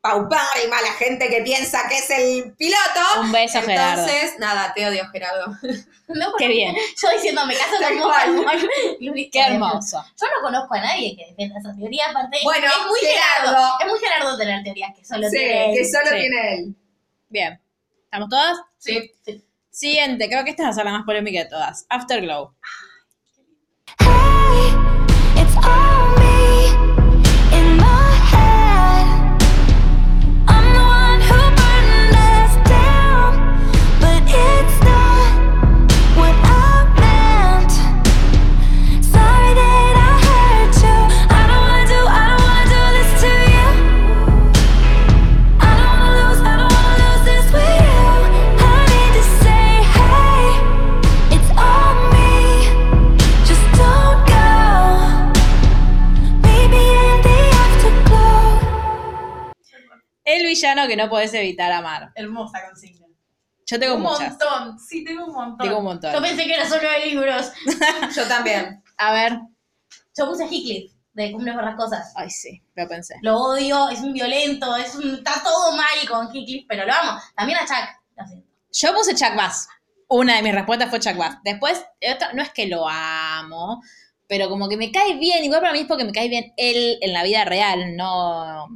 Speaker 5: paupérrima la gente que piensa que es el piloto.
Speaker 2: Un beso, Gerardo.
Speaker 5: Ah, Entonces, nada, te odio, Gerardo.
Speaker 3: (laughs) No,
Speaker 2: Qué
Speaker 3: porque
Speaker 2: bien,
Speaker 3: Yo diciendo, me caso
Speaker 5: Tal
Speaker 3: con vos,
Speaker 5: cual.
Speaker 3: amor. (laughs)
Speaker 2: qué
Speaker 3: Luli, te dejo.
Speaker 2: hermoso.
Speaker 3: Yo no conozco a nadie que defienda esa teoría, aparte.
Speaker 5: Bueno,
Speaker 3: es muy Gerardo.
Speaker 5: Gerardo.
Speaker 3: Es muy Gerardo tener teorías que solo
Speaker 5: Sí,
Speaker 3: tiene él.
Speaker 5: que solo
Speaker 2: sí.
Speaker 5: tiene él.
Speaker 2: Bien. ¿Estamos todas?
Speaker 5: Sí.
Speaker 2: Siguiente, creo que esta va a ser la más polémica de todas. Afterglow.
Speaker 6: Hey, it's all me in my head. I'm the one who burned us down, but it's not what I meant. Sorry that I hurt you. I don't wanna do, I don't wanna do this to you. I don't wanna lose, I don't wanna lose this with you. I need to say, hey, it's all me. Just don't go. Maybe in the afterglow.
Speaker 2: El villano que no podés evitar amar.
Speaker 4: Hermosa consigna.
Speaker 2: Yo tengo
Speaker 4: un
Speaker 2: muchas.
Speaker 4: montón, sí, tengo un montón.
Speaker 2: Tengo un
Speaker 3: Yo
Speaker 2: montón.
Speaker 3: pensé que era solo de libros.
Speaker 5: Yo también.
Speaker 2: A ver.
Speaker 3: Yo puse Heathcliff de Cumbres Borrascosas.
Speaker 2: Ay, sí, lo pensé.
Speaker 3: Lo odio, es un violento, es un, está todo mal con Heathcliff, pero lo amo. También a Chuck. Lo siento.
Speaker 2: Yo puse Chuck Bass. Una de mis respuestas fue Chuck Bass. Después, el otro- no es que lo amo, pero como que me cae bien. Igual para mí es porque me cae bien él en la vida real, no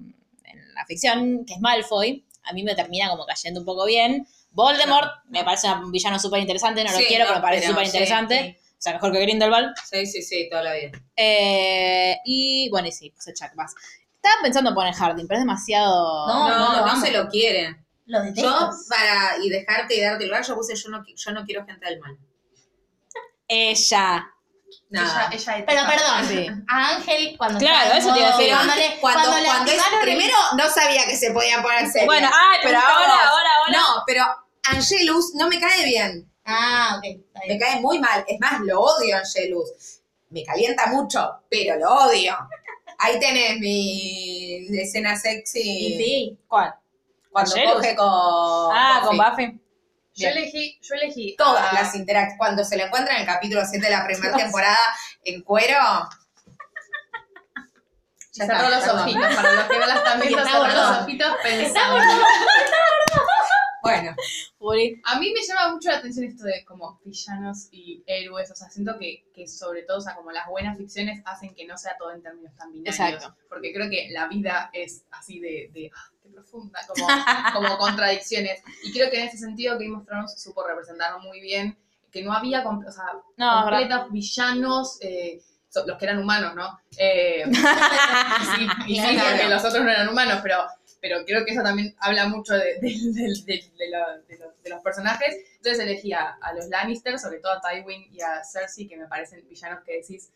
Speaker 2: en la ficción, que es Malfoy. A mí me termina como cayendo un poco bien. Voldemort me parece un villano súper interesante. No lo
Speaker 5: Sí,
Speaker 2: quiero,
Speaker 5: no,
Speaker 2: pero me parece
Speaker 5: pero
Speaker 2: súper interesante.
Speaker 5: sí,
Speaker 2: O sea, mejor que Grindelwald.
Speaker 5: Sí, sí, sí, toda la vida.
Speaker 2: Eh, y bueno, y sí, puse Chuck Bass. Estaba pensando en poner Harding, pero es demasiado.
Speaker 3: No,
Speaker 5: No,
Speaker 3: no lo
Speaker 5: no,
Speaker 3: amo.
Speaker 5: se lo quiere.
Speaker 3: Lo detesto.
Speaker 5: Yo, para y dejarte y darte lugar, yo puse yo no, qui- yo no quiero gente del mal.
Speaker 2: Ella.
Speaker 5: Nada.
Speaker 4: Ella, ella
Speaker 3: Pero perdón,
Speaker 2: Sí.
Speaker 3: a Ángel cuando
Speaker 2: Claro,
Speaker 3: estaba en
Speaker 2: eso te iba a
Speaker 3: modo-
Speaker 2: decir.
Speaker 3: Cuando, le-
Speaker 5: cuando,
Speaker 3: "Ah, cuando le
Speaker 5: cuando es-
Speaker 3: activaron el-
Speaker 5: primero no sabía que se podía poner seria.
Speaker 2: Bueno, ay, pero
Speaker 5: Punto
Speaker 2: ahora,
Speaker 5: dos.
Speaker 2: ahora, ahora.
Speaker 5: No, pero Angelus no me cae bien.
Speaker 3: Ah, ok. está bien.
Speaker 5: Me cae muy mal. Es más, lo odio Angelus. Me calienta mucho, pero lo odio. Ahí tenés mi escena sexy.
Speaker 3: Y sí.
Speaker 2: ¿Cuál?
Speaker 5: Cuando
Speaker 2: ¿Angelus?
Speaker 5: coge con.
Speaker 2: Ah,
Speaker 5: Buffy.
Speaker 2: con Buffy.
Speaker 4: Yo
Speaker 2: Bien.
Speaker 4: elegí, yo elegí
Speaker 5: Todas
Speaker 4: a-
Speaker 5: las interacciones. Cuando se lo encuentra en el capítulo 7 de la primera temporada en cuero. Ya está,
Speaker 4: Cerró los
Speaker 5: perdón.
Speaker 4: ojitos, para los que no las están viendo,
Speaker 3: Está
Speaker 4: cerró los
Speaker 3: gordo.
Speaker 4: ojitos
Speaker 3: Está
Speaker 4: pensando.
Speaker 3: bueno.
Speaker 5: Bueno,
Speaker 2: Uri.
Speaker 4: A mí me llama mucho la atención esto de como villanos y héroes, o sea, siento que, que sobre todo, o sea, como las buenas ficciones hacen que no sea todo en términos tan binarios.
Speaker 2: Exacto.
Speaker 4: Porque creo que la vida es así de, de, ah, qué profunda, como, como contradicciones. Y creo que en ese sentido que mostrarnos supo representar muy bien, que no había, com- o sea,
Speaker 2: No, es verdad.
Speaker 4: completos villanos, eh, so- los que eran humanos, ¿no?
Speaker 2: (laughs)
Speaker 4: Eh, sí, y sí,
Speaker 3: Claro.
Speaker 4: porque los otros no eran humanos, pero, pero creo que eso también habla mucho de, de- de- de- de lo- de los, de los personajes. Entonces elegí a, a los Lannister, sobre todo a Tywin y a Cersei, que me parecen villanos que decís,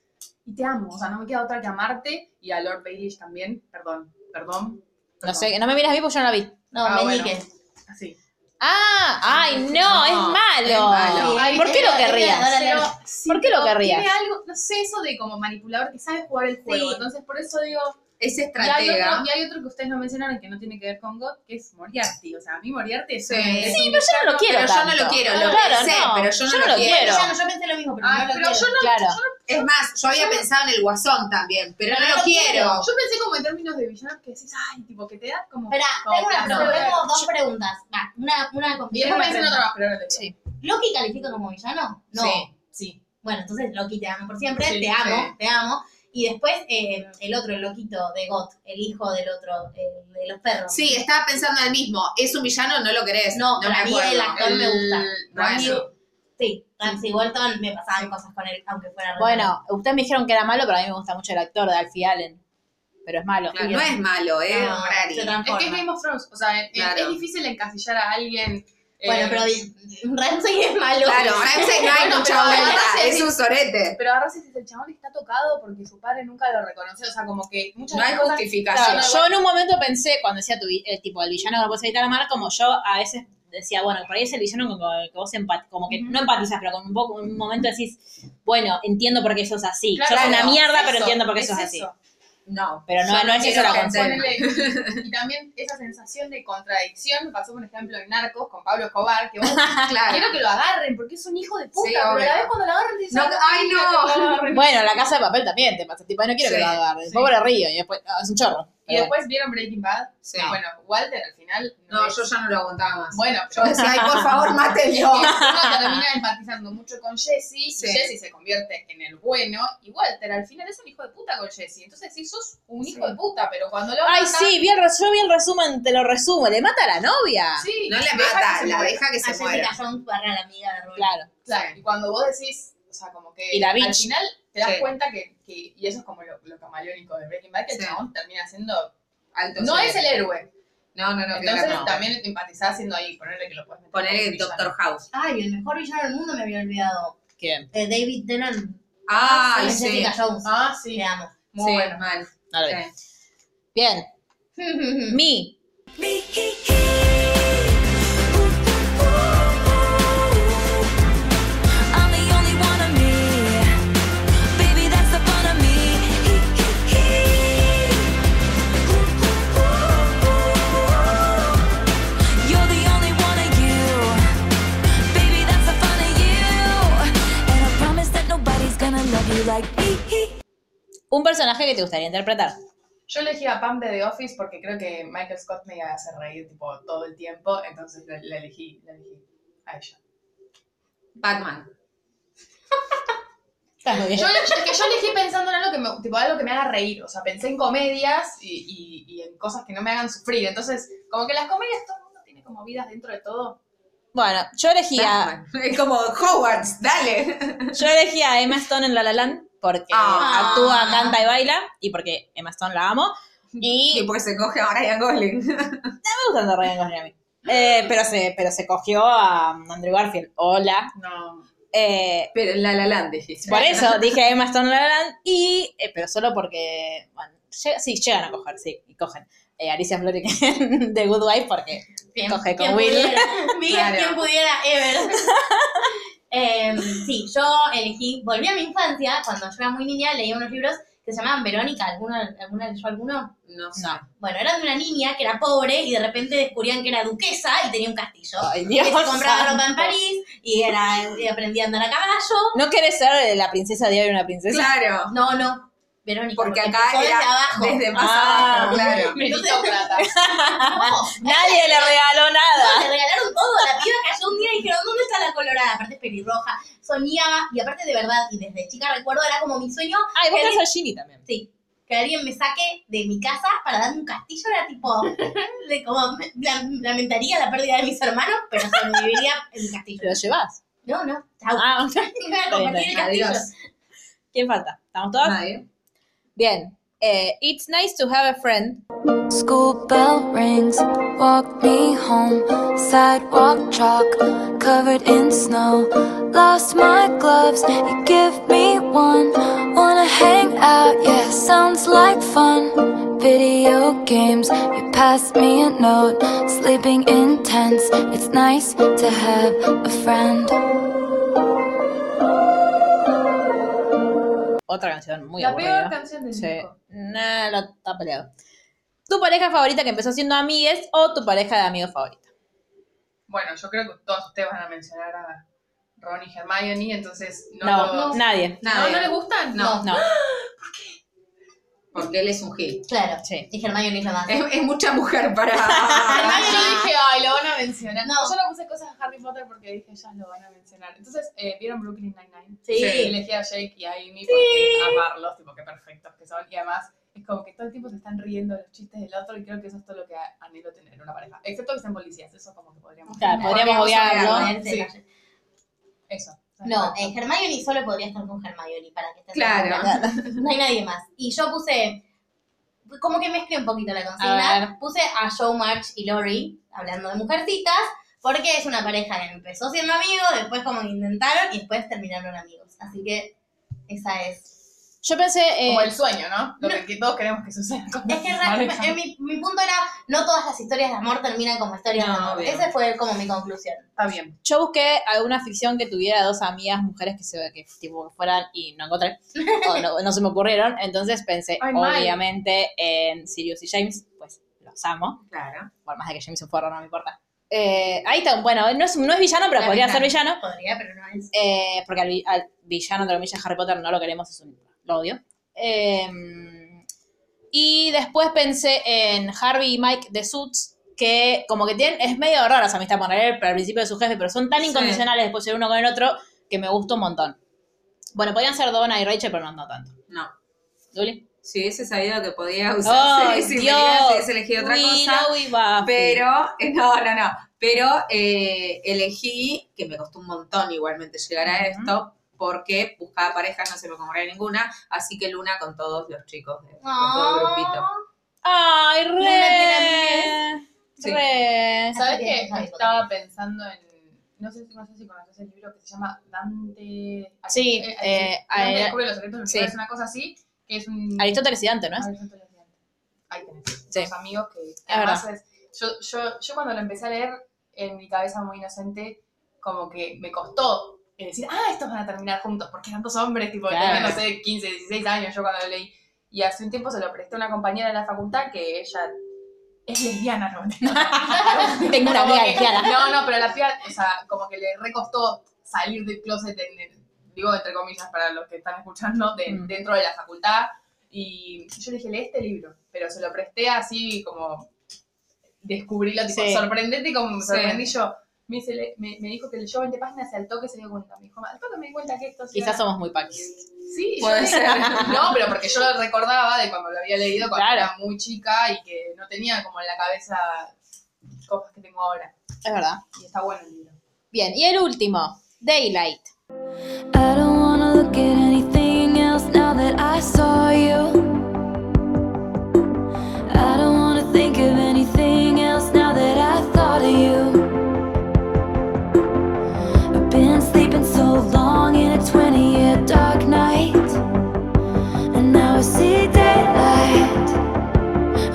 Speaker 4: y te amo, o sea, no me queda otra que amarte, y a Lord Baelish también, perdón, perdón.
Speaker 2: No
Speaker 4: perdón.
Speaker 2: sé, no me miras a mí porque yo no la vi.
Speaker 3: No,
Speaker 4: Ah,
Speaker 3: meñique.
Speaker 4: Así.
Speaker 2: Ah, ay, no, es malo.
Speaker 5: es malo.
Speaker 3: Sí,
Speaker 2: ¿Por qué
Speaker 3: es
Speaker 2: lo
Speaker 3: lo- es
Speaker 2: querrías?
Speaker 3: la hora de-
Speaker 4: Pero,
Speaker 3: ¿Por
Speaker 4: sí,
Speaker 2: qué lo
Speaker 4: pero
Speaker 2: querrías?
Speaker 4: Tiene algo, no sé, eso de como manipulador que sabe jugar el juego.
Speaker 3: Sí.
Speaker 4: Entonces, por eso digo.
Speaker 5: Es
Speaker 4: Y hay, otro,
Speaker 5: estratega.
Speaker 4: y hay otro que ustedes no mencionaron que no tiene que ver con God, que es Moriarty. O sea, a mí Moriarty es.
Speaker 5: Sí.
Speaker 4: un- es
Speaker 5: Sí,
Speaker 4: un-
Speaker 2: Pero yo no lo quiero.
Speaker 5: Pero yo no
Speaker 2: tanto.
Speaker 5: lo quiero, lo
Speaker 2: Claro,
Speaker 5: pensé,
Speaker 2: no,
Speaker 5: pero yo no lo quiero.
Speaker 3: Ya no, yo pensé lo mismo, pero
Speaker 4: Ay,
Speaker 3: no lo
Speaker 4: pero
Speaker 3: quiero.
Speaker 4: yo no.
Speaker 2: Claro.
Speaker 4: yo no-
Speaker 5: Es más, yo había pensado en el guasón también, pero no lo quiero.
Speaker 4: Yo pensé como en términos de villano que decís, ay, tipo, que te da como.
Speaker 3: Espera,
Speaker 4: como
Speaker 3: tengo una
Speaker 4: placer.
Speaker 3: pregunta, tengo dos preguntas. Va, una, una
Speaker 4: Y
Speaker 3: confesión.
Speaker 4: después
Speaker 3: una
Speaker 4: me dicen otra
Speaker 3: pregunta.
Speaker 4: más, pero ahora te digo.
Speaker 2: Sí.
Speaker 3: ¿Loki califica como villano? No.
Speaker 5: Sí.
Speaker 4: Sí.
Speaker 3: Bueno, entonces Loki te amo por siempre,
Speaker 4: Sí,
Speaker 3: te amo,
Speaker 5: sí.
Speaker 3: te amo. Y después eh, el otro, el loquito de Got, el hijo del otro, el de los perros.
Speaker 5: Sí, estaba pensando en el mismo. ¿Es un villano? No lo querés.
Speaker 3: No,
Speaker 5: me
Speaker 3: para mí el
Speaker 5: acuerdo.
Speaker 3: actor me gusta.
Speaker 5: El-
Speaker 3: Para mí-
Speaker 5: Bueno,
Speaker 3: Sí, Ramsey Bolton me pasaban cosas con él, aunque fuera re malo.
Speaker 2: Bueno, ustedes me dijeron que era malo, pero a mí me gusta mucho el actor de Alfie Allen. Pero es malo.
Speaker 5: claro, no es malo, ¿eh?
Speaker 3: No,
Speaker 5: Rari.
Speaker 4: Es
Speaker 3: se
Speaker 4: que
Speaker 3: transforma.
Speaker 4: es Game of Thrones. O sea, es,
Speaker 5: Claro.
Speaker 4: es difícil encasillar a alguien. eh,
Speaker 3: Bueno, pero di- Ramsey es malo.
Speaker 5: Claro, Ramsey no hay
Speaker 4: Bueno,
Speaker 5: mucha
Speaker 4: pero
Speaker 5: vuelta.
Speaker 4: Ramsey-
Speaker 5: Es un sorete.
Speaker 4: Pero ahora sí, el chabón está tocado porque su padre nunca lo reconoció. O sea, como que muchas
Speaker 5: No hay
Speaker 4: cosas-
Speaker 5: justificación.
Speaker 2: Claro, yo en un momento pensé, cuando decía tu, vi- eh, tipo, el villano que no puedes evitar amar, como yo a veces decía, bueno, por ahí es el villano con con el que vos empatizas, como que no empatizas, pero con un poco, en un momento decís, bueno, entiendo por qué sos así.
Speaker 4: Claro,
Speaker 2: sos una
Speaker 4: claro,
Speaker 2: mierda,
Speaker 4: es
Speaker 2: pero
Speaker 4: eso,
Speaker 2: entiendo por qué
Speaker 4: es
Speaker 2: sos
Speaker 4: eso.
Speaker 2: así.
Speaker 5: No.
Speaker 2: Pero no,
Speaker 5: Yo
Speaker 2: no,
Speaker 5: no
Speaker 2: es eso
Speaker 5: quiero
Speaker 2: la
Speaker 5: pensar
Speaker 2: consuelo.
Speaker 5: en
Speaker 4: Ponele- Y también esa sensación de contradicción me pasó, por ejemplo, en Narcos con Pablo Escobar, que
Speaker 2: (laughs)
Speaker 4: vos decís,
Speaker 5: Claro.
Speaker 4: quiero que lo agarren porque es un hijo de puta,
Speaker 5: Sí,
Speaker 4: pero a la
Speaker 5: obvio.
Speaker 4: vez cuando lo agarran te dicen,
Speaker 5: No, ay,
Speaker 4: quiero que lo
Speaker 5: (laughs)
Speaker 4: agarren.
Speaker 2: Bueno, la casa de papel también te pasa, tipo, ay, no quiero que
Speaker 5: Sí,
Speaker 2: lo agarren.
Speaker 4: sí.
Speaker 2: Pobre Río, y después, ah, es un chorro.
Speaker 4: Y después vieron Breaking Bad. Ah,
Speaker 5: Sí.
Speaker 4: Bueno, Walter al final.
Speaker 5: No,
Speaker 4: es-
Speaker 5: yo ya no lo aguantaba más.
Speaker 4: Bueno,
Speaker 5: Yo
Speaker 4: pero.
Speaker 5: (laughs) decía, ay, por favor,
Speaker 4: (laughs)
Speaker 5: mátenlo.
Speaker 4: Uno termina empatizando mucho con Jesse, y
Speaker 5: Sí.
Speaker 4: Jesse se convierte en el bueno, y Walter al final es un hijo de puta con Jesse. Entonces, sí, sos un hijo de puta, pero cuando lo
Speaker 2: Ay,
Speaker 4: matan-
Speaker 2: sí, vi el res- yo vi el resumen, te lo resumo. Le mata a la novia.
Speaker 4: Sí,
Speaker 5: No le
Speaker 4: deja que
Speaker 5: mata,
Speaker 4: se
Speaker 5: la
Speaker 4: muera.
Speaker 5: deja que
Speaker 3: A
Speaker 5: se
Speaker 3: Jessica
Speaker 5: muera.
Speaker 3: Jones barra la amiga de Robert.
Speaker 2: Claro.
Speaker 4: Claro, y cuando vos decís, o sea, como que
Speaker 2: Y la bitch.
Speaker 4: al final te das
Speaker 5: Sí.
Speaker 4: cuenta que, que, y eso es como lo, lo camaleónico de Breaking Bad, que
Speaker 5: Sí.
Speaker 4: el chabón termina siendo,
Speaker 5: Alto
Speaker 4: no
Speaker 5: sorete.
Speaker 4: es el héroe,
Speaker 5: No, no, no.
Speaker 4: entonces
Speaker 5: claro, no.
Speaker 4: también te empatizás siendo ahí, ponerle que lo puedes meter.
Speaker 5: Poner el
Speaker 4: como villano.
Speaker 5: Doctor House.
Speaker 3: Ay, el mejor villano del mundo me había olvidado.
Speaker 2: ¿Quién?
Speaker 3: Eh, David Tennant. Sí,
Speaker 5: Ay, Ah, sí.
Speaker 3: Jessica Jones.
Speaker 4: Ah, sí,
Speaker 3: Te amo.
Speaker 4: muy
Speaker 5: Sí,
Speaker 4: bueno.
Speaker 5: mal.
Speaker 2: No lo vi.
Speaker 5: Sí.
Speaker 2: Bien. Mi.
Speaker 6: I'm the only one of me. Baby, that's the fun of me. You're the only one of you. Baby, that's the fun of you. And I promise that nobody's gonna love you like me.
Speaker 2: Un personaje que te gustaría interpretar.
Speaker 4: Yo elegí a Pam de The Office porque creo que Michael Scott me iba a hacer reír tipo todo el tiempo, entonces la, la elegí, la elegí a
Speaker 5: (laughs)
Speaker 4: ella.
Speaker 5: Batman.
Speaker 2: Estás muy bien.
Speaker 4: Yo, es que yo elegí pensando en algo que me, tipo, algo que me haga reír. O sea, pensé en comedias y, y- y en cosas que no me hagan sufrir. Entonces, como que las comedias todo el mundo tiene como vidas dentro de todo.
Speaker 2: Bueno, yo elegí a,
Speaker 5: Batman. (laughs) Es como Hogwarts, dale.
Speaker 2: yo elegí a Emma Stone en La La Land porque
Speaker 5: Ah.
Speaker 2: actúa, canta y baila y porque Emma Stone la amo. Y
Speaker 5: (laughs) Y porque se coge a Brian Gosling. (laughs)
Speaker 2: me gusta Ryan Gosling a mí. Eh, pero, se, pero se cogió a Andrew Garfield. Hola.
Speaker 4: No.
Speaker 2: Eh,
Speaker 5: Pero en La La Land dijiste.
Speaker 2: por eso dije Emma Stone en La La Land y... eh, pero solo porque... Bueno, llega- sí, llegan a coger, sí, y cogen. Eh, Alicia Flori (laughs) de Good Wife porque coge con
Speaker 3: ¿Quién
Speaker 2: Will.
Speaker 3: pudiera? Mira,
Speaker 5: Claro.
Speaker 3: quien pudiera ever. (laughs) Em, sí, yo elegí, volví a mi infancia, cuando yo era muy niña, leía unos libros que se llamaban Verónica, ¿alguno, alguna leyó alguno?
Speaker 5: No sé.
Speaker 2: No.
Speaker 3: Bueno, eran de una niña que era pobre y de repente descubrían que era duquesa y tenía un castillo.
Speaker 2: Ay,
Speaker 3: Que
Speaker 2: Dios
Speaker 3: se compraba
Speaker 2: santo.
Speaker 3: ropa en París y, era, y aprendía a andar a caballo.
Speaker 2: No querés ser eh, la princesa diaria de una princesa.
Speaker 5: Claro.
Speaker 3: No, no, Verónica.
Speaker 5: Porque
Speaker 3: empezó
Speaker 5: acá
Speaker 3: desde
Speaker 5: era
Speaker 3: abajo.
Speaker 5: (laughs) desde más
Speaker 2: Ah.
Speaker 4: (laughs)
Speaker 5: abajo, claro.
Speaker 4: Meritocrata.
Speaker 2: Nadie le regaló
Speaker 3: No,
Speaker 2: nada.
Speaker 3: le (laughs) regalaron todo. La piba cayó un día y dijeron, ¿dónde está la colorada? Aparte es pelirroja. Soñaba, y aparte de verdad, y desde chica recuerdo, era como mi sueño
Speaker 2: Ay, vos querés a Ginny también.
Speaker 3: Sí. Que alguien me saque de mi casa para darme un castillo era tipo, (laughs) de como, la- lamentaría la pérdida de mis hermanos, pero sobreviviría en mi castillo.
Speaker 2: Lo llevas.
Speaker 3: No, no, chau.
Speaker 2: Ah,
Speaker 3: Me (laughs) voy a compartir el castillo.
Speaker 5: Adiós.
Speaker 2: ¿quién falta? ¿Estamos todas?
Speaker 5: Nadie.
Speaker 2: Bien. Eh, it's nice to have a friend.
Speaker 6: School bell rings, walk me home. Sidewalk chalk, covered in snow. Lost my gloves, you give me one. Wanna hang out, yeah, sounds like fun. video games. You pass me a note, sleeping in tents. It's nice to have a friend.
Speaker 2: Otra canción muy
Speaker 4: La
Speaker 2: aburrida.
Speaker 4: peor canción del
Speaker 2: Sí.
Speaker 4: disco.
Speaker 2: Nah, la está peleado. Tu pareja favorita que empezó siendo amigues o tu pareja de amigos favorita.
Speaker 4: Bueno, yo creo que todos ustedes van a mencionar a Ron y Hermione, entonces no
Speaker 2: No,
Speaker 4: lo- no,
Speaker 2: nadie.
Speaker 4: no,
Speaker 5: Nadie.
Speaker 4: les gustan.
Speaker 3: No.
Speaker 2: No,
Speaker 5: Porque él es un gil.
Speaker 3: Claro.
Speaker 2: sí.
Speaker 3: Y Hermione es la más.
Speaker 5: Es, es mucha
Speaker 4: (laughs)
Speaker 5: mujer para.
Speaker 4: Hermione yo dije, ay, lo van a mencionar.
Speaker 3: No.
Speaker 4: Yo le puse cosas a Harry Potter porque dije, ellas lo van a mencionar. Entonces, eh, ¿vieron Brooklyn Nine-Nine?
Speaker 3: Sí.
Speaker 4: Elegí a Jake y a Amy porque amarlos, tipo, qué perfectos que son. Y además, es como que todo el tiempo se están riendo de los chistes del otro y creo que eso es todo lo que anhelo tener en una pareja. Excepto que sean policías, eso como que podríamos...
Speaker 2: Claro, podríamos obviarlo.
Speaker 3: Hermione,
Speaker 4: Sí.
Speaker 3: ¿eh? sí.
Speaker 4: Eso.
Speaker 3: No, eh, Hermione solo podría estar con Hermione para que esté
Speaker 5: Claro.
Speaker 3: No hay nadie más. Y yo puse, como que mezclé un poquito la
Speaker 2: A
Speaker 3: consigna, puse a Joe March y Lori, hablando de mujercitas, porque es una pareja que empezó siendo amigos, después como que intentaron y después terminaron amigos. Así que esa es.
Speaker 2: Yo pensé. eh,
Speaker 4: Como el sueño, ¿no? Lo que todos queremos que suceda. (laughs) con
Speaker 3: Es que en
Speaker 4: nuestras
Speaker 3: realidad,
Speaker 4: parejas.
Speaker 3: en mi, mi punto era, no todas las historias de amor terminan como historias de
Speaker 5: No,
Speaker 3: amor.
Speaker 5: obvio.
Speaker 3: Esa fue como mi conclusión.
Speaker 4: Está bien.
Speaker 2: yo busqué alguna ficción que tuviera dos amigas mujeres que se que tipo que fueran y no encontré
Speaker 4: (laughs)
Speaker 2: o no, no se me ocurrieron entonces pensé
Speaker 4: Ay, mal.
Speaker 2: obviamente en Sirius y James pues los amo
Speaker 5: Claro.
Speaker 2: por más de que James es un forro no me importa Eh, ahí está bueno no es, no es villano pero
Speaker 3: No es
Speaker 2: podría
Speaker 3: villano.
Speaker 2: ser villano
Speaker 3: Podría, pero no es.
Speaker 2: eh, porque al, vi- al villano de comillas Harry Potter no lo queremos es un lo odio Eh, y después pensé en Harvey y Mike de Suits que como que tienen es medio rara esa amistad con él pero al principio de su jefe pero son tan
Speaker 5: Sí.
Speaker 2: incondicionales después el uno con el otro que me gusta un montón bueno podrían ser Donna y Rachel pero no, no tanto
Speaker 5: No.
Speaker 2: Luli
Speaker 5: Si hubiese sabido que podía (laughs)
Speaker 2: ¡Ay,
Speaker 5: usarse, si me
Speaker 2: Dios!
Speaker 5: hubiese elegido otra cosa.
Speaker 2: Willow y Buffy.
Speaker 5: Pero, (laughs) eh, no, no, no. Pero eh, elegí, que me costó un montón igualmente llegar a
Speaker 2: Ujú.
Speaker 5: esto, porque buscaba parejas, no se me ocurría ninguna, así que Luna con todos los chicos, de, con todo
Speaker 2: Ah.
Speaker 5: el
Speaker 2: ay
Speaker 5: grupito.
Speaker 4: tiene
Speaker 2: re
Speaker 5: Sí.
Speaker 2: re
Speaker 4: ¿Sabes
Speaker 3: Así
Speaker 4: qué?
Speaker 3: es, Harry
Speaker 4: Estaba pensando en. No sé, si- no sé si conoces el libro que se llama Dante.
Speaker 2: Sí,
Speaker 4: eh,
Speaker 2: eh,
Speaker 4: Dante
Speaker 2: eh,
Speaker 4: descubre los secretos del
Speaker 2: sí.
Speaker 4: universo, una cosa así, que es un.
Speaker 2: Aristóteles y Dante no es
Speaker 4: Aristóteles de Dante. Ahí tenés.
Speaker 2: Sí.
Speaker 4: Los amigos que. que además es- yo, yo, yo cuando lo empecé a leer, en mi cabeza muy inocente, como que me costó. eh, decir, ah, estos van a terminar juntos, porque eran dos hombres, tipo,
Speaker 2: Claro.
Speaker 4: tenían, no sé, 15, 16 años yo cuando lo leí. Y hace un tiempo se lo presté a una compañera de la facultad que ella es lesbiana, ¿no?
Speaker 2: tengo una ¿ah?
Speaker 4: Como
Speaker 2: amiga
Speaker 4: que-
Speaker 2: lesbiana
Speaker 4: No, no, pero la piba, o sea, como que le recostó salir del closet, en el- digo, entre comillas, para los que están escuchando, de-
Speaker 2: Mm.
Speaker 4: dentro de la facultad. Y yo le dije, lee este libro, pero se lo presté así como descubrílo, tipo,
Speaker 2: Sí.
Speaker 4: sorprendente y como me
Speaker 5: Sí.
Speaker 4: sorprendí yo. Me, dice, le- me, me dijo que leyó 20 páginas y al toque se dio cuenta. Me dijo, al toque me di cuenta que esto... sí
Speaker 2: Quizás
Speaker 4: era-
Speaker 2: somos muy paquis.
Speaker 4: Sí, yo
Speaker 5: Puede
Speaker 4: le-
Speaker 5: ser.
Speaker 4: No, pero porque yo lo recordaba de cuando lo había leído cuando
Speaker 2: Claro.
Speaker 4: era muy chica y que no tenía como en la cabeza cosas que tengo ahora.
Speaker 2: Es verdad.
Speaker 4: Y está bueno el libro.
Speaker 2: Bien, y el último, Daylight.
Speaker 6: I don't wanna look at anything else now that I saw you. I don't wanna think of anything else now that I thought of you. I've been sleeping so long in a 20 year dark night. And now I see daylight.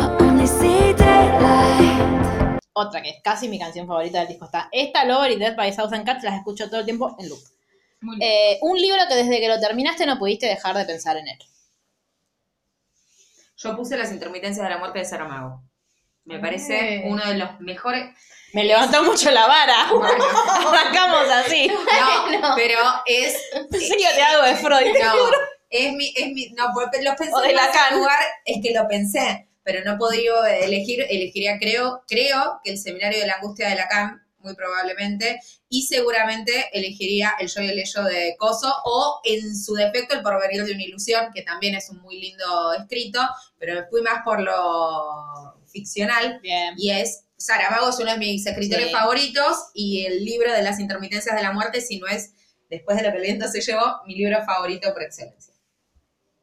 Speaker 6: I only see daylight.
Speaker 2: Otra que es casi mi canción favorita del disco está esta, Lover y Death by a Thousand Cats, las escucho todo el tiempo en loop.
Speaker 4: Muy lindo.
Speaker 2: Eh, un libro que desde que lo terminaste no pudiste dejar de pensar en él.
Speaker 5: Yo puse las intermitencias de la muerte de Saramago. Me parece
Speaker 4: Eh.
Speaker 5: uno de los
Speaker 2: (laughs)
Speaker 5: mejores. (laughs)
Speaker 2: Me levantó mucho la vara. (laughs)
Speaker 5: Bueno,
Speaker 2: Arrancamos así.
Speaker 5: no, pero es.
Speaker 2: En serio te hago de Freud.
Speaker 5: No, es mi, es mi. No, porque lo pensé
Speaker 2: O de
Speaker 5: en más
Speaker 2: Lacan.
Speaker 5: lugar, es que lo pensé, pero no podría elegir. Elegiría, creo, creo que el seminario de la angustia de Lacan, muy probablemente, y seguramente elegiría el yo y el ello de Coso, o en su defecto, el porvenir de una ilusión, que también es un muy lindo escrito, pero me fui más por lo ficcional.
Speaker 2: Bien.
Speaker 5: y es Saramago es uno de mis escritores
Speaker 2: Sí.
Speaker 5: favoritos y el libro de las intermitencias de la muerte, si no es después de lo que el viento se llevó, mi libro favorito por excelencia.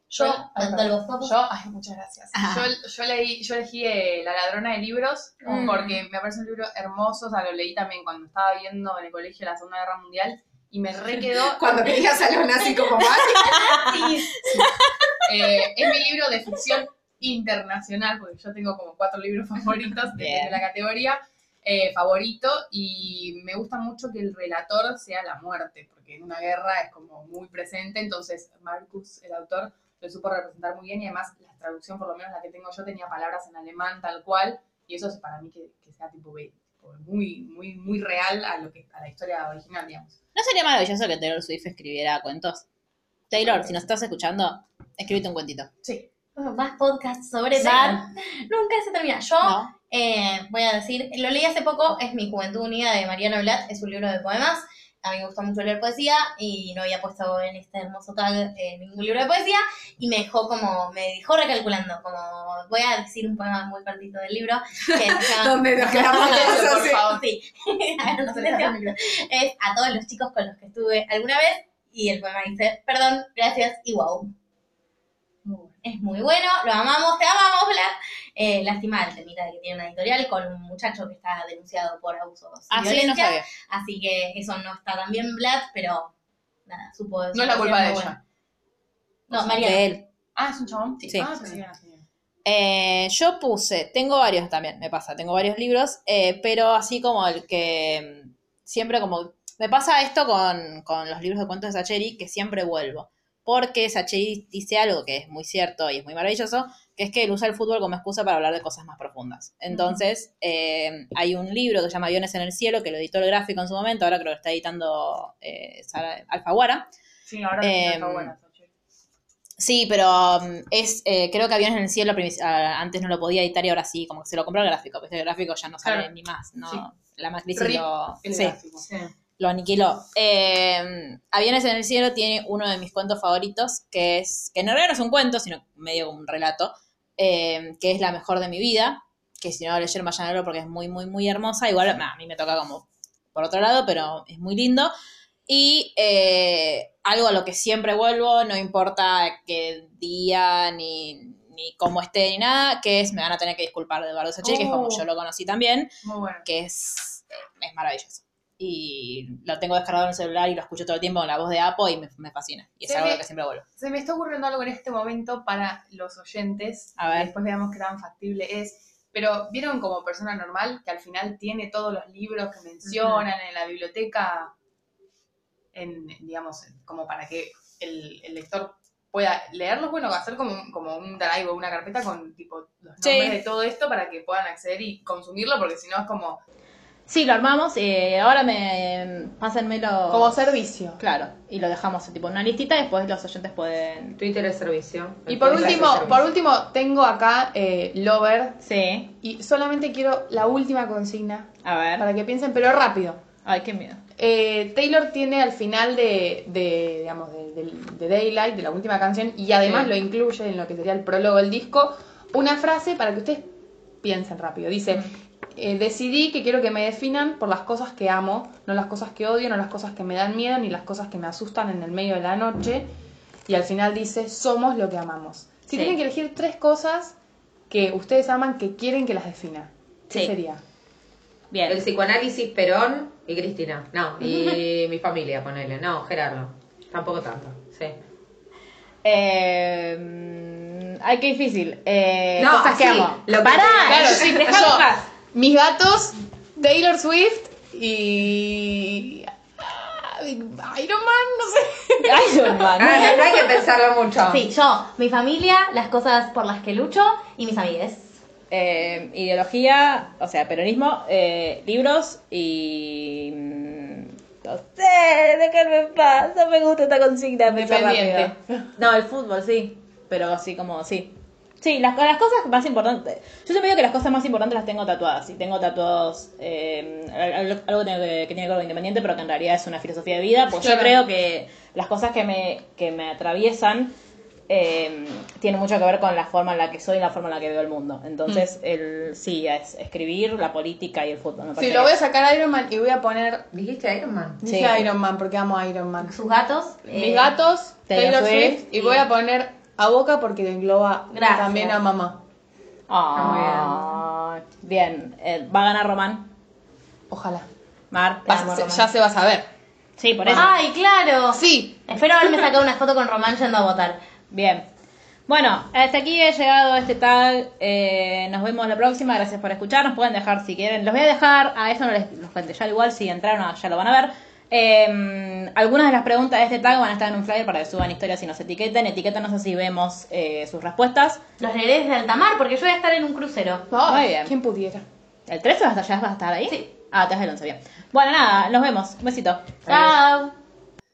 Speaker 4: Yo,
Speaker 3: Bueno,
Speaker 4: ay,
Speaker 3: tanto
Speaker 4: perdón.
Speaker 3: los focos-
Speaker 4: yo, ay, muchas gracias.
Speaker 2: Ah.
Speaker 4: Yo, yo leí, yo elegí eh, La ladrona de libros
Speaker 2: Mm.
Speaker 4: porque me parece un libro hermoso, o sea, lo leí también cuando estaba viendo en el colegio la Segunda Guerra Mundial y me re quedó.
Speaker 2: (laughs)
Speaker 4: (laughs)
Speaker 5: Cuando querías a los nazis como más,
Speaker 4: Eh, es mi libro de ficción internacional, porque yo tengo como cuatro libros favoritos de,
Speaker 2: Bien.
Speaker 4: de la categoría eh, favorito, y me gusta mucho que el relator sea la muerte, porque en una guerra es como muy presente, entonces Marcus, el autor, lo supo representar muy bien, y además la traducción, por lo menos la que tengo yo, tenía palabras en alemán tal cual, y eso es para mí que, que sea tipo be- tipo muy, muy, muy real a lo que, a la historia original, digamos.
Speaker 2: ¿No sería maravilloso que Taylor Swift escribiera cuentos? Taylor, si nos estás escuchando, escríbete un cuentito.
Speaker 4: Sí.
Speaker 3: Más podcasts sobre
Speaker 2: Sí.
Speaker 3: Taylor. Nunca se termina. Yo
Speaker 2: ¿No?
Speaker 3: Eh, voy a decir, lo leí hace poco, es Mi Juventud Unida de Mariano Blatt, es un libro de poemas. A mí me gusta mucho leer poesía y no había puesto en este hermoso tag eh, ningún libro de poesía y me dejó como, me dejó recalculando, como voy a decir un poema muy cortito del libro que
Speaker 2: (laughs)
Speaker 3: se llama-
Speaker 5: Donde nos
Speaker 4: (laughs)
Speaker 5: quedamos todos
Speaker 4: Por
Speaker 5: así.
Speaker 4: favor.
Speaker 3: Sí. A ver, no sé si- es a todos los chicos con los que estuve alguna vez y el poema dice, perdón, gracias y wow.
Speaker 4: Muy bueno.
Speaker 3: Es muy bueno, lo amamos, te amamos, Black. Eh, lástima el temita de que tiene una editorial con un muchacho que está denunciado por abusos. y
Speaker 2: Así Ah, no
Speaker 3: violencia.
Speaker 2: sabía.
Speaker 3: Así que eso no está tan bien, Black, pero nada, supo
Speaker 4: No es la culpa de
Speaker 3: muy
Speaker 4: ella.
Speaker 3: bueno. No, María.
Speaker 2: De él.
Speaker 4: Ah, es un chabón.
Speaker 2: Sí.
Speaker 4: Ah, pensé que era una señora.
Speaker 2: Eh, yo puse, tengo varios también, me pasa, tengo varios libros, eh, pero así como el que mm, siempre como, me pasa esto con, con los libros de cuentos de Sacheri, que siempre vuelvo, porque Sacheri dice algo que es muy cierto y es muy maravilloso, que es que él usa el fútbol como excusa para hablar de cosas más profundas. Entonces, eh, hay un libro que se llama Aviones en el Cielo, que lo editó el gráfico en su momento, ahora creo que está editando eh, Sara Alfaguara,
Speaker 4: Sí, ahora sí
Speaker 2: Em,
Speaker 4: está buena.
Speaker 2: Sí, pero um, es eh, creo que Aviones en el Cielo primi- ah, antes no lo podía editar y ahora sí, como que se lo compró el gráfico, porque el gráfico ya no sale
Speaker 4: Claro.
Speaker 2: ni más, ¿no?
Speaker 4: Sí.
Speaker 2: La matriz
Speaker 4: Rip
Speaker 2: lo,
Speaker 4: El
Speaker 2: sí,
Speaker 4: gráfico.
Speaker 2: lo aniquiló. Eh, Aviones en el Cielo tiene uno de mis cuentos favoritos, que es, que en realidad no es un cuento, sino medio como un relato, eh, que es La mejor de mi vida, que si no lo leyeron vayan a leerlo porque es muy, muy, muy hermosa. Igual nah, a mí me toca como por otro lado, pero es muy lindo. Y eh, algo a lo que siempre vuelvo, no importa qué día ni, ni cómo esté ni nada, que es Me van a tener que disculpar de Eduardo Sacheri, que es como
Speaker 4: Oh.
Speaker 2: yo lo conocí también,
Speaker 4: Muy bueno.
Speaker 2: que es, es maravilloso. Y lo tengo descargado en el celular y lo escucho todo el tiempo con la voz de Apo y me, me fascina. Y es
Speaker 4: Sí.
Speaker 2: algo a lo que siempre vuelvo.
Speaker 4: Se me está ocurriendo algo en este momento para los oyentes.
Speaker 2: A ver.
Speaker 4: Después veamos qué tan factible es. Pero vieron como persona normal que al final tiene todos los libros que mencionan en la biblioteca, en, digamos, en- como para que el, el lector pueda leerlos, bueno, hacer como un, como un drive o una carpeta con tipo los
Speaker 2: Sí.
Speaker 4: nombres de todo esto para que puedan acceder y consumirlo, porque si no es como
Speaker 2: Sí, lo armamos. eh, ahora me pásenmelo.
Speaker 4: servicio.
Speaker 2: Claro, y lo dejamos tipo en una listita, después los oyentes pueden...
Speaker 5: Twitter es servicio.
Speaker 4: Y por
Speaker 5: Twitter es
Speaker 4: último,
Speaker 5: servicio.
Speaker 4: por último tengo acá eh, Lover
Speaker 2: Sí,
Speaker 4: y solamente quiero la última consigna
Speaker 2: a ver.
Speaker 4: para que piensen, pero rápido.
Speaker 2: Ay, qué miedo.
Speaker 4: Eh, Taylor tiene al final de, de, digamos, de, del- de Daylight, de la última canción, y además
Speaker 5: Sí.
Speaker 4: lo incluye en lo que sería el prólogo del disco, una frase para que ustedes piensen rápido.
Speaker 2: Mm.
Speaker 4: Dice, eh, decidí que quiero que me definan por las cosas que amo, no las cosas que odio, no las cosas que me dan miedo, ni las cosas que me asustan en el medio de la noche. Y al final dice, somos lo que amamos. Si
Speaker 2: Sí.
Speaker 4: tienen que elegir tres cosas que ustedes aman, que quieren que las defina, ¿qué
Speaker 2: Sí.
Speaker 4: sería?
Speaker 2: Bien.
Speaker 5: El psicoanálisis Perón y Cristina. No, y mi familia, ponele. No, Gerardo. Tampoco tanto. Sí.
Speaker 2: Eh, ay, qué difícil. Eh,
Speaker 5: No,
Speaker 2: cosas que
Speaker 5: así,
Speaker 2: amo.
Speaker 5: lo que
Speaker 2: Pará,
Speaker 5: te-
Speaker 4: Claro, (laughs) sí,
Speaker 2: dejame en
Speaker 4: yo-
Speaker 2: paz.
Speaker 4: Mis gatos, Taylor Swift y. ah, Iron Man, no sé.
Speaker 2: Iron Man.
Speaker 5: (laughs) Ah, no, no hay que pensarlo mucho.
Speaker 3: Ah. Sí, yo, mi familia, las cosas por las que lucho y mis amigues.
Speaker 2: Eh, ideología, o sea, peronismo, eh, libros y... mm, No sé, déjame en paz. No me gusta esta consigna. pensar
Speaker 4: Independiente.
Speaker 2: rápido. No, el fútbol, sí. Pero así como, sí. Sí, las, las cosas más importantes. Yo siempre digo que las cosas más importantes las tengo tatuadas. Y tengo tatuados. eh, algo algo tiene que, que tiene que ver con lo independiente, pero que en realidad es una filosofía de vida. Porque yo
Speaker 4: Claro.
Speaker 2: creo que las cosas que me, que me atraviesan eh, tienen mucho que ver con la forma en la que soy y la forma en la que veo el mundo. Entonces,
Speaker 4: Mm.
Speaker 2: el, sí, es escribir, la política y el fútbol. me
Speaker 4: Sí,
Speaker 2: parece
Speaker 4: lo
Speaker 2: que-
Speaker 4: voy a sacar a Iron Man y voy a poner.
Speaker 5: ¿Dijiste Iron Man?
Speaker 2: Sí.
Speaker 4: Dije Iron Man porque amo a Iron Man.
Speaker 3: Sus gatos. eh,
Speaker 4: Mis gatos,
Speaker 2: Taylor
Speaker 4: Taylor,
Speaker 2: Swift
Speaker 4: Swift, y voy a poner a Boca porque engloba
Speaker 3: Gracias.
Speaker 4: también a mamá.
Speaker 2: Ah, bien. Eh, va a ganar Román.
Speaker 4: Ojalá.
Speaker 2: Mar. te
Speaker 4: Va-
Speaker 2: amo,
Speaker 4: se-
Speaker 2: Román.
Speaker 4: ya se va a Ah, saber.
Speaker 2: Sí, por eso.
Speaker 3: Ay, claro.
Speaker 4: Sí.
Speaker 3: Espero haberme sacado una foto con Román yendo a votar.
Speaker 2: Bien. Bueno, hasta aquí he llegado este tag. Eh, nos vemos la próxima. Gracias por escucharnos. Pueden dejar si quieren. Los voy a dejar. A eso no les los cuente ya igual. Si entraron ah, ya lo van a ver. Eh, algunas de las preguntas de este tag van a estar en un flyer para que suban historias y nos etiqueten. Etiquétanos así vemos eh, sus respuestas.
Speaker 3: Los leeré desde Altamar porque yo voy a estar en un crucero.
Speaker 2: Muy bien.
Speaker 7: ¿Quién pudiera?
Speaker 2: ¿El 13 vas a, ya vas a estar ahí? Sí. Ah, te vas el 11, bien. Bueno, nada, nos vemos. Un besito.
Speaker 3: Chao.